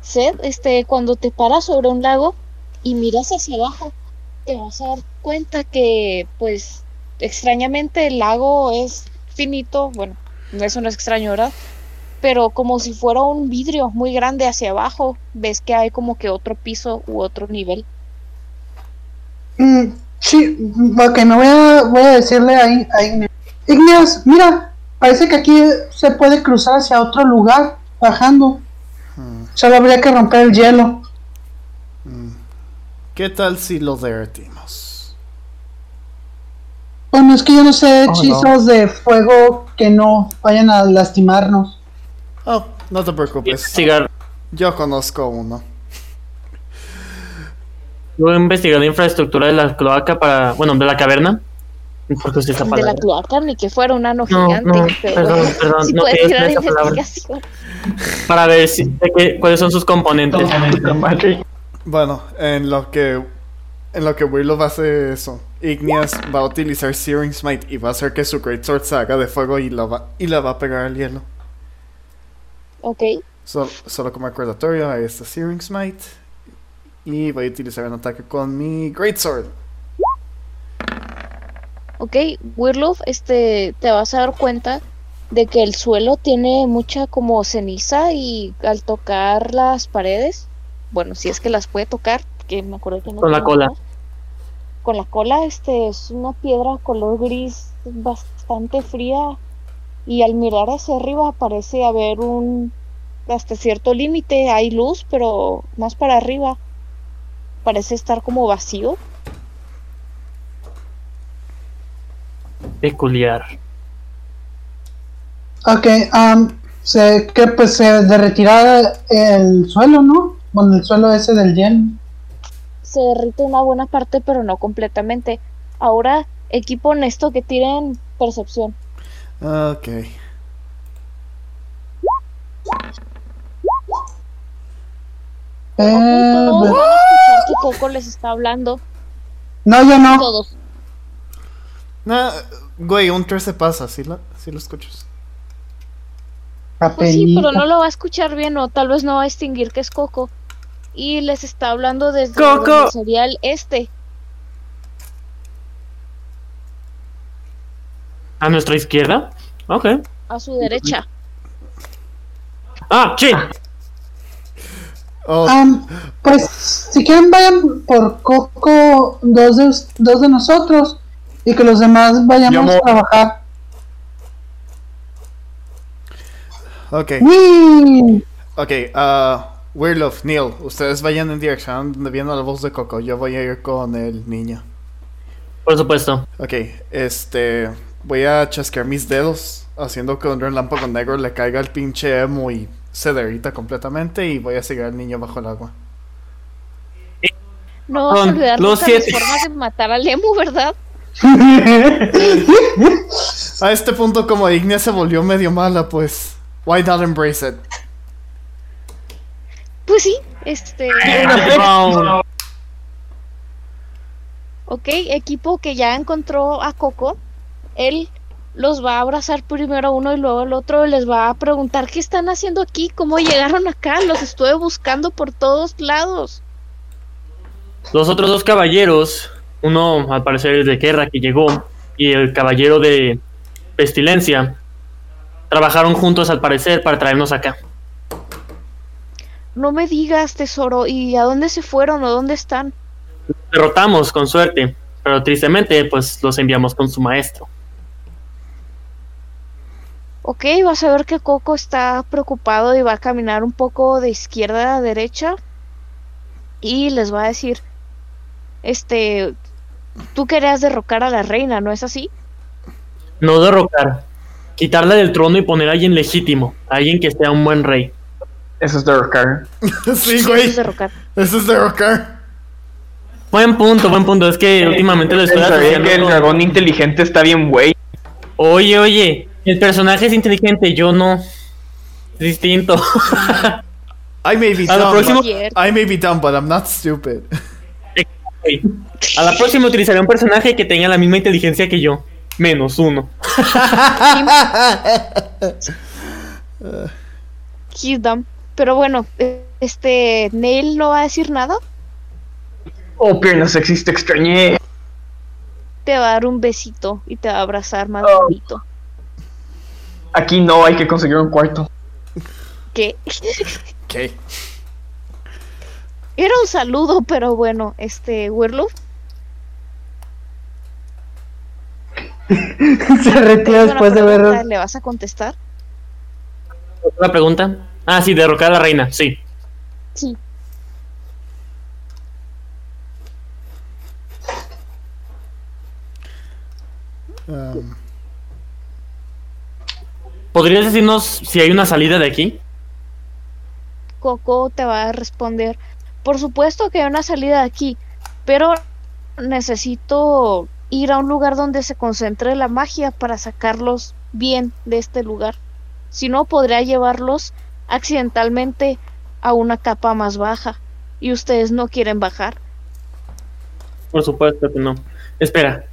Speaker 4: Seth, este, cuando te paras sobre un lago y miras hacia abajo, te vas a dar cuenta que, pues, extrañamente el lago es finito, bueno, eso no es extraño, ¿verdad? Pero como si fuera un vidrio muy grande hacia abajo, ves que hay como que otro piso u otro nivel.
Speaker 2: Mm, sí, ok, me voy a, voy a decirle a, I- a Igneas. Igneas, mira, parece que aquí se puede cruzar hacia otro lugar bajando.
Speaker 5: Hmm.
Speaker 1: Ah,
Speaker 2: Solo habría que romper el hielo.
Speaker 1: mm. ¿Qué tal si lo derretimos?
Speaker 2: Bueno, es que yo no sé
Speaker 5: Oh, no.
Speaker 2: hechizos de fuego que no vayan a lastimarnos.
Speaker 1: Oh, no te preocupes.
Speaker 3: Investigar,
Speaker 1: Yo conozco uno.
Speaker 3: yo voy a investigar la infraestructura de la cloaca para. Bueno, de la caverna. ¿Por qué usé esa
Speaker 4: De la
Speaker 3: palabra?
Speaker 4: cloaca, ni que fuera un ano
Speaker 3: No,
Speaker 4: gigante.
Speaker 3: no,
Speaker 4: pero
Speaker 3: perdón,
Speaker 4: bueno,
Speaker 3: perdón,
Speaker 4: si
Speaker 3: no
Speaker 4: puedes
Speaker 3: quería
Speaker 4: tirar
Speaker 3: usar esa palabra.
Speaker 4: investigación.
Speaker 3: Para ver si, de qué- cuáles son sus componentes.
Speaker 5: Puta madre.
Speaker 1: Bueno, en lo que en lo que Willow hace eso, Igneas va a utilizar Searing Smite y va a hacer que su Great Sword se haga de fuego y la va, y la va a pegar al hielo.
Speaker 4: Ok,
Speaker 1: Sol- solo como recordatorio, ahí está Searing Smite. Y voy a utilizar un ataque con mi Great Sword.
Speaker 4: ok. Wirloof, este, te vas a dar cuenta de que el suelo tiene mucha como ceniza y al tocar las paredes, bueno, si es que las puede tocar, que me acuerdo que no
Speaker 3: Con la
Speaker 4: tenía
Speaker 3: cola.
Speaker 4: nada. Con la cola, este, es una piedra color gris bastante fría y al mirar hacia arriba parece haber un hasta cierto límite, hay luz, pero más para arriba parece estar como vacío.
Speaker 3: Peculiar.
Speaker 2: Ok, am, se, que pues se derretirá el suelo, ¿no? Bueno, el suelo ese del hielo.
Speaker 4: se derrite una buena parte, pero no completamente. Ahora, equipo honesto que tiren percepción.
Speaker 1: Ok.
Speaker 4: Ok, pues,
Speaker 2: Eh,
Speaker 4: todos
Speaker 2: ve-
Speaker 4: van a escuchar que Coco les está hablando.
Speaker 2: no, yo no.
Speaker 4: Todos.
Speaker 1: Nah, güey, un 13 pasa, si lo, sí lo escuchas?
Speaker 4: Pues sí, pero
Speaker 2: Papelito.
Speaker 4: no lo va a escuchar bien o tal vez no va a distinguir que es Coco. Y les está hablando desde
Speaker 3: ¡Coco!
Speaker 4: donde sería el este.
Speaker 3: ¿A nuestra izquierda? Ok.
Speaker 4: A su derecha.
Speaker 3: Ah, shit.
Speaker 1: Oh,
Speaker 2: Am, pues si quieren vayan por Coco dos de, us- dos de nosotros y que los demás vayamos
Speaker 5: Yo
Speaker 2: a
Speaker 5: mo-
Speaker 2: trabajar.
Speaker 1: ok,
Speaker 2: ¡Uy!
Speaker 1: ok. ah, Wirlof, Neil, ustedes vayan en dirección donde viene la voz de Coco. Yo voy a ir con el niño.
Speaker 3: Por supuesto.
Speaker 1: Ok, este. Voy a chasquear mis dedos, haciendo que un relámpago negro le caiga al pinche emo y se derrita completamente. Y voy a seguir al niño bajo el agua.
Speaker 4: No vas a
Speaker 3: Son
Speaker 4: olvidar
Speaker 3: los
Speaker 4: nunca las
Speaker 3: siete.
Speaker 4: formas de matar al emu, ¿verdad?
Speaker 1: A este punto, como Ignia se volvió medio mala, pues. Why not embrace it?
Speaker 4: Pues sí, este.
Speaker 3: No.
Speaker 4: Ok, equipo que ya encontró a Coco, él los va a abrazar primero uno y luego el otro, les va a preguntar qué están haciendo aquí, cómo llegaron acá, los estuve buscando por todos lados.
Speaker 3: Los otros dos caballeros, uno al parecer es de guerra que llegó, y el caballero de pestilencia, trabajaron juntos al parecer para traernos acá.
Speaker 4: No me digas, tesoro, ¿y a dónde se fueron o dónde están?
Speaker 3: Derrotamos con suerte, pero tristemente pues los enviamos con su maestro.
Speaker 4: Ok, vas a ver que Coco está preocupado y va a caminar un poco de izquierda a derecha y les va a decir, este, tú querías derrocar a la reina, ¿no es así?
Speaker 3: No derrocar, quitarla del trono y poner a alguien legítimo, a alguien que sea un buen rey.
Speaker 5: Eso es derrocar.
Speaker 1: sí,
Speaker 4: Eso
Speaker 1: güey.
Speaker 4: es derrocar.
Speaker 1: Eso es derrocar.
Speaker 3: Buen punto, buen punto. Es que últimamente lo estoy
Speaker 5: Sabía
Speaker 3: asociando
Speaker 5: que el
Speaker 3: con-
Speaker 5: dragón inteligente está bien, güey.
Speaker 3: Oye, oye, el personaje es inteligente, yo no. Distinto.
Speaker 1: I may be
Speaker 3: A lo
Speaker 1: dumb.
Speaker 3: próximo-
Speaker 1: but- I may be dumb, but I'm not stupid.
Speaker 3: A la próxima utilizaré un personaje que tenga la misma inteligencia que yo. Menos uno.
Speaker 4: He's dumb. Pero bueno, eh, este Neil no va a decir nada.
Speaker 5: Oh, piernas existe, extrañé.
Speaker 4: te va a dar un besito y te va a abrazar más
Speaker 5: Oh.
Speaker 4: bonito.
Speaker 5: Aquí no hay que conseguir un cuarto.
Speaker 4: Que
Speaker 6: ¿Qué?
Speaker 4: era un saludo, pero bueno, este, Werewolf,
Speaker 2: Se retira
Speaker 4: tengo una
Speaker 2: después de
Speaker 4: pregunta,
Speaker 2: ver.
Speaker 4: ¿le vas a contestar?
Speaker 3: ¿Una pregunta? Ah, sí, derrocar a la reina, sí.
Speaker 4: Sí.
Speaker 1: Um,
Speaker 3: ¿Podrías decirnos si hay una salida de aquí?
Speaker 4: Coco te va a responder, por supuesto que hay una salida de aquí, pero necesito ir a un lugar donde se concentre la magia para sacarlos bien de este lugar. Si no, podría llevarlos accidentalmente a una capa más baja y ustedes no quieren bajar.
Speaker 3: Por supuesto que no. Espera,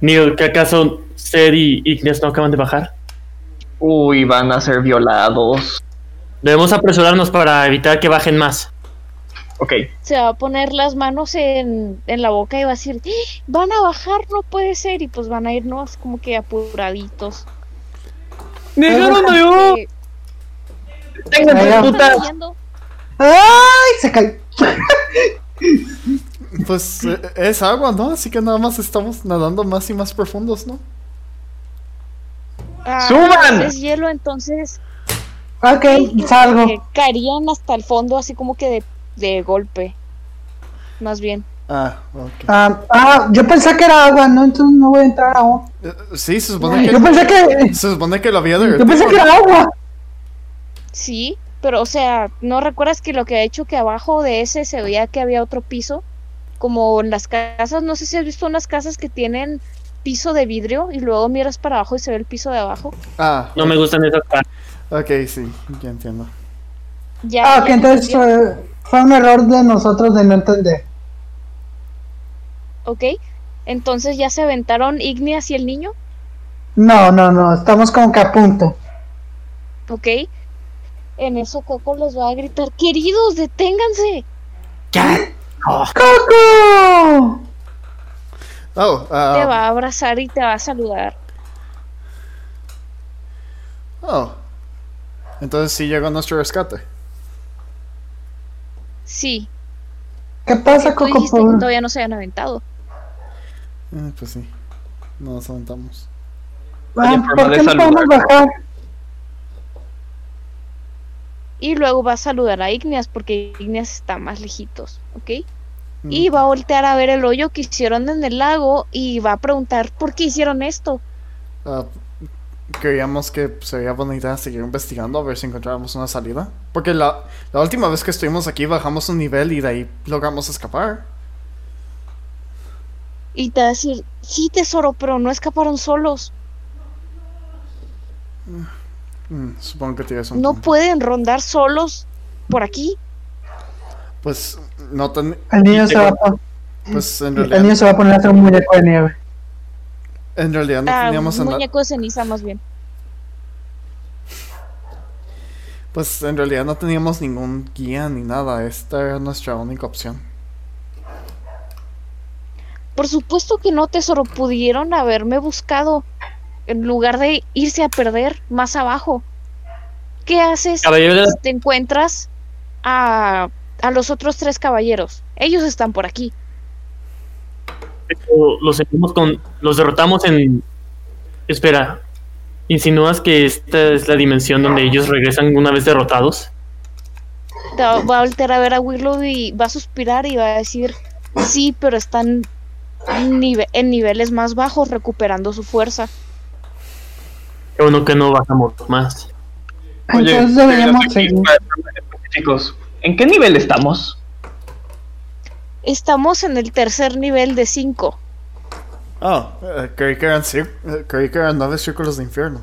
Speaker 3: Neil, ¿que acaso Sed y Ignis no acaban de bajar?
Speaker 5: Uy, van a ser violados.
Speaker 3: Debemos apresurarnos para evitar que bajen más.
Speaker 5: Ok,
Speaker 4: Se va a poner las manos en, en la boca y va a decir, "¡Ah! van a bajar, no puede ser, y pues van a irnos como que apuraditos.
Speaker 3: ¡Dejaron de oh!
Speaker 4: Eh, pues,
Speaker 2: Venga.
Speaker 5: ¡Ténganse, putas!
Speaker 4: yendo.
Speaker 2: ¡Ay! Se cae.
Speaker 1: pues eh, es agua, ¿no? Así que nada más estamos nadando más y más profundos, ¿no?
Speaker 4: Ah,
Speaker 5: ¡Suban!
Speaker 4: Es hielo, entonces
Speaker 2: Ok, salgo.
Speaker 4: que caerían hasta el fondo así como que de, de golpe. Más bien.
Speaker 1: Ah, ok.
Speaker 2: Ah, ah, yo pensé que era agua, ¿no? Entonces no voy a entrar agua.
Speaker 1: Eh, Sí, se supone
Speaker 2: Yo
Speaker 1: que,
Speaker 2: pensé que.
Speaker 1: se supone que lo había
Speaker 2: Yo pensé
Speaker 1: derretido.
Speaker 2: que era agua.
Speaker 4: Sí, pero o sea, ¿no recuerdas que lo que ha hecho que abajo de ese se veía que había otro piso? Como en las casas, no sé si has visto unas casas que tienen piso de vidrio y luego miras para abajo y se ve el piso de abajo.
Speaker 1: Ah,
Speaker 3: No me gustan esas partes.
Speaker 1: ok, sí, ya entiendo.
Speaker 4: Ya,
Speaker 2: Ah,
Speaker 4: ya
Speaker 2: ok,
Speaker 4: no
Speaker 2: entonces
Speaker 4: sabía.
Speaker 2: fue, fue un error de nosotros de no entender.
Speaker 4: Ok, entonces ya se aventaron Igneas y el niño.
Speaker 2: No, no, no, estamos como que a punto.
Speaker 4: Ok. En eso Coco les va a gritar, queridos, deténganse.
Speaker 2: ¡Coco!
Speaker 1: Oh, ah,
Speaker 4: Te va a abrazar y te va a saludar.
Speaker 1: oh. Entonces sí llegó nuestro rescate.
Speaker 4: Sí.
Speaker 2: ¿Qué pasa,
Speaker 4: Tú
Speaker 2: Coco?
Speaker 4: dijiste que
Speaker 2: Pobre?
Speaker 4: todavía no se habían aventado.
Speaker 1: Eh, pues sí, nos aventamos.
Speaker 2: Ah,
Speaker 5: Oye, forma
Speaker 2: ¿Por
Speaker 5: de
Speaker 2: qué no podemos
Speaker 5: saludar.
Speaker 2: bajar?
Speaker 4: Y luego va a saludar a Igneas porque Igneas está más lejitos, ¿ok?
Speaker 1: Mm.
Speaker 4: Y va a voltear a ver el hoyo que hicieron en el lago y va a preguntar por qué hicieron esto.
Speaker 1: Ah, creíamos que sería buena idea seguir investigando a ver si encontrábamos una salida. Porque la, la última vez que estuvimos aquí bajamos un nivel y de ahí logramos escapar.
Speaker 4: Y te va a decir, sí, tesoro, pero no escaparon solos.
Speaker 1: Mm, supongo que tienes un
Speaker 4: No
Speaker 1: punto.
Speaker 4: pueden rondar solos por aquí.
Speaker 1: Pues no ten-
Speaker 2: El niño,
Speaker 3: Y
Speaker 2: se
Speaker 3: te
Speaker 2: va, a
Speaker 3: corta.
Speaker 2: pon-
Speaker 1: pues en
Speaker 2: el niño
Speaker 1: realidad,
Speaker 2: se va a poner a hacer un muñeco de nieve.
Speaker 1: en realidad no
Speaker 4: Ah,
Speaker 1: teníamos
Speaker 4: un
Speaker 1: en la-
Speaker 4: muñeco de ceniza más bien.
Speaker 1: pues en realidad no teníamos ningún guía ni nada. Esta era nuestra única opción.
Speaker 4: Por supuesto que no, tesoro. Pudieron haberme buscado en lugar de irse a perder más abajo. ¿Qué haces
Speaker 3: Caballero de la...
Speaker 4: si te encuentras a, a los otros tres caballeros? Ellos están por aquí.
Speaker 3: o Los, seguimos con... los derrotamos en... Espera, ¿insinúas que esta es la dimensión donde ellos regresan una vez derrotados?
Speaker 4: Te va, va a voltear a ver a Willow y va a suspirar y va a decir, sí, pero están nive- en niveles más bajos recuperando su fuerza.
Speaker 3: Qué bueno que no bajamos más.
Speaker 5: Oye,
Speaker 2: Entonces deberíamos
Speaker 5: aquí
Speaker 2: seguir.
Speaker 5: para ser específicos, ¿En qué nivel estamos?
Speaker 4: Estamos en el tercer nivel de cinco.
Speaker 1: Oh, eh, creí, que eran cir- eh, creí que eran nueve círculos de infierno.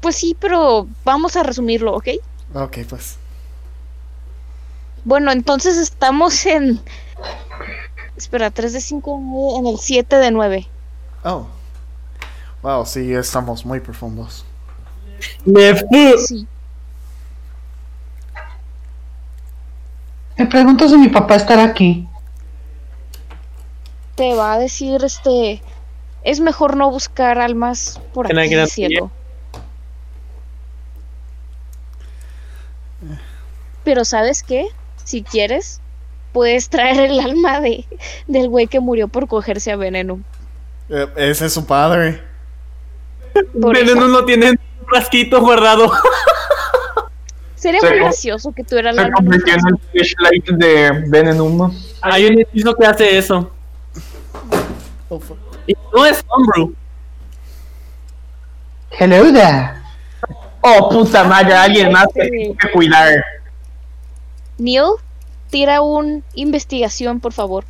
Speaker 4: Pues sí, pero vamos a resumirlo, ¿ok?
Speaker 1: Ok, pues.
Speaker 4: Bueno, entonces estamos en. Espera, 3 de 5 en el 7 de 9.
Speaker 1: Oh. Wow, sí, estamos muy profundos.
Speaker 3: ¡Me fui!
Speaker 4: Sí.
Speaker 2: Me pregunto si mi papá estará aquí.
Speaker 4: te va a decir, este, es mejor no buscar almas por
Speaker 3: Can I
Speaker 4: aquí,
Speaker 3: get a-
Speaker 4: cielo. Pero ¿sabes qué? Si quieres, puedes traer el alma de, del güey que murió por cogerse a Veneno.
Speaker 1: Eh, Ese es su padre.
Speaker 4: Por eso.
Speaker 3: Veneno no tiene un frasquito guardado.
Speaker 4: Sería
Speaker 5: Se
Speaker 4: muy
Speaker 5: com-
Speaker 4: gracioso que tú eras la
Speaker 5: Se convirtió en el flashlight de Venenuma.
Speaker 3: Hay un hechizo que hace eso.
Speaker 1: Oh, fuck.
Speaker 3: Y no es Homebrew.
Speaker 2: Hello there.
Speaker 5: Oh, puta madre, alguien más que
Speaker 4: Sí.
Speaker 5: tengo que cuidar.
Speaker 4: Neil, tira un investigación, por favor.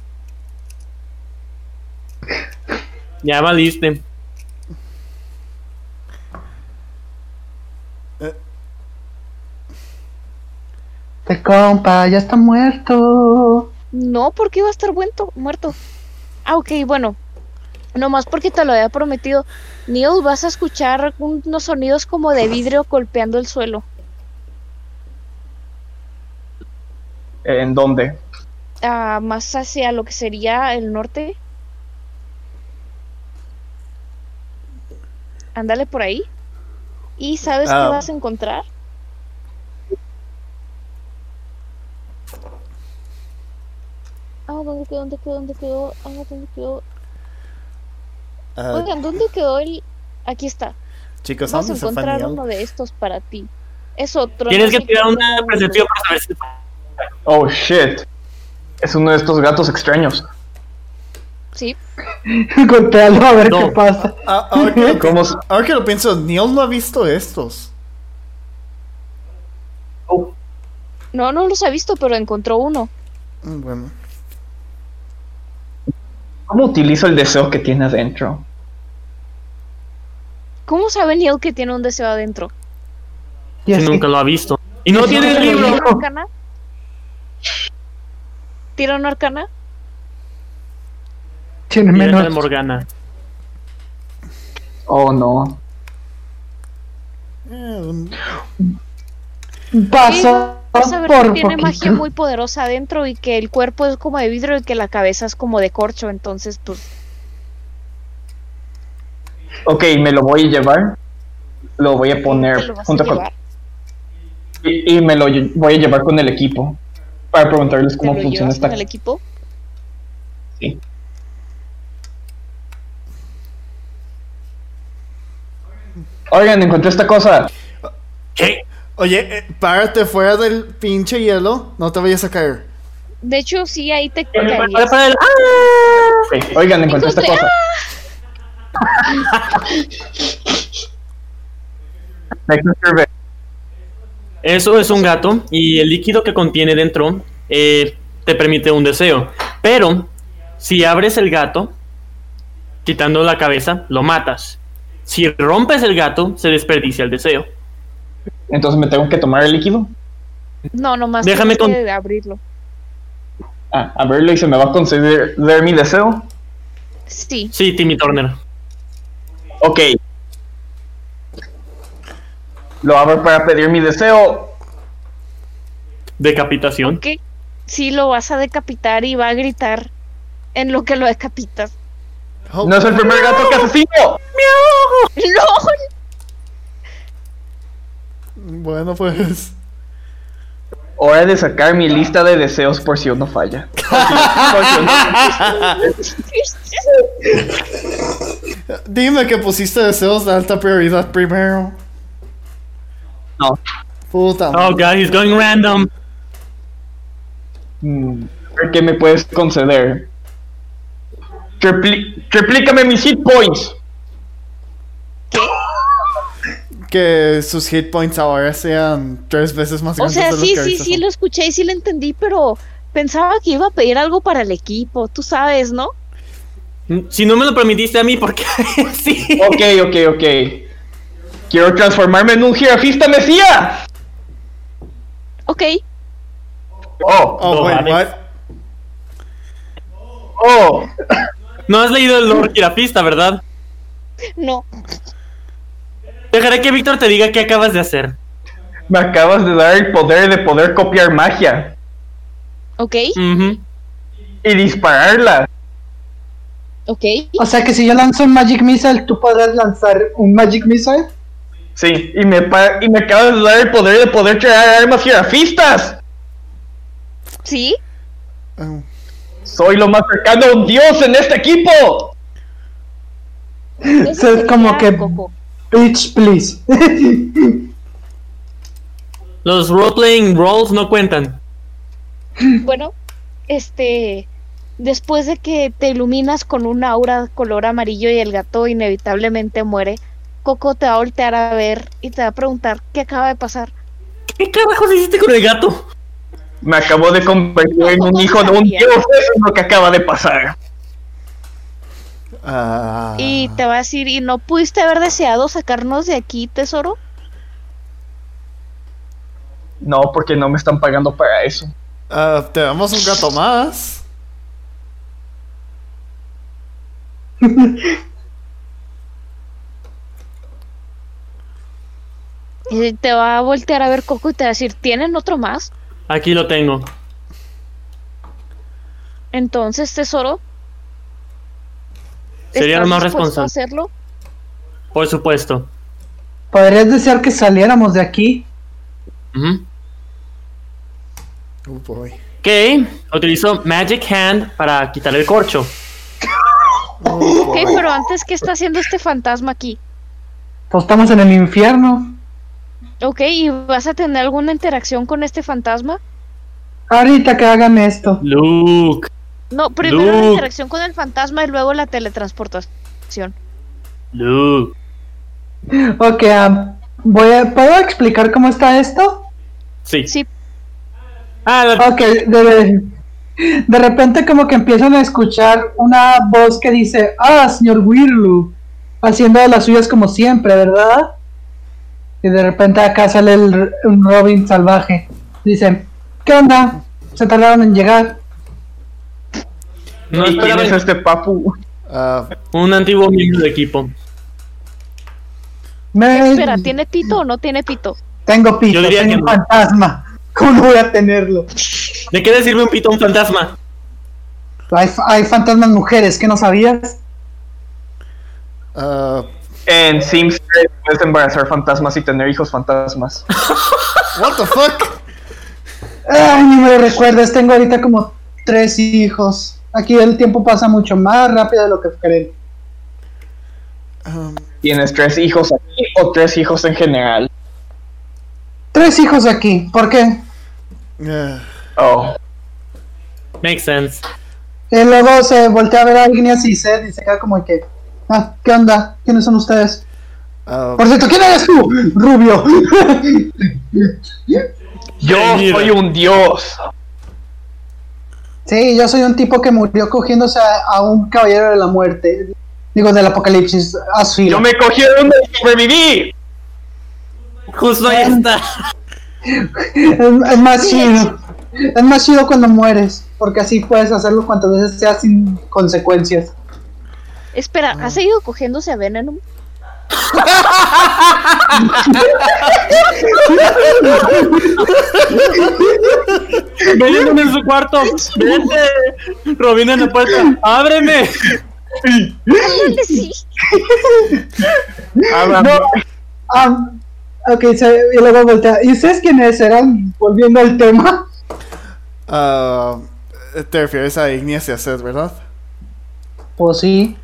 Speaker 3: Ya valiste.
Speaker 2: Te compa, ya está muerto.
Speaker 4: No, porque iba a estar muerto, muerto. Ah, ok, bueno. Nomás porque te lo había prometido. Neil, vas a escuchar unos sonidos como de vidrio golpeando el suelo.
Speaker 5: ¿En dónde?
Speaker 4: Ah, más hacia lo que sería el norte. Ándale por ahí. ¿Y sabes
Speaker 1: Ah.
Speaker 4: qué vas a encontrar? Ah, ¿dónde quedó? ¿Dónde quedó? ¿Dónde quedó? Ah, ¿dónde quedó?
Speaker 1: Ah,
Speaker 4: Oigan, ¿dónde quedó el...? Aquí está.
Speaker 1: chicos,
Speaker 4: Vas a
Speaker 1: ¿dónde se fue
Speaker 4: encontrar
Speaker 1: Neil?
Speaker 4: uno de estos para ti. Es otro.
Speaker 3: Tienes
Speaker 4: no
Speaker 3: que
Speaker 4: sé
Speaker 3: tirar
Speaker 4: qué
Speaker 3: una
Speaker 4: número.
Speaker 3: percepción para saber si
Speaker 5: Oh, shit. Es uno de estos gatos extraños.
Speaker 4: Sí.
Speaker 2: Golpealo a ver
Speaker 3: No.
Speaker 2: qué pasa.
Speaker 1: Ah, ahora, que lo,
Speaker 5: ¿Cómo se-
Speaker 1: ahora que lo pienso, Neil no ha visto estos.
Speaker 4: No, no los ha visto, pero encontró uno.
Speaker 1: Mm, Bueno,
Speaker 5: ¿Cómo utilizo el deseo que tiene adentro?
Speaker 4: ¿Cómo sabe Neil que tiene un deseo adentro?
Speaker 2: Y así,
Speaker 3: nunca lo ha visto. Y no tiene el
Speaker 4: ¿Tira
Speaker 3: libro.
Speaker 4: una arcana? ¿Tira una arcana?
Speaker 2: tiene
Speaker 3: Mira la
Speaker 2: menos.
Speaker 3: Morgana.
Speaker 5: Oh, no.
Speaker 1: eh, un-
Speaker 2: Pasó
Speaker 4: Vas a ver
Speaker 2: por
Speaker 4: que tiene magia
Speaker 2: poquito.
Speaker 4: muy poderosa adentro y que el cuerpo es como de vidrio y que la cabeza es como de corcho. Entonces, pues,
Speaker 5: Ok, me lo voy a llevar. Lo voy a
Speaker 4: te
Speaker 5: poner
Speaker 4: lo vas a
Speaker 5: junto con.
Speaker 4: llevar.
Speaker 5: Y, y me lo lle- voy a llevar con el equipo. Para preguntarles
Speaker 4: Te
Speaker 5: cómo
Speaker 4: lo
Speaker 5: funciona
Speaker 4: llevas
Speaker 5: esta.
Speaker 4: con el equipo.
Speaker 5: Sí. Oigan, encontré esta cosa.
Speaker 3: ¿Qué?
Speaker 1: Oye, eh, párate fuera del pinche hielo, no te vayas a caer.
Speaker 4: De hecho, sí, ahí te
Speaker 3: Para,
Speaker 4: caerías.
Speaker 3: para, para el- ¡Ah!
Speaker 5: Ok, Oigan, encontré esta
Speaker 4: Encontré- ¡Ah!
Speaker 5: cosa. Next survey.
Speaker 3: Eso es un gato y el líquido que contiene dentro eh, te permite un deseo. Pero si abres el gato, quitando la cabeza, lo matas. Si rompes el gato, se desperdicia el deseo.
Speaker 5: Entonces me tengo que tomar el líquido.
Speaker 4: No, nomás
Speaker 3: Déjame
Speaker 4: tienes que abrirlo.
Speaker 5: Ah, a verlo y se me va a conceder dar mi deseo.
Speaker 4: Sí.
Speaker 3: Sí, Timmy Turner.
Speaker 5: Ok. Lo abro para pedir mi deseo.
Speaker 3: Decapitación.
Speaker 4: que sí lo vas a decapitar y va a gritar en lo que lo decapitas.
Speaker 1: Oh,
Speaker 5: No es el primer gato que asesino.
Speaker 4: ¡No!
Speaker 1: Bueno, pues.
Speaker 5: Hora de sacar mi lista de deseos por si uno falla. Por si- por si uno-
Speaker 1: Dime que pusiste deseos de alta prioridad primero.
Speaker 5: No.
Speaker 1: Puta.
Speaker 3: Oh god, he's going random.
Speaker 5: Mm, ¿Qué me puedes conceder? Tripli- triplícame mis hit points.
Speaker 1: Que sus hit points ahora sean tres veces más
Speaker 4: O
Speaker 1: grandes
Speaker 4: sea,
Speaker 1: de los
Speaker 4: sí,
Speaker 1: que
Speaker 4: sí,
Speaker 1: ahorita
Speaker 4: sí,
Speaker 1: son.
Speaker 4: lo escuché y sí lo entendí, pero pensaba que iba a pedir algo para el equipo, tú sabes, ¿no?
Speaker 3: Si no me lo permitiste a mí, ¿por qué? sí.
Speaker 5: Ok, ok, ok. Quiero transformarme en un jirafista mesías.
Speaker 4: Ok,
Speaker 5: Oh,
Speaker 1: Oh,
Speaker 3: No,
Speaker 1: wait,
Speaker 3: vale.
Speaker 1: what?
Speaker 5: oh.
Speaker 3: No has leído el Lord Girafista, ¿verdad?
Speaker 4: no.
Speaker 3: Dejaré que Víctor te diga qué acabas de hacer.
Speaker 5: Me acabas de dar el poder de poder copiar magia
Speaker 4: Ok,
Speaker 3: Ujú.
Speaker 5: y dispararla.
Speaker 4: Ok.
Speaker 2: O sea que si yo lanzo un Magic Missile, tú podrás lanzar un Magic Missile.
Speaker 5: Sí, y me, pa- y me acabas de dar el poder de poder crear armas jirafistas.
Speaker 4: Sí.
Speaker 1: Oh.
Speaker 5: Soy lo más cercano a un dios en este equipo.
Speaker 4: eso
Speaker 2: O sea, es
Speaker 4: sería
Speaker 2: como que-
Speaker 4: Coco.
Speaker 2: Bitch, please.
Speaker 3: Los role-playing roles no cuentan.
Speaker 4: Bueno, este. Después de que te iluminas con un aura color amarillo y el gato inevitablemente muere, Coco te va a voltear a ver y te va a preguntar qué acaba de pasar.
Speaker 3: ¿Qué carajos hiciste con el gato?
Speaker 5: Me acabo de convertir en un hijo de un dios. Eso es lo que acaba de pasar.
Speaker 1: Ah.
Speaker 4: Y te va a decir, ¿y no pudiste haber deseado sacarnos de aquí, tesoro?
Speaker 5: No, porque no me están pagando para eso.
Speaker 1: Ah, te damos un gato más.
Speaker 4: Y te va a voltear a ver Coco y te va a decir, ¿tienen otro más?
Speaker 3: Aquí lo tengo.
Speaker 4: Entonces, tesoro.
Speaker 3: Sería lo
Speaker 4: ¿estás
Speaker 3: más
Speaker 4: dispuesto a
Speaker 3: responsable.
Speaker 4: hacerlo?
Speaker 3: Por supuesto.
Speaker 2: ¿Podrías desear que saliéramos de aquí?
Speaker 3: Ujú.
Speaker 1: Oh boy.
Speaker 3: Ok, utilizo Magic Hand para quitar el corcho.
Speaker 1: Oh
Speaker 4: Ok,
Speaker 1: boy.
Speaker 4: pero antes, ¿qué está haciendo este fantasma aquí?
Speaker 2: Pues estamos en el infierno.
Speaker 4: Ok, ¿y vas a tener alguna interacción con este fantasma?
Speaker 2: Ahorita que hagan esto.
Speaker 3: Luke.
Speaker 4: No, primero la
Speaker 3: Luke.
Speaker 4: interacción con el fantasma y luego la teletransportación.
Speaker 3: Luke.
Speaker 2: Ok, am, voy a, ¿puedo explicar cómo está esto?
Speaker 3: Sí.
Speaker 4: Sí,
Speaker 3: Ah, la-
Speaker 2: Ok, de, de repente como que empiezan a escuchar una voz que dice, ah, señor Wirlu, haciendo de las suyas como siempre, ¿verdad? Y de repente acá sale el- un Robin salvaje. Dicen, ¿qué onda? Se tardaron en llegar.
Speaker 3: no
Speaker 5: ¿Y quién
Speaker 3: esperaba
Speaker 5: es este papu?
Speaker 1: Ah,
Speaker 3: un antiguo miembro del equipo.
Speaker 2: Me-
Speaker 4: espera, ¿tiene pito o no tiene pito?
Speaker 2: Tengo pito,
Speaker 3: Yo diría
Speaker 2: tengo
Speaker 3: que
Speaker 2: un
Speaker 3: no.
Speaker 2: fantasma. ¿Cómo no voy a tenerlo?
Speaker 3: ¿De qué le sirve un pitón fantasma?
Speaker 2: Hay, hay fantasmas mujeres, ¿qué no sabías?
Speaker 1: ah,
Speaker 5: En Sims 3 puedes embarazar fantasmas y tener hijos fantasmas.
Speaker 1: what the fuck?
Speaker 2: Ay, ni me lo recuerdes, tengo ahorita como tres hijos. Aquí el tiempo pasa mucho más rápido de lo que creen.
Speaker 1: Um,
Speaker 5: Tienes tres hijos aquí o tres hijos en general.
Speaker 2: Tres hijos aquí, ¿por qué?
Speaker 1: ah,
Speaker 5: Oh.
Speaker 3: Makes sense.
Speaker 2: Y Eh, luego se voltea a ver a Igneas y Seth y se queda como que, ah, ¿qué onda? ¿Quiénes son ustedes?
Speaker 1: ah,
Speaker 2: Por cierto, ¿quién eres tú? Rubio.
Speaker 5: Yo
Speaker 3: Mira.
Speaker 5: soy un dios.
Speaker 2: sí, yo soy un tipo que murió cogiéndose a, a un caballero de la muerte. Digo, del apocalipsis, así.
Speaker 5: Yo me cogí de donde sobreviví.
Speaker 3: Justo ahí está.
Speaker 2: Es, es más chido. Es más chido cuando mueres, porque así puedes hacerlo cuantas veces sea sin consecuencias.
Speaker 4: Espera, ¿ha seguido cogiéndose a Venom?
Speaker 3: Venom en su cuarto. Vete. Robin en la puerta. ¡Ábreme!
Speaker 4: Ándale, sí.
Speaker 5: Ábrame.
Speaker 2: Ah, ok, se, y luego voltea. ¿Y ustedes quiénes eran? Volviendo al tema.
Speaker 1: ah, te refieres a Ignis y a Seth, ¿verdad?
Speaker 2: Pues sí.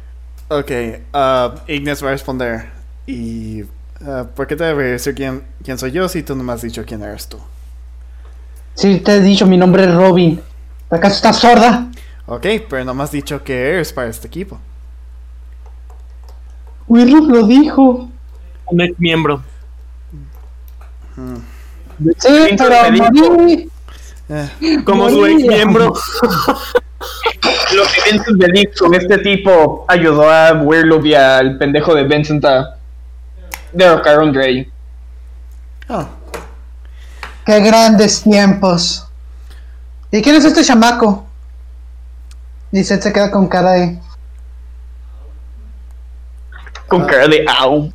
Speaker 1: Ok, ah, Ignis va a responder. ¿Y ah, por qué te debería decir quién, quién soy yo si tú no me has dicho quién eres tú?
Speaker 2: Sí, te he dicho, mi nombre es Robin. ¿Acaso estás sorda?
Speaker 1: Ok, pero no me has dicho qué eres para este equipo.
Speaker 2: Wirrup lo dijo.
Speaker 3: Un ex miembro.
Speaker 1: Mm,
Speaker 2: Sí,
Speaker 5: Pinto
Speaker 2: pero
Speaker 5: me dijo.
Speaker 2: morí.
Speaker 1: eh,
Speaker 3: Como su ex miembro.
Speaker 5: Lo que Vincent me dijo, este tipo ayudó a Weirloop y al pendejo de Vincent a derrocar a un Grey.
Speaker 1: ah,
Speaker 2: Qué grandes tiempos. ¿Y quién es este chamaco? Y Seth se queda con cara de.
Speaker 3: Ah.
Speaker 5: Con cara de au.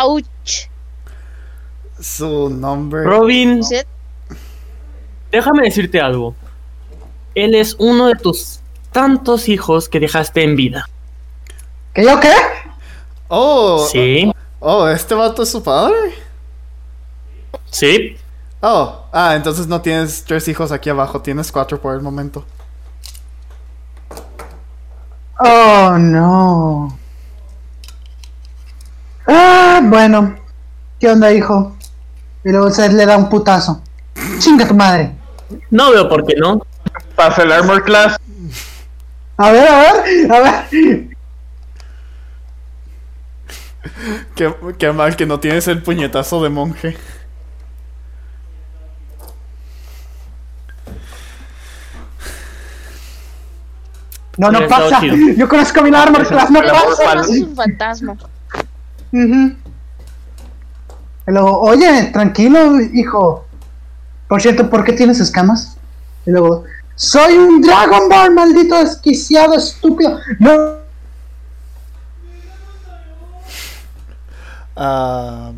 Speaker 4: Ouch.
Speaker 1: su nombre.
Speaker 3: Robin,
Speaker 4: Seth,
Speaker 3: déjame decirte algo. Él es uno de tus tantos hijos que dejaste en vida.
Speaker 2: ¿Que yo qué?
Speaker 1: Oh,
Speaker 3: Sí,
Speaker 1: oh, ¿este vato es su padre?
Speaker 3: sí.
Speaker 1: Oh, ah, entonces no tienes tres hijos aquí abajo, tienes cuatro por el momento.
Speaker 2: Oh, no. Ah, bueno. ¿Qué onda, hijo? Y luego Seth le da un putazo. Chinga tu madre.
Speaker 3: No veo por qué no.
Speaker 5: Pasa el Armor Class.
Speaker 2: A ver, a ver, a ver.
Speaker 1: Qué, qué mal que no tienes el puñetazo de monje.
Speaker 2: No, no
Speaker 3: Hubiera estado
Speaker 2: pasa.
Speaker 3: chido.
Speaker 2: Yo conozco mi armor class, no
Speaker 5: El amor
Speaker 2: pasa.
Speaker 5: palo.
Speaker 4: Eso es un fantasma.
Speaker 2: Ujú. Y luego, oye, tranquilo, hijo. Por cierto, ¿por qué tienes escamas? Y luego, soy un Dragonborn, maldito desquiciado, estúpido. No,
Speaker 1: Ah,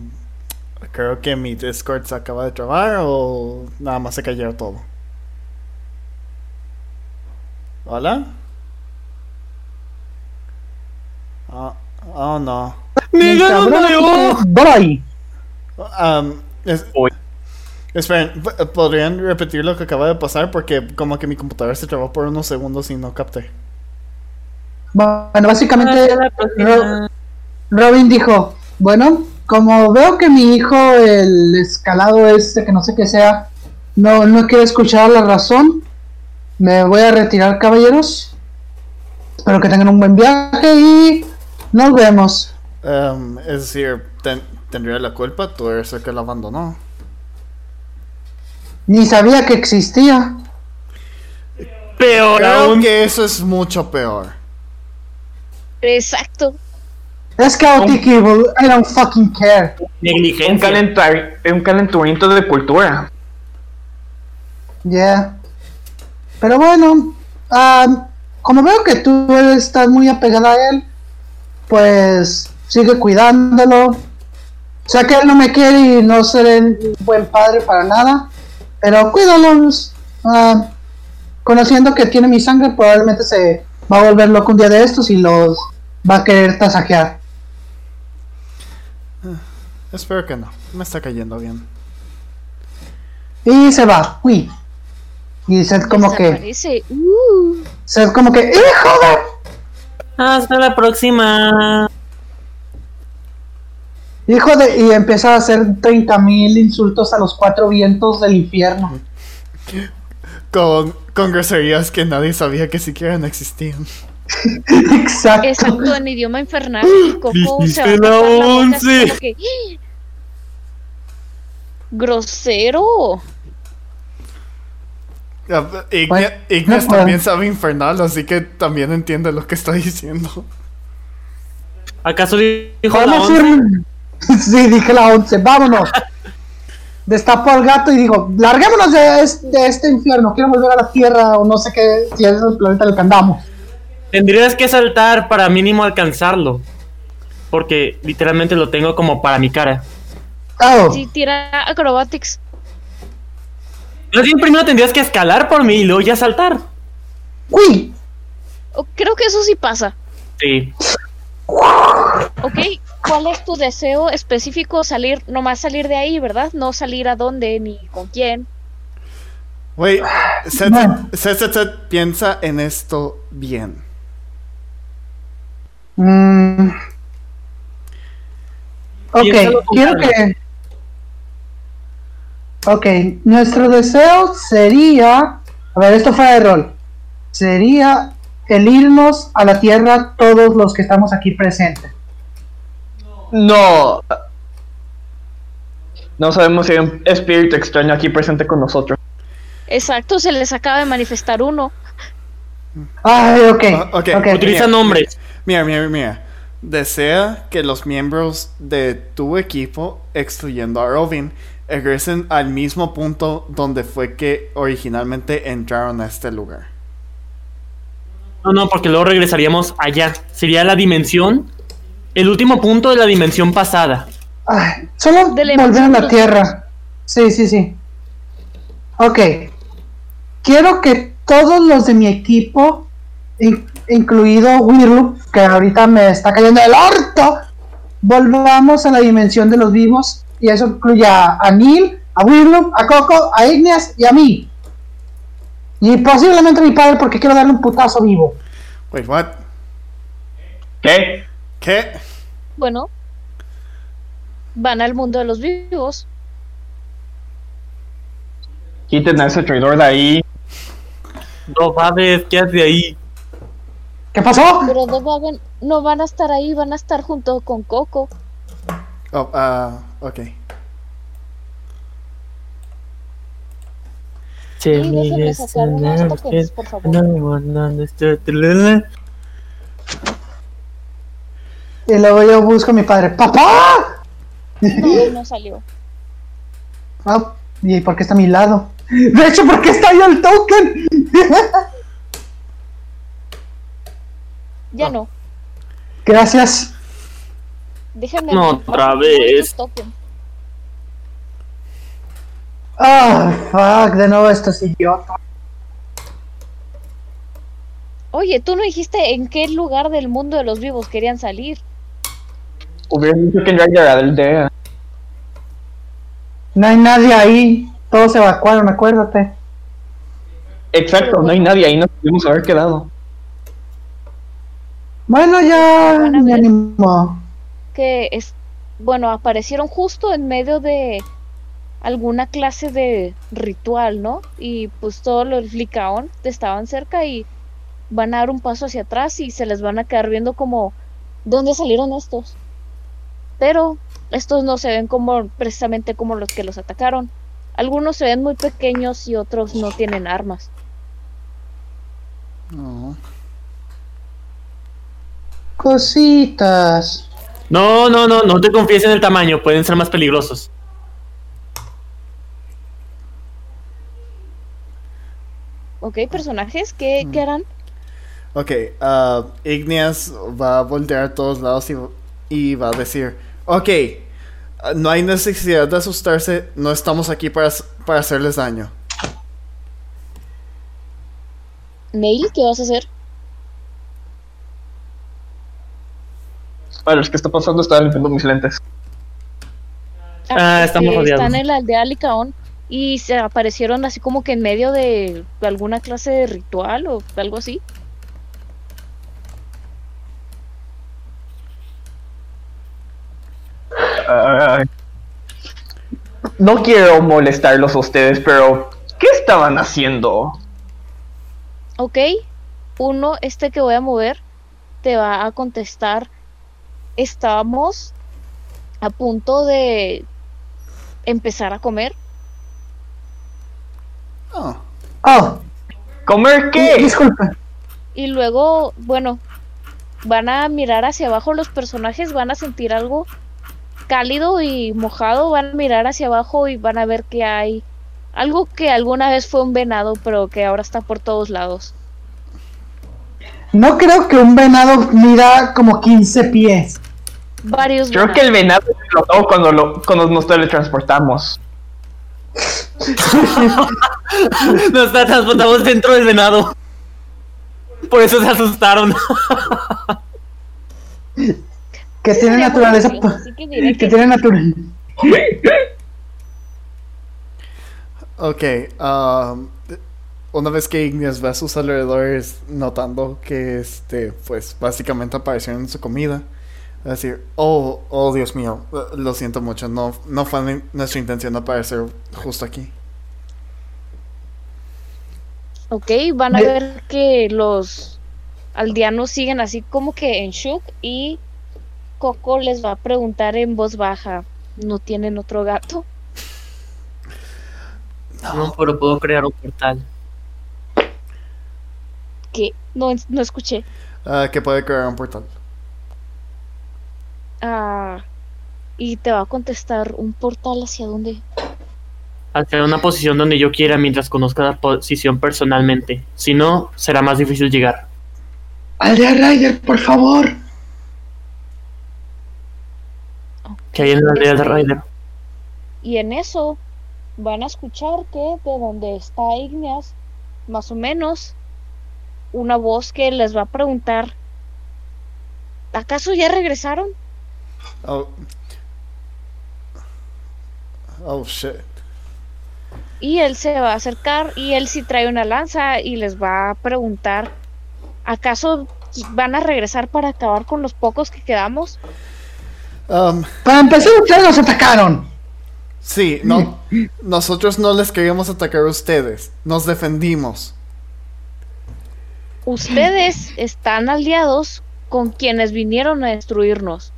Speaker 1: creo que mi Discord se acaba de trabar o nada más se cayó todo. ¿Hola? Ah, oh no.
Speaker 3: ¡Me ganó
Speaker 2: cabrón,
Speaker 3: de ojo!
Speaker 2: hijo, voy.
Speaker 1: Um, es-
Speaker 3: Uy.
Speaker 1: esperen, p- ¿podrían repetir lo que acaba de pasar? Porque como que mi computadora se trabó por unos segundos y no capté.
Speaker 2: Bueno, básicamente
Speaker 3: Hasta Ah, la próxima.
Speaker 2: Robin dijo, bueno, como veo que mi hijo, el escalado este, que no sé qué sea, no, no quiere escuchar la razón, me voy a retirar, caballeros. Espero que tengan un buen viaje y nos vemos.
Speaker 1: Um, es decir, ten- tendría la culpa, tú eres el que la abandonó.
Speaker 2: Ni sabía que existía.
Speaker 3: Peor
Speaker 1: Creo
Speaker 3: aún.
Speaker 1: que eso es mucho peor.
Speaker 4: Exacto.
Speaker 2: Es chaotic evil, I don't fucking care.
Speaker 5: Un,
Speaker 3: Negligencia.
Speaker 5: calentar, un calentamiento de cultura.
Speaker 2: Yeah. Pero bueno, ah, como veo que tú estás muy apegada a él, pues sigue cuidándolo. Sé que él no me quiere y no seré un buen padre para nada, pero cuídalo. ah, conociendo que tiene mi sangre, probablemente se va a volver loco un día de estos y los va a querer tasajear.
Speaker 1: Espero que no, me está cayendo bien.
Speaker 2: Y se va, uy. Y Seth como que,
Speaker 4: Desaparece. Uh.
Speaker 2: Seth como que, ¡hijo de
Speaker 3: Hasta la próxima.
Speaker 2: Hijo de, y empieza a hacer 30.000 insultos a los cuatro vientos del infierno.
Speaker 1: Con, con groserías que nadie sabía que siquiera no existían.
Speaker 2: Exacto.
Speaker 4: Exacto, en idioma infernal. y Coco se va a
Speaker 3: Dijiste la
Speaker 4: tapar la boca así
Speaker 3: once.
Speaker 4: como que, "Ih, Grosero.
Speaker 1: Ah, Ignia-
Speaker 2: Bueno,
Speaker 1: Ignis
Speaker 2: no puedo.
Speaker 1: también sabe infernal, así que también entiende lo que está diciendo.
Speaker 3: ¿Acaso dijo la
Speaker 2: Vamos a
Speaker 3: once?
Speaker 2: ir- Sí, dije la 11, vámonos. Destapó al gato y dijo, larguémonos de, es- de este infierno, quiero volver a la tierra o no sé qué, si es el planeta del que andamos.
Speaker 3: Tendrías que saltar para mínimo alcanzarlo. Porque literalmente lo tengo como para mi cara.
Speaker 2: Oh,
Speaker 4: Si tira acrobatics.
Speaker 3: Más bien primero tendrías que escalar por mí y luego ya saltar.
Speaker 2: uy,
Speaker 4: O- Oh, Creo que eso sí pasa.
Speaker 3: Sí.
Speaker 4: Ok, ¿cuál es tu deseo específico? Salir, nomás salir de ahí, ¿verdad? No salir a dónde ni con quién.
Speaker 1: Wey, Seth,
Speaker 2: Ah, Bueno.
Speaker 1: Seth, Seth, Seth, piensa en esto bien.
Speaker 2: Mm. Ok,
Speaker 3: Piénsalo con
Speaker 2: quiero
Speaker 3: calma.
Speaker 2: que. Ok, nuestro deseo sería. A ver, esto fuera de rol. Sería el irnos a la tierra todos los que estamos aquí presentes.
Speaker 5: No. No sabemos si hay un espíritu extraño aquí presente con nosotros.
Speaker 4: Exacto, se les acaba de manifestar uno.
Speaker 2: Ay, ok.
Speaker 1: Ah, ok.
Speaker 2: ok.
Speaker 3: Utiliza
Speaker 1: bien.
Speaker 3: nombres.
Speaker 1: Mira, mira, mira. Desea que los miembros de tu equipo, excluyendo a Robin, regresen al mismo punto donde fue que originalmente entraron a este lugar.
Speaker 3: No, no, porque luego regresaríamos allá. Sería la dimensión. El último punto de la dimensión pasada.
Speaker 2: Ay, solo
Speaker 4: De la
Speaker 2: volver a
Speaker 4: emoción de
Speaker 2: la
Speaker 4: los-
Speaker 2: tierra. Sí, sí, sí. Ok. Quiero que todos los de mi equipo in- incluido Wirloop, que ahorita me está cayendo el orto, volvamos a la dimensión de los vivos, y eso incluye a, a Neil, a Wirloop, a Coco, a Igneas y a mí. Y posiblemente a mi padre, porque quiero darle un putazo vivo.
Speaker 1: Wait, what?
Speaker 5: ¿Qué?
Speaker 1: ¿Qué?
Speaker 4: Bueno, van al mundo de los vivos.
Speaker 5: Quiten a ese traidor de ahí.
Speaker 3: No mames, ¿qué hace ahí?
Speaker 2: ¿Qué pasó?
Speaker 4: Pero no van, no van a estar ahí, van a estar junto con Coco.
Speaker 1: Oh, ah, ok.
Speaker 3: Che,
Speaker 4: Sí, déjenme
Speaker 3: Miguel,
Speaker 4: sacar unos
Speaker 3: sonar,
Speaker 4: tokens,
Speaker 3: que-
Speaker 4: por favor.
Speaker 3: no, no, no, este, no, esto- tululú.
Speaker 2: Y luego yo busco a mi padre. ¡Papá!
Speaker 4: No, no salió.
Speaker 2: Ah, ¿Y por qué está a mi lado? De hecho, ¿por qué está ahí el token?
Speaker 4: Ya no.
Speaker 2: Gracias.
Speaker 4: Déjenme.
Speaker 3: No,
Speaker 4: abrir
Speaker 3: otra
Speaker 4: los malditos
Speaker 3: vez.
Speaker 4: tokens.
Speaker 2: Ah, fuck, de nuevo estos idiotas.
Speaker 4: Oye, tú no dijiste en qué lugar del mundo de los vivos querían salir.
Speaker 5: Hubiera dicho que no era la aldea.
Speaker 2: No hay nadie ahí. Todos se evacuaron, acuérdate.
Speaker 5: Exacto, no hay nadie ahí, nos pudimos haber quedado.
Speaker 2: Bueno, pues. ya
Speaker 4: Van a ver.
Speaker 2: me animó.
Speaker 4: Que es. Bueno, aparecieron justo en medio de alguna clase de ritual, ¿no? Y pues todos los Licaón estaban cerca y van a dar un paso hacia atrás y se les van a quedar viendo como. ¿Dónde salieron estos? Pero estos no se ven como precisamente como los que los atacaron. Algunos se ven muy pequeños y otros no tienen armas.
Speaker 1: No.
Speaker 2: Cositas.
Speaker 3: No, no, no, no te confíes en el tamaño, pueden ser más peligrosos.
Speaker 4: ¿Ok? Personajes, ¿qué, qué harán?
Speaker 1: Ok, ah, Igneas va a voltear a todos lados y, y va a decir, ok, ah, no hay necesidad de asustarse, no estamos aquí para, s- para hacerles daño.
Speaker 4: Neil, ¿qué vas a hacer?
Speaker 5: Bueno, es que está pasando, estaba limpiando mis lentes.
Speaker 3: Ah, estamos
Speaker 4: este,
Speaker 3: rodeados.
Speaker 4: Están en la aldea Licaón y se aparecieron así como que en medio de alguna clase de ritual o algo así.
Speaker 5: Ay. No quiero molestarlos a ustedes, pero ¿qué estaban haciendo?
Speaker 4: ¿Ok? Uno, este que voy a mover, te va a contestar. Estábamos a punto de empezar a comer.
Speaker 1: Oh,
Speaker 2: Oh,
Speaker 5: ¿Comer
Speaker 2: di-
Speaker 5: qué?
Speaker 2: disculpa.
Speaker 4: Y luego, bueno, van a mirar hacia abajo los personajes, van a sentir algo cálido y mojado, van a mirar hacia abajo y van a ver que hay algo que alguna vez fue un venado, pero que ahora está por todos lados.
Speaker 2: No creo que un venado mida como 15 pies.
Speaker 4: Varios
Speaker 5: Creo que
Speaker 4: venados.
Speaker 5: el venado explotó cuando, lo, cuando nos teletransportamos.
Speaker 3: Nos tra- transportamos dentro del venado. Por eso se asustaron.
Speaker 2: Que tiene
Speaker 4: Sería muy
Speaker 2: naturaleza.
Speaker 4: gracioso, así que diré
Speaker 2: Que
Speaker 4: que-
Speaker 2: tiene naturaleza.
Speaker 1: ok, ah, una vez que Igneas ve a sus alrededores notando que, este, pues, básicamente aparecieron en su comida, va a decir, oh, oh, Dios mío, eh, lo siento mucho, no, no fue ni- nuestra intención aparecer justo aquí.
Speaker 4: Ok, van a
Speaker 2: Me-
Speaker 4: ver que los aldeanos siguen así como que en shock y Coco les va a preguntar en voz baja, ¿no tienen otro gato?
Speaker 3: No, pero puedo crear un portal.
Speaker 4: Que no, no escuché.
Speaker 1: Ah, que puede crear un portal.
Speaker 4: Ah, y te va a contestar un portal hacia dónde.
Speaker 3: Hacia una posición donde yo quiera mientras conozca la posición personalmente. Si no, será más difícil llegar.
Speaker 2: Aldea Rider, por favor.
Speaker 3: Que hay en la aldea de Ryder.
Speaker 4: Y en eso van a escuchar que de donde está Igneas, más o menos, una voz que les va a preguntar, ¿acaso ya regresaron?
Speaker 1: Oh. Oh shit.
Speaker 4: Y él se va a acercar y él sí trae una lanza y les va a preguntar, ¿acaso van a regresar para acabar con los pocos que quedamos?
Speaker 1: Um,
Speaker 2: Para empezar, ustedes nos atacaron.
Speaker 1: sí, no, nosotros no les queríamos atacar a ustedes. Nos defendimos.
Speaker 4: Ustedes están aliados con quienes vinieron a destruirnos.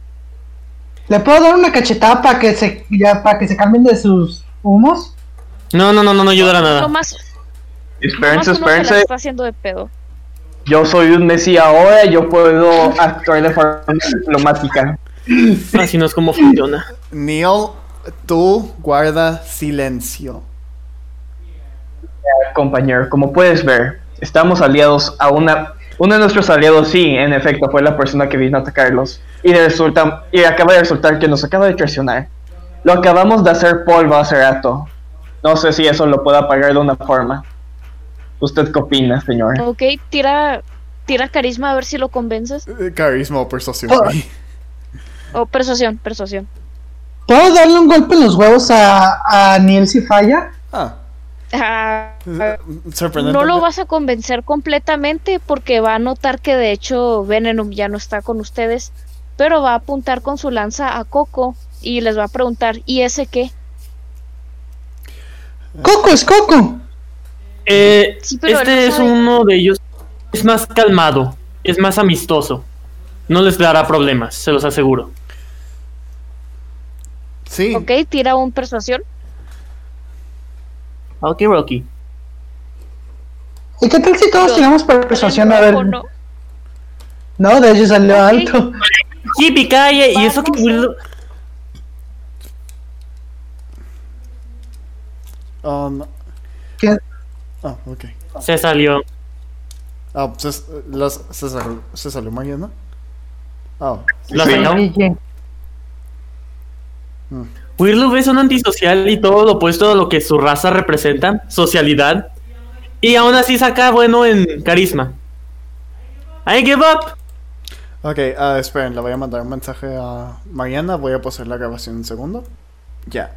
Speaker 2: ¿Le puedo dar una cachetada para que se ya, para que se calmen de sus humos?
Speaker 3: No, no, no, no, no ayudará
Speaker 4: No
Speaker 3: nada.
Speaker 4: más, nomás
Speaker 5: Espérense,
Speaker 4: uno se la
Speaker 5: espérense.
Speaker 4: está haciendo de pedo.
Speaker 5: Yo soy un Messi ahora, yo puedo actuar de forma diplomática.
Speaker 3: Así no es como funciona.
Speaker 1: Neil, tú guarda silencio.
Speaker 5: Compañero, como puedes ver, estamos aliados a una... Uno de nuestros aliados, sí, en efecto, fue la persona que vino a atacarlos. Y, resulta, y acaba de resultar que nos acaba de traicionar. Lo acabamos de hacer polvo hace rato. No sé si eso lo pueda pagar de una forma. ¿Usted qué opina, señor?
Speaker 4: Ok, tira, tira carisma a ver si lo convences.
Speaker 1: Eh, Carisma o persuasión.
Speaker 2: Oh.
Speaker 4: O persuasión, persuasión.
Speaker 2: ¿Puedo darle un golpe en los huevos a, a Niel si falla?
Speaker 1: Ah, pues,
Speaker 4: Ah,
Speaker 1: sorprendente.
Speaker 4: no lo vas a convencer completamente porque va a notar que de hecho Venenum ya no está con ustedes, pero va a apuntar con su lanza a Coco y les va a preguntar, ¿y ese qué?
Speaker 2: ¡Coco es Coco!
Speaker 3: Eh,
Speaker 4: Sí, pero él no
Speaker 3: este es
Speaker 4: sabe.
Speaker 3: uno de ellos. Es más calmado, es más amistoso. No les dará problemas, se los aseguro.
Speaker 1: Sí.
Speaker 4: Ok, tira un persuasión.
Speaker 3: Ok, Rocky.
Speaker 2: ¿Y qué tal si todos
Speaker 4: Yo-
Speaker 2: tiramos por persuasión? A ver.
Speaker 4: Ojo, no.
Speaker 2: No, de ellos salió alto.
Speaker 3: Hippie, calle, y eso que.
Speaker 4: Vamos.
Speaker 1: Oh, no.
Speaker 2: ¿Qué?
Speaker 1: Ah, ok.
Speaker 3: Se salió.
Speaker 1: Ah, se, las- se sal- se salió Mariana. Ah,
Speaker 3: ¿Lo
Speaker 5: Sí.
Speaker 3: sacó?
Speaker 2: Oye,
Speaker 3: Wirloop es un antisocial y todo lo opuesto a lo que su raza representa, socialidad. Y aún así saca bueno en carisma. I give up.
Speaker 1: ok. ah, esperen, le voy a mandar un mensaje a Mariana. Voy a pasar la grabación un segundo. Ya.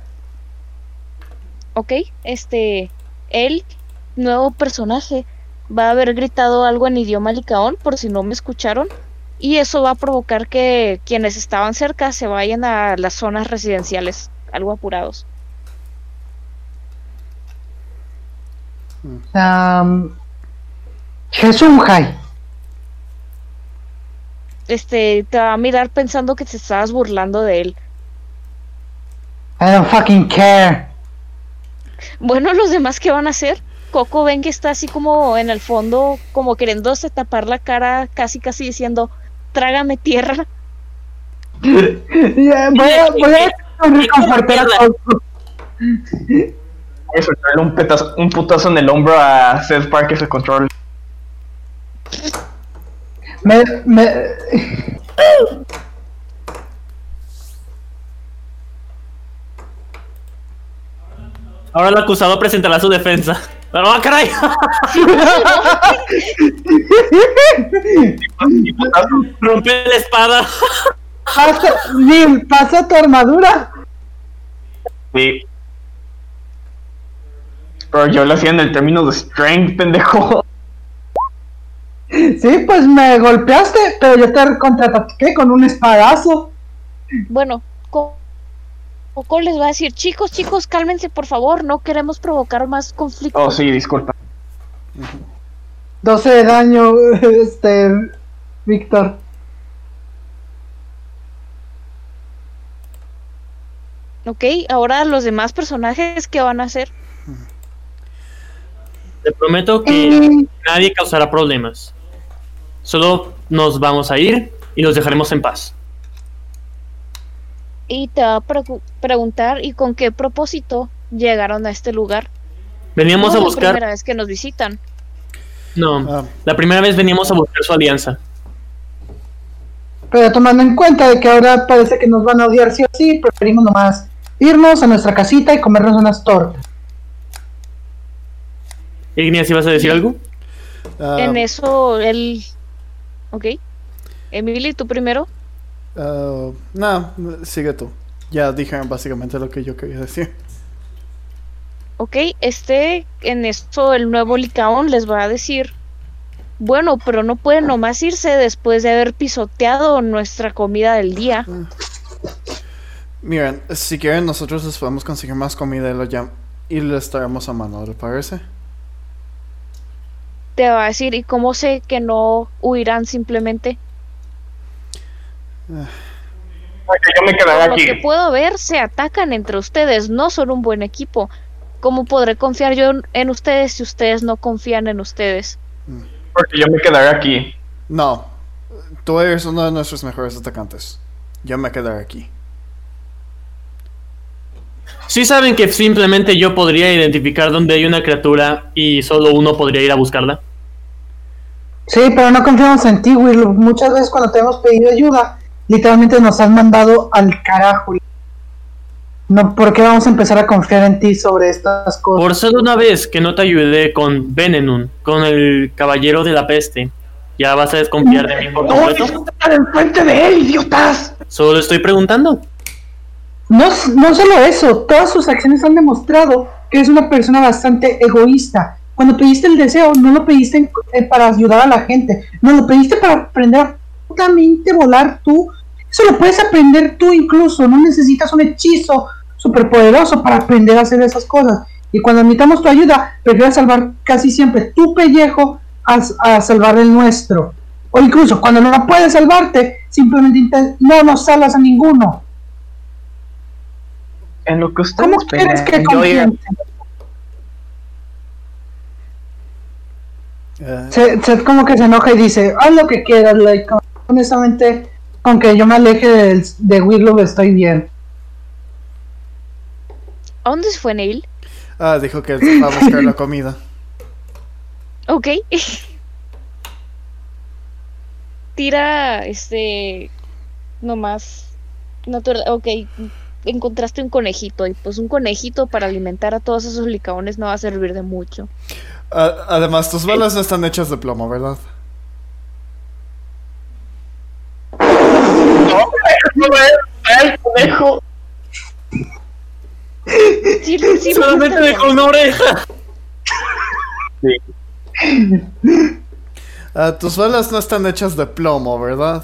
Speaker 4: Ok, este, el nuevo personaje va a haber gritado algo en idioma licaón por si no me escucharon y eso va a provocar que quienes estaban cerca se vayan a las zonas residenciales, algo apurados.
Speaker 2: am, Um, Jesús Jai.
Speaker 4: Este, te va a mirar pensando que te estabas burlando de él.
Speaker 2: I don't fucking care.
Speaker 4: Bueno, los demás, ¿qué van a hacer? Coco ven que está así como en el fondo, como queriéndose tapar la cara, casi casi diciendo, trágame tierra.
Speaker 2: Ya, Voy a, voy a reconfortar a Coco.
Speaker 5: Voy a soltarle un, petazo- un putazo en el hombro a Seth para que se controle.
Speaker 2: Me, me,
Speaker 3: Ahora el acusado presentará su defensa. Pero, ¡ah, caray!
Speaker 5: Y putazo.
Speaker 3: Rompe la espada.
Speaker 2: pasa, Neil, pasa tu armadura.
Speaker 5: Sí. Pero yo lo hacía en el término de strength, pendejo.
Speaker 2: Sí, pues me golpeaste, pero yo te contraataqué con un espadazo.
Speaker 4: Bueno, Co- Coco les va a decir, chicos, chicos, cálmense por favor, no queremos provocar más conflicto.
Speaker 5: Oh, sí, disculpa.
Speaker 2: 12 de daño, este, Víctor.
Speaker 3: Oh.
Speaker 4: Ok, ahora los demás personajes, ¿qué van a hacer?
Speaker 3: Te prometo
Speaker 4: Eh.
Speaker 3: que nadie causará problemas. Solo nos vamos a ir y los dejaremos en paz.
Speaker 4: Y te va a precu- preguntar, ¿y con qué propósito llegaron a este lugar? No
Speaker 3: Veníamos a
Speaker 4: es la
Speaker 3: buscar.
Speaker 4: primera vez que nos visitan.
Speaker 3: No,
Speaker 1: Ah,
Speaker 3: la primera vez veníamos a buscar su alianza.
Speaker 2: Pero tomando en cuenta de que ahora parece que nos van a odiar sí o sí, preferimos nomás irnos a nuestra casita y comernos unas tortas.
Speaker 3: Ignias, ¿ibas a decir algo?
Speaker 1: Ah,
Speaker 4: En eso él. Ok. Emily, tú primero.
Speaker 1: ah, no, sigue tú. Ya dije básicamente lo que yo quería decir.
Speaker 4: Ok, este, en esto el nuevo Licaón les va a decir, bueno, pero no pueden nomás irse después de haber pisoteado nuestra comida del día.
Speaker 1: Miren, si quieren nosotros les podemos conseguir más comida y lo, llam- y lo estaremos a mano, ¿le parece?
Speaker 4: Te va a decir, ¿y cómo sé que no huirán simplemente?
Speaker 5: Porque yo me quedaré
Speaker 4: Por lo
Speaker 5: aquí.
Speaker 4: que puedo ver, se atacan entre ustedes, no son un buen equipo. ¿Cómo podré confiar yo en- en ustedes si ustedes no confían en ustedes?
Speaker 5: Porque yo me quedaré aquí.
Speaker 1: No, tú eres uno de nuestros mejores atacantes. Yo me quedaré aquí.
Speaker 3: Sí saben que simplemente yo podría identificar dónde hay una criatura y solo uno podría ir a buscarla.
Speaker 2: Sí, pero no confiamos en ti, Will. Muchas veces cuando te hemos pedido ayuda, literalmente nos has mandado al carajo. No, ¿por qué vamos a empezar a confiar en ti sobre estas cosas?
Speaker 3: Por solo una vez que no te ayudé con Venenun, con el caballero de la peste, ¿ya vas a desconfiar de mí por completo?
Speaker 5: disfrutar enfrente de él, idiotas!
Speaker 3: Solo estoy preguntando.
Speaker 2: No, s- no solo eso, todas sus acciones han demostrado que eres una persona bastante egoísta. Cuando pediste el deseo, no lo pediste en- eh, para ayudar a la gente, no lo pediste para aprender a putamente volar tú. Eso lo puedes aprender tú incluso, no necesitas un hechizo superpoderoso para aprender a hacer esas cosas. Y cuando necesitamos tu ayuda, prefieres salvar casi siempre tu pellejo a, s- a salvar el nuestro. O incluso cuando no puedes salvarte, simplemente inte- no nos salvas a ninguno.
Speaker 5: En lo que ustedes
Speaker 2: ¿Cómo quieres que
Speaker 5: pelean, yo iré-
Speaker 2: confíen?
Speaker 1: Eh,
Speaker 2: Seth, Seth como que se enoja y dice, haz lo que quieras, like, honestamente, aunque yo me aleje del- de Willow, estoy bien.
Speaker 4: ¿A dónde se fue Neil?
Speaker 1: ah, dijo que va a buscar la comida.
Speaker 4: Ok. Tira, este, nomás, natural, ok, encontraste un conejito y pues un conejito para alimentar a todos esos licaones no va a servir de mucho.
Speaker 1: Ah, además, tus balas no están hechas de plomo, ¿verdad?
Speaker 5: ¡No, es el conejo!
Speaker 4: Sí, sí,
Speaker 3: Solamente
Speaker 4: bastante.
Speaker 3: dejó una oreja.
Speaker 1: Ah, tus balas no están hechas de plomo, ¿verdad?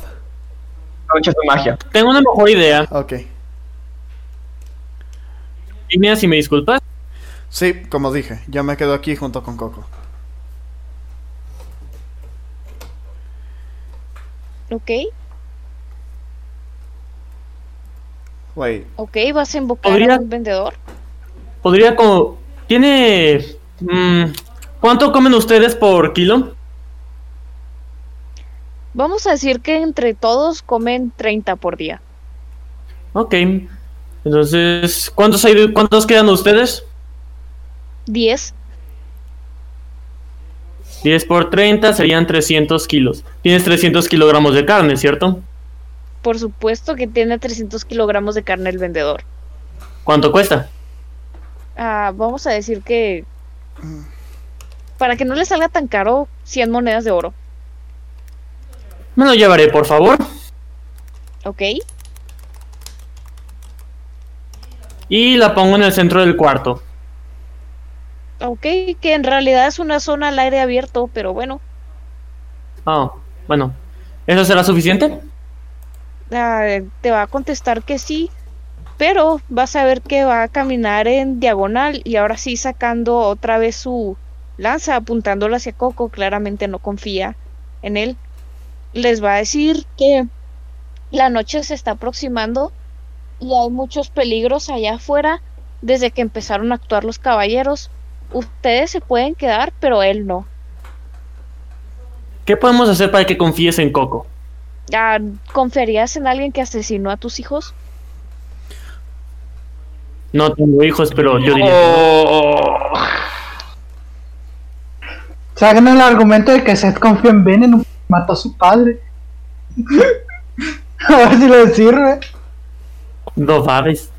Speaker 5: Noche de magia.
Speaker 3: Tengo una mejor idea.
Speaker 1: Ok.
Speaker 3: Ignea, si me disculpas.
Speaker 1: Sí, como dije, yo me quedo aquí junto con Coco.
Speaker 4: Ok,
Speaker 1: Wait,
Speaker 4: ok, vas a invocar
Speaker 3: Podría-
Speaker 4: a un vendedor.
Speaker 3: Podría como... Tiene... mm, ¿Cuánto comen ustedes por kilo?
Speaker 4: Vamos a decir que entre todos comen 30 por día.
Speaker 3: Ok. Entonces, ¿cuántos, hay, ¿cuántos quedan ustedes?
Speaker 4: 10.
Speaker 3: 10 por 30 serían 300 kilos. Tienes 300 kilogramos de carne, ¿cierto?
Speaker 4: Por supuesto que tiene 300 kilogramos de carne el vendedor.
Speaker 3: ¿Cuánto cuesta?
Speaker 4: Ah, vamos a decir que. Para que no le salga tan caro, 100 monedas de oro.
Speaker 3: Me lo llevaré, por favor.
Speaker 4: ¿Ok?
Speaker 3: Y la pongo en el centro del cuarto.
Speaker 4: Ok, que en realidad es una zona al aire abierto, pero bueno.
Speaker 3: Ah, bueno. ¿Eso será suficiente?
Speaker 4: ah, te va a contestar que sí, pero vas a ver que va a caminar en diagonal y ahora sí sacando otra vez su lanza apuntándola hacia Coco, claramente no confía en él. Les va a decir que la noche se está aproximando y hay muchos peligros allá afuera desde que empezaron a actuar los caballeros. Ustedes se pueden quedar, pero él no.
Speaker 3: ¿Qué podemos hacer para que confíes en Coco?
Speaker 4: Ah, ¿Confiarías en alguien que asesinó a tus hijos?
Speaker 3: No tengo hijos, pero yo diría...
Speaker 5: Oh.
Speaker 2: O sea, hagan el argumento de que Seth confió en Ben en mató a su padre. a ver si le sirve.
Speaker 3: No babes.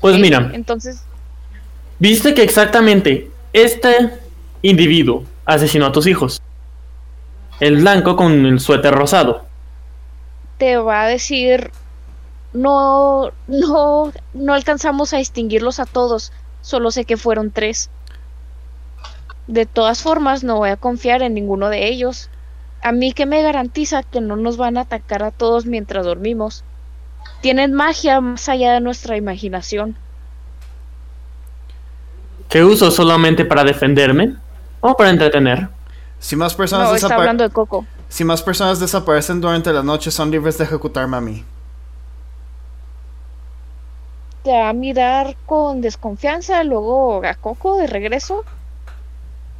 Speaker 3: Pues
Speaker 4: Ok,
Speaker 3: mira.
Speaker 4: Entonces,
Speaker 3: Viste que exactamente este individuo asesinó a tus hijos. El blanco con el suéter rosado.
Speaker 4: Te va a decir, no, no, no alcanzamos a distinguirlos a todos, solo sé que fueron tres. De todas formas, no voy a confiar en ninguno de ellos. A mí que me garantiza que no nos van a atacar a todos mientras dormimos. Tienen magia más allá de nuestra imaginación.
Speaker 3: ¿Qué uso solamente para defenderme o para entretener?
Speaker 1: Si más personas
Speaker 4: No, está
Speaker 1: desapa-
Speaker 4: hablando de Coco.
Speaker 1: si más personas desaparecen durante la noche, son libres de ejecutarme a mí.
Speaker 4: Te va a mirar con desconfianza, luego a Coco de regreso.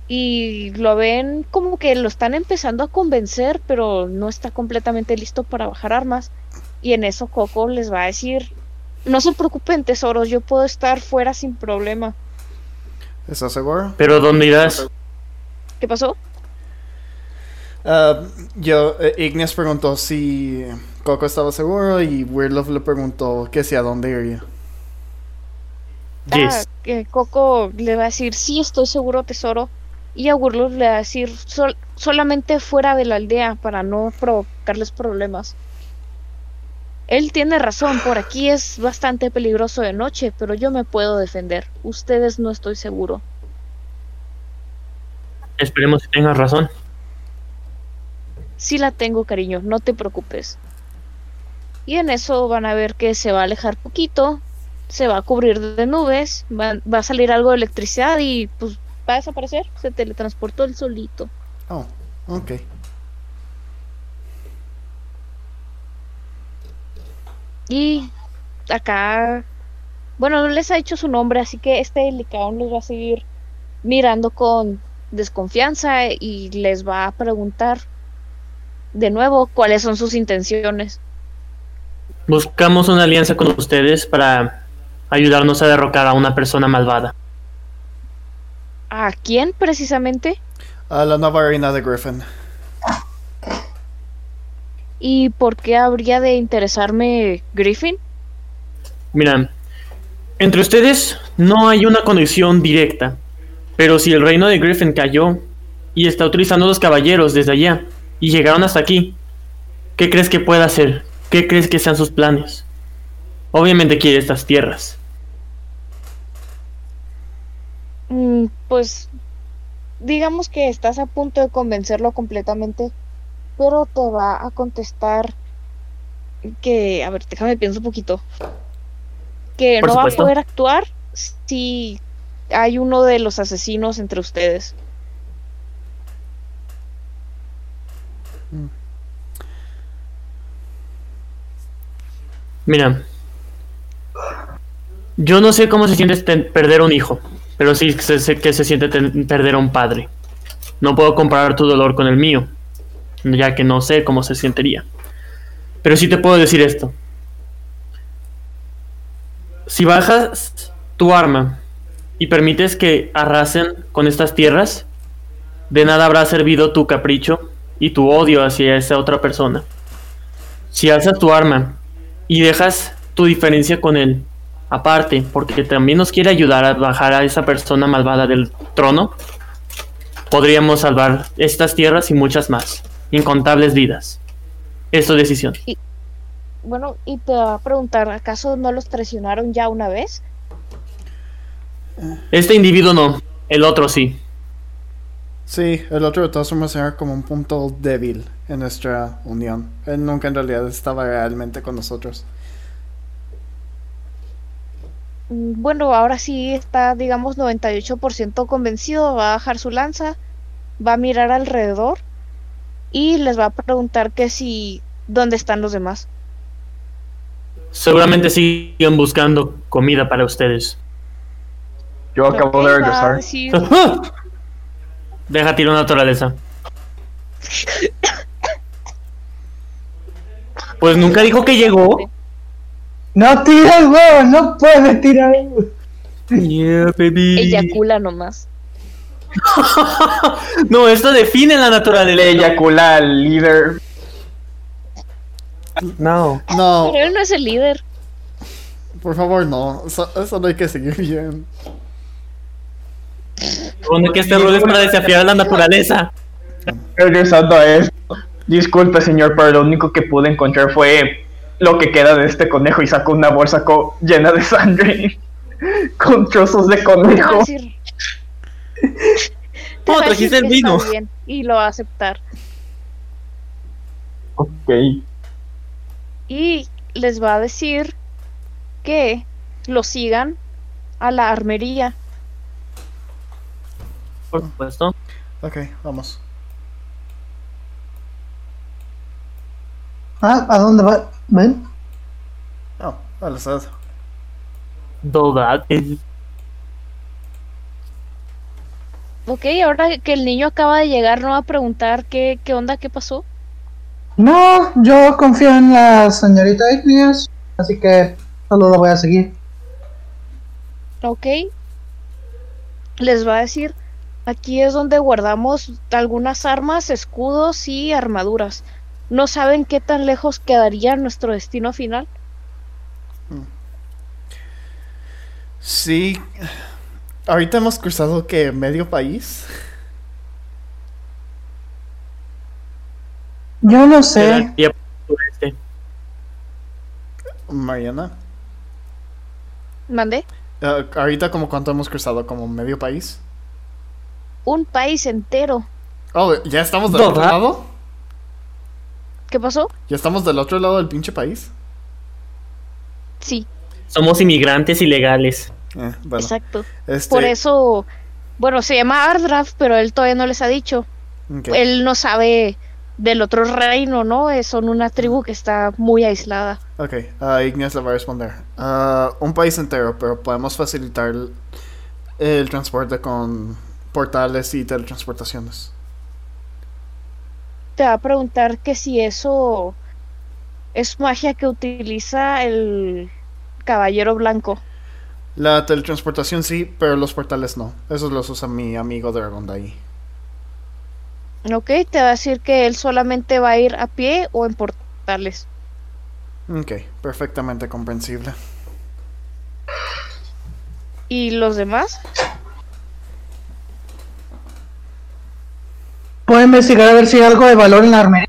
Speaker 4: Y lo ven como que lo están empezando a convencer, pero no está completamente listo para bajar armas. Y en eso Coco les va a decir, no se preocupen tesoros, yo puedo estar fuera sin problema.
Speaker 1: ¿Estás seguro?
Speaker 3: Pero ¿dónde irás?
Speaker 4: ¿Qué pasó?
Speaker 1: Ah, yo, eh, Ignis preguntó si Coco estaba seguro y Weirdlove le preguntó que si a dónde iría.
Speaker 4: Ah,
Speaker 3: Yes.
Speaker 4: que Coco le va a decir, sí, estoy seguro, tesoro. Y a Gurlur le va a decir, "Sol- solamente fuera de la aldea para no provocarles problemas. Él tiene razón, por aquí es bastante peligroso de noche, pero yo me puedo defender. Ustedes no estoy seguro.
Speaker 3: Esperemos que tengas razón.
Speaker 4: Sí la tengo, cariño, no te preocupes. Y en eso van a ver que se va a alejar poquito, se va a cubrir de nubes, va, va a salir algo de electricidad y pues va a desaparecer. Se teletransportó el solito.
Speaker 1: Oh, ok.
Speaker 4: Y acá, bueno, no les ha dicho su nombre, así que este delicado los va a seguir mirando con desconfianza y les va a preguntar de nuevo cuáles son sus intenciones.
Speaker 3: Buscamos una alianza con ustedes para ayudarnos a derrocar a una persona malvada.
Speaker 4: ¿A quién precisamente?
Speaker 1: A la nueva reina de Griffin.
Speaker 4: ¿Y por qué habría de interesarme Griffin?
Speaker 3: Mira, entre ustedes no hay una conexión directa, pero si el reino de Griffin cayó y está utilizando los caballeros desde allá y llegaron hasta aquí, ¿qué crees que pueda hacer? ¿Qué crees que sean sus planes? Obviamente quiere estas tierras.
Speaker 4: Mm, pues digamos que estás a punto de convencerlo completamente, pero te va a contestar que, a ver, déjame pienso un poquito, que
Speaker 3: Por
Speaker 4: no
Speaker 3: supuesto.
Speaker 4: va a poder actuar si hay uno de los asesinos entre ustedes.
Speaker 3: Mira, yo no sé cómo se siente ten- perder un hijo, pero sí sé, sé que se siente ten- perder a un padre. No puedo comparar tu dolor con el mío, ya que no sé cómo se sentiría. Pero sí te puedo decir esto. Si bajas tu arma y permites que arrasen con estas tierras, de nada habrá servido tu capricho y tu odio hacia esa otra persona. Si alzas tu arma y dejas tu diferencia con él aparte, porque también nos quiere ayudar a bajar a esa persona malvada del trono, podríamos salvar estas tierras y muchas más, incontables vidas. Es tu decisión.
Speaker 4: Bueno, y te va a preguntar, ¿acaso no los traicionaron ya una vez?
Speaker 3: Este individuo no, el otro sí.
Speaker 1: Sí, el otro de todas formas era como un punto débil en nuestra unión. Él nunca en realidad estaba realmente con nosotros.
Speaker 4: Mm, Bueno, ahora sí está, digamos, 98% convencido, va a bajar su lanza, va a mirar alrededor y les va a preguntar que si, ¿dónde están los demás?
Speaker 3: Seguramente siguen buscando comida para ustedes.
Speaker 5: Yo acabo
Speaker 4: Ok,
Speaker 5: de
Speaker 4: va a
Speaker 5: regresar.
Speaker 4: decir-
Speaker 3: Deja tirar una naturaleza. Pues nunca dijo que llegó.
Speaker 2: No tires, huevo, no puedes tirar.
Speaker 3: Yeah, baby.
Speaker 4: Eyacula nomás.
Speaker 3: No, esto define la naturaleza.
Speaker 5: Le eyacula al líder.
Speaker 3: No.
Speaker 1: No,
Speaker 4: Pero él no es el líder.
Speaker 1: por favor, no. Eso, eso no hay que seguir bien.
Speaker 3: Supone que este rol es para desafiar a la naturaleza.
Speaker 5: Regresando a esto, disculpe señor, pero lo único que pude encontrar fue lo que queda de este conejo y sacó una bolsa co- llena de sangre con trozos de
Speaker 4: Te va a
Speaker 5: conejo.
Speaker 4: decir- te va a
Speaker 3: trajiste
Speaker 4: decir
Speaker 3: el
Speaker 4: que está
Speaker 3: vino?
Speaker 4: bien y lo va a aceptar.
Speaker 5: Ok,
Speaker 4: Y les va a decir que lo sigan a la armería.
Speaker 3: Por supuesto.
Speaker 1: Ok, vamos.
Speaker 2: Ah, ¿a dónde va? ¿Ven?
Speaker 1: Oh, a la sala.
Speaker 3: Dodad. es-
Speaker 4: Ok, ahora que el niño acaba de llegar, no va a preguntar qué, qué onda, qué pasó.
Speaker 2: No, yo confío en la señorita Igneas, así que solo lo voy a seguir.
Speaker 4: Ok. Les va a decir, aquí es donde guardamos algunas armas, escudos y armaduras. No saben qué tan lejos quedaría nuestro destino final.
Speaker 1: Sí. Ahorita hemos cruzado que medio país.
Speaker 2: Yo no
Speaker 3: queda
Speaker 2: sé.
Speaker 3: aquí a- este.
Speaker 1: Mariana.
Speaker 4: Mandé
Speaker 1: eh, ahorita como cuánto hemos cruzado, como medio país.
Speaker 4: un país entero.
Speaker 1: Oh, ya estamos del
Speaker 3: No,
Speaker 1: otro
Speaker 3: ¿verdad?
Speaker 1: lado.
Speaker 4: ¿Qué pasó?
Speaker 1: Ya estamos del otro lado del pinche país.
Speaker 4: Sí,
Speaker 3: Somos inmigrantes ilegales.
Speaker 1: Eh, bueno,
Speaker 4: exacto.
Speaker 1: este,
Speaker 4: Por eso, bueno, se llama Ardraf, pero él todavía no les ha dicho.
Speaker 1: ok.
Speaker 4: Él no sabe del otro reino, ¿no? Eh, Son una tribu que está muy aislada.
Speaker 1: Ok, ah, Ignacio le va a responder. Ah, un país entero, pero podemos facilitar el, el transporte con portales y teletransportaciones.
Speaker 4: Te va a preguntar que si eso es magia que utiliza el caballero blanco.
Speaker 1: La teletransportación sí, pero los portales no. Esos los usa mi amigo Dragón de ahí.
Speaker 4: Ok, te va a decir que él solamente va a ir a pie o en portales.
Speaker 1: Ok, perfectamente comprensible.
Speaker 4: ¿Y los demás?
Speaker 2: Puedo investigar a ver si hay algo de valor en la armería.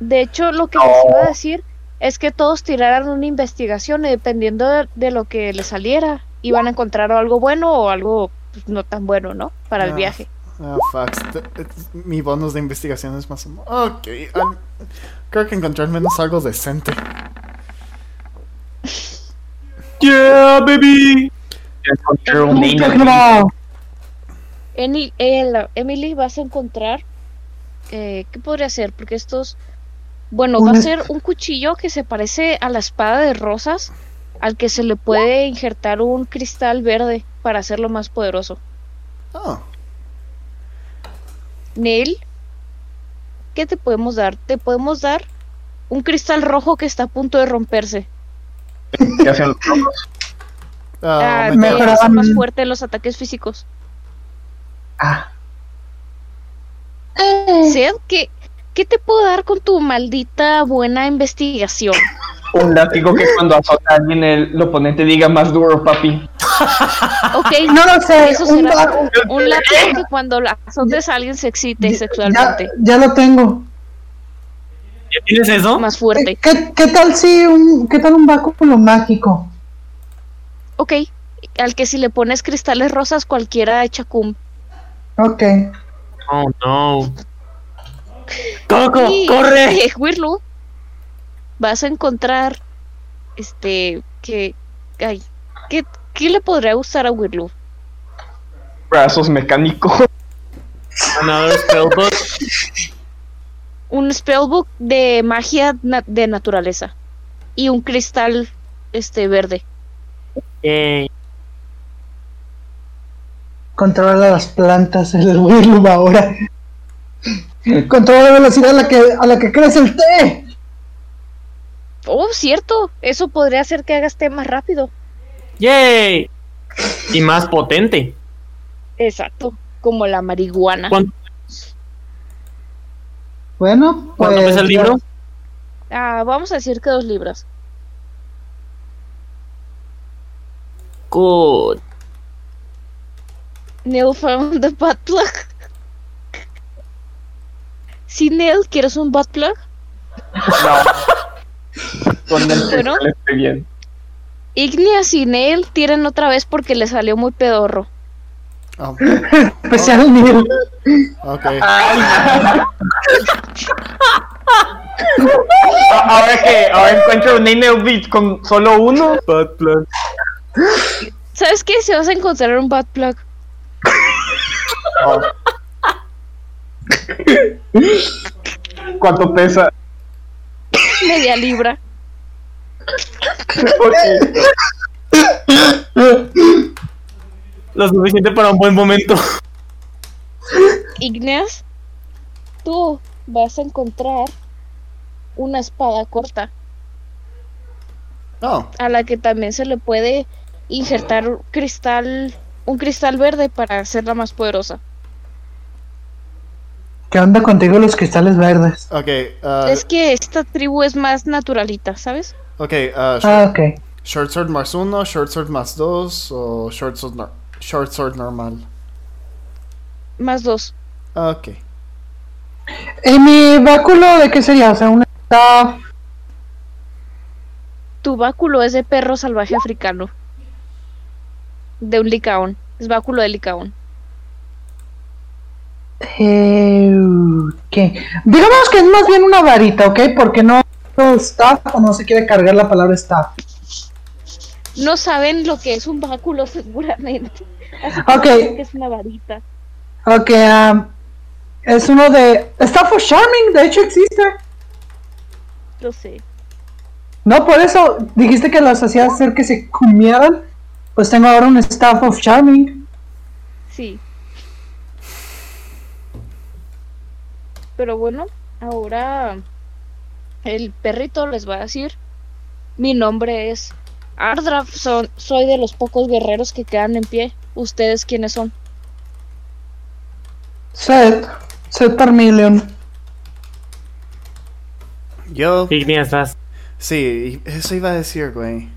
Speaker 4: De hecho, lo que les iba a decir es que todos tiraran una investigación y dependiendo de, de lo que les saliera, iban a encontrar algo bueno o algo pues, no tan bueno, ¿no? Para el
Speaker 1: Ah.
Speaker 4: viaje.
Speaker 1: Ah, fax. te- eh, Mi bonus de investigación es más o menos. Ok, al- creo que encontré al menos algo decente.
Speaker 3: Yeah, baby.
Speaker 5: encontré un niño.
Speaker 2: No.
Speaker 4: Eni- el- Emily, vas a encontrar. eh, ¿Qué podría ser? Porque estos. Bueno, va a
Speaker 2: Una-
Speaker 4: ser un cuchillo que se parece a la espada de rosas, al que se le puede injertar un cristal verde para hacerlo más poderoso.
Speaker 1: Oh,
Speaker 4: Neil, ¿qué te podemos dar? Te podemos dar un cristal rojo que está a punto de romperse.
Speaker 5: ¿Qué hacen los locos?
Speaker 1: ah,
Speaker 4: Ah,
Speaker 1: me-
Speaker 4: te
Speaker 2: mejor
Speaker 4: hace
Speaker 2: hagan-
Speaker 4: más fuerte en los ataques físicos.
Speaker 5: Ah,
Speaker 4: Sed, ¿qué, ¿qué te puedo dar con tu maldita buena investigación?
Speaker 5: un látigo que cuando azota a alguien el oponente diga más duro, papi.
Speaker 4: Ok,
Speaker 2: No lo sé.
Speaker 4: Eso
Speaker 2: un
Speaker 4: será.
Speaker 2: bar-
Speaker 4: Un látigo que cuando la azotes a alguien se excite
Speaker 2: ya,
Speaker 4: sexualmente.
Speaker 2: ya lo tengo. Eh,
Speaker 3: ¿Ya tienes eso?
Speaker 4: Más fuerte.
Speaker 2: ¿Qué, qué tal si un, qué tal un báculo mágico?
Speaker 4: Ok. Al que si le pones cristales rosas cualquiera echa cum.
Speaker 2: Ok.
Speaker 3: Oh, no. Coco,
Speaker 4: Y-
Speaker 3: corre.
Speaker 4: y, Wirlu, vas a encontrar este que ay, ¿qué, qué le podría gustar a Wirlu?
Speaker 5: Brazos mecánicos.
Speaker 3: Another spellbook.
Speaker 4: Un spellbook de magia na- de naturaleza y un cristal este verde.
Speaker 3: Yay.
Speaker 2: Controla las plantas, el Wirlum ahora. Controla la velocidad a la que, a la que crece el té.
Speaker 4: Oh, cierto, eso podría hacer que hagas té más rápido.
Speaker 3: Yay. Y más potente.
Speaker 4: Exacto, como la marihuana.
Speaker 3: ¿Cuánto,
Speaker 2: Bueno, pues.
Speaker 3: cuánto pesa el libro?
Speaker 4: Ah, vamos a decir que dos libras.
Speaker 3: Good.
Speaker 4: Neil from the butt plug. Sí, Neil, ¿quieres un butt plug?
Speaker 5: No. Con el
Speaker 4: Bueno.
Speaker 5: pixel estoy bien.
Speaker 4: Igneas y Neil tiren otra vez porque le salió muy pedorro.
Speaker 1: Ah,
Speaker 2: Especial nivel.
Speaker 1: ok.
Speaker 5: A- Ah, Ahora que ahora encuentro un email beat con solo uno.
Speaker 3: Bad plan.
Speaker 4: ¿Sabes qué? Si vas a encontrar un butt plug.
Speaker 5: Oh. ¿Cuánto pesa?
Speaker 4: Media libra.
Speaker 5: Ok.
Speaker 3: Lo suficiente para un buen momento.
Speaker 4: Igneas, tú vas a encontrar una espada corta
Speaker 1: Oh,
Speaker 4: a la que también se le puede injertar un cristal, un cristal verde para hacerla más poderosa.
Speaker 2: ¿Qué onda contigo los cristales verdes?
Speaker 1: ok. ah,
Speaker 4: Es que esta tribu es más naturalita, ¿sabes?
Speaker 1: ok, ah, sh-
Speaker 2: Ah, ok.
Speaker 1: short sword más uno, short sword más dos o short sword, nor- short sword normal.
Speaker 4: Más dos.
Speaker 1: Ok.
Speaker 2: ¿Y mi báculo de qué sería? O sea, una staff.
Speaker 4: Tu báculo es de perro salvaje africano. De un licaón. Es báculo de licaón.
Speaker 2: Eh, ¿Qué? Digamos que es más bien una varita, ¿ok? Porque no. Staff o no se quiere cargar la palabra staff.
Speaker 4: No saben lo que es un báculo seguramente. Así que
Speaker 2: Ok.
Speaker 4: saben que es una varita.
Speaker 2: Ok, am, es uno de. Staff of Charming, de hecho existe.
Speaker 4: Lo sé.
Speaker 2: No, por eso dijiste que los hacía hacer que se comieran. Pues tengo ahora un Staff of Charming.
Speaker 4: Sí. Pero bueno, ahora el perrito les va a decir, mi nombre es Ardraf, son, soy de los pocos guerreros que quedan en pie. ¿Ustedes quiénes son?
Speaker 2: Set. Set Parmelion.
Speaker 1: Yo.
Speaker 3: Igneas, vas.
Speaker 1: Sí, y- eso iba a decir, güey.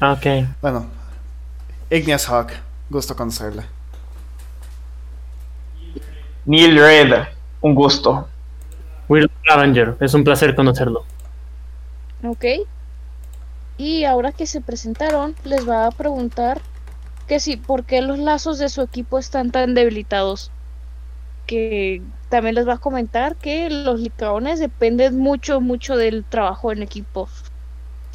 Speaker 3: Ok.
Speaker 1: Bueno, Igneas Hawk, gusto conocerle.
Speaker 5: Neil Red, un gusto.
Speaker 3: Will Avenger, es un placer conocerlo.
Speaker 4: ¿Ok? Y ahora que se presentaron, les va a preguntar que sí, ¿por qué los lazos de su equipo están tan debilitados? Que también les va a comentar que los licaones dependen mucho, mucho del trabajo en equipo.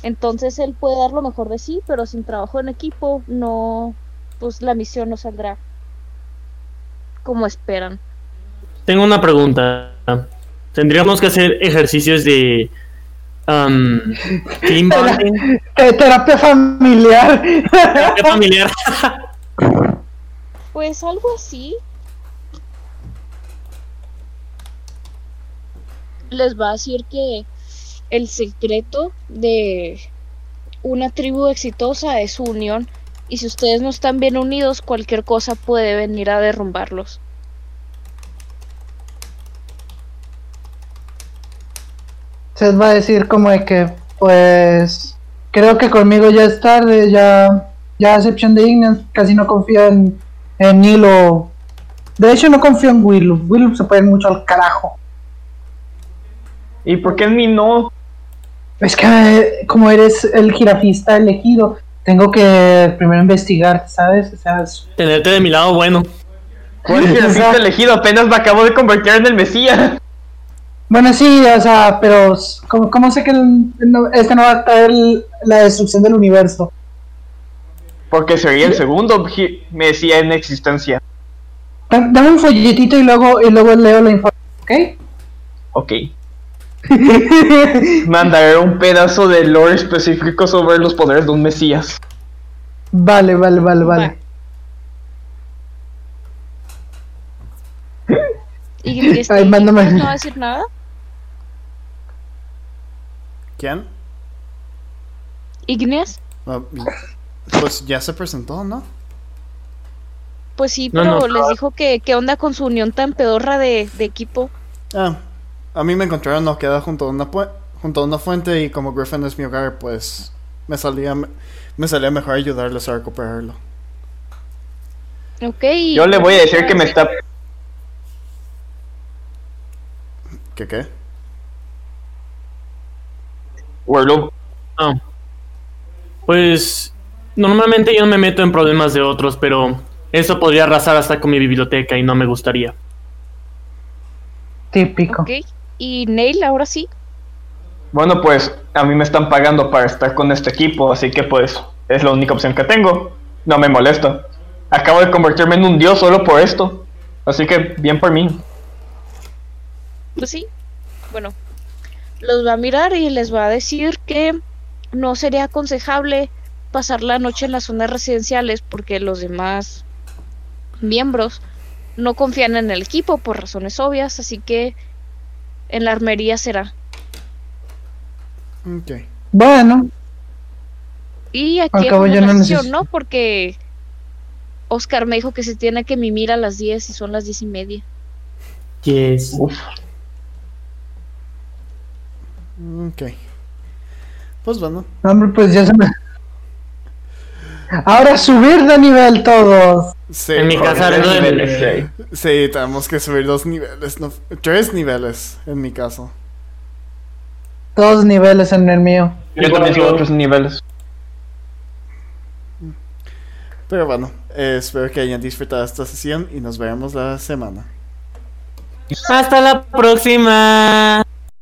Speaker 4: Entonces él puede dar lo mejor de sí, pero sin trabajo en equipo no, pues la misión no saldrá como esperan.
Speaker 3: Tengo una pregunta. Tendríamos que hacer ejercicios de. am, team bonding,
Speaker 2: Eh, terapia familiar.
Speaker 3: terapia familiar.
Speaker 4: Pues algo así. Les va a decir que el secreto de una tribu exitosa es su unión. Y si ustedes no están bien unidos, cualquier cosa puede venir a derrumbarlos.
Speaker 2: Se va a decir como de que, pues, creo que conmigo ya es tarde, ya, ya a excepción de Ignan, casi no confío en, en Hilo. De hecho, no confío en Willow. Willow se puede ir mucho al carajo.
Speaker 5: ¿Y por qué en mí no?
Speaker 2: Es que, eh, como eres el jirafista elegido, tengo que primero investigar, ¿sabes? O sea, es-
Speaker 3: Tenerte de mi lado, bueno.
Speaker 5: ¿Cuál es el
Speaker 2: Ajá.
Speaker 5: pito elegido? Apenas me acabo de convertir en el Mesías.
Speaker 2: Bueno, sí, o sea, pero s- ¿cómo, cómo sé que el- no- este no va a traer el- la destrucción del universo?
Speaker 5: Porque sería el segundo gi- Mesías en existencia.
Speaker 2: Da- Dame un folletito y luego, y luego leo la información, ¿ok?
Speaker 5: Ok. Mandaré un pedazo de lore específico sobre los poderes de un Mesías.
Speaker 2: Vale, vale, vale, vale.
Speaker 4: Y y este,
Speaker 2: Ay, mándame.
Speaker 4: ¿No va a decir nada?
Speaker 1: ¿Quién?
Speaker 4: ¿Igneas?
Speaker 1: Ah, y- pues ya se presentó, ¿no?
Speaker 4: Pues sí,
Speaker 3: No,
Speaker 4: pero
Speaker 3: no.
Speaker 4: les dijo que qué onda con su unión tan pedorra de, de equipo.
Speaker 1: Ah, a mí me encontraron noqueada junto a una pu- junto a una fuente y como Griffin es mi hogar, pues me salía me salía mejor ayudarles a recuperarlo.
Speaker 4: Ok. y-
Speaker 5: Yo le voy a decir que me está.
Speaker 1: ¿Qué qué?
Speaker 5: Warloop.
Speaker 3: Ah. Pues normalmente yo no me meto en problemas de otros, pero eso podría arrasar hasta con mi biblioteca y no me gustaría.
Speaker 2: Típico.
Speaker 4: Ok. Y Neil, ahora sí.
Speaker 5: Bueno, pues a mí me están pagando para estar con este equipo, así que pues es la única opción que tengo. No me molesta. Acabo de convertirme en un dios solo por esto. Así que bien por mí.
Speaker 4: Pues sí. Bueno, los va a mirar y les va a decir que no sería aconsejable pasar la noche en las zonas residenciales porque los demás miembros no confían en el equipo por razones obvias, así que en la armería será.
Speaker 1: Ok.
Speaker 2: Bueno,
Speaker 4: Y aquí
Speaker 2: Al
Speaker 4: hay
Speaker 2: cabo
Speaker 4: una
Speaker 2: yo no
Speaker 4: relación,
Speaker 2: necesito.
Speaker 4: ¿no? Porque Oscar me dijo que se tiene que mimir a las 10 y son las 10 y media.
Speaker 3: Yes.
Speaker 5: Uf.
Speaker 1: Ok. Pues bueno.
Speaker 2: hombre, pues ya se me. Ahora subir de nivel todos.
Speaker 1: Sí,
Speaker 3: En mi
Speaker 1: porque-
Speaker 3: casa
Speaker 5: Tres
Speaker 3: no hay-
Speaker 5: niveles, sí.
Speaker 1: Sí, tenemos que subir dos niveles. No, tres niveles en mi caso.
Speaker 2: Dos niveles en el mío.
Speaker 5: Yo también tengo otros niveles.
Speaker 1: Pero bueno, eh, espero que hayan disfrutado esta sesión y nos veremos la semana.
Speaker 3: Hasta la próxima.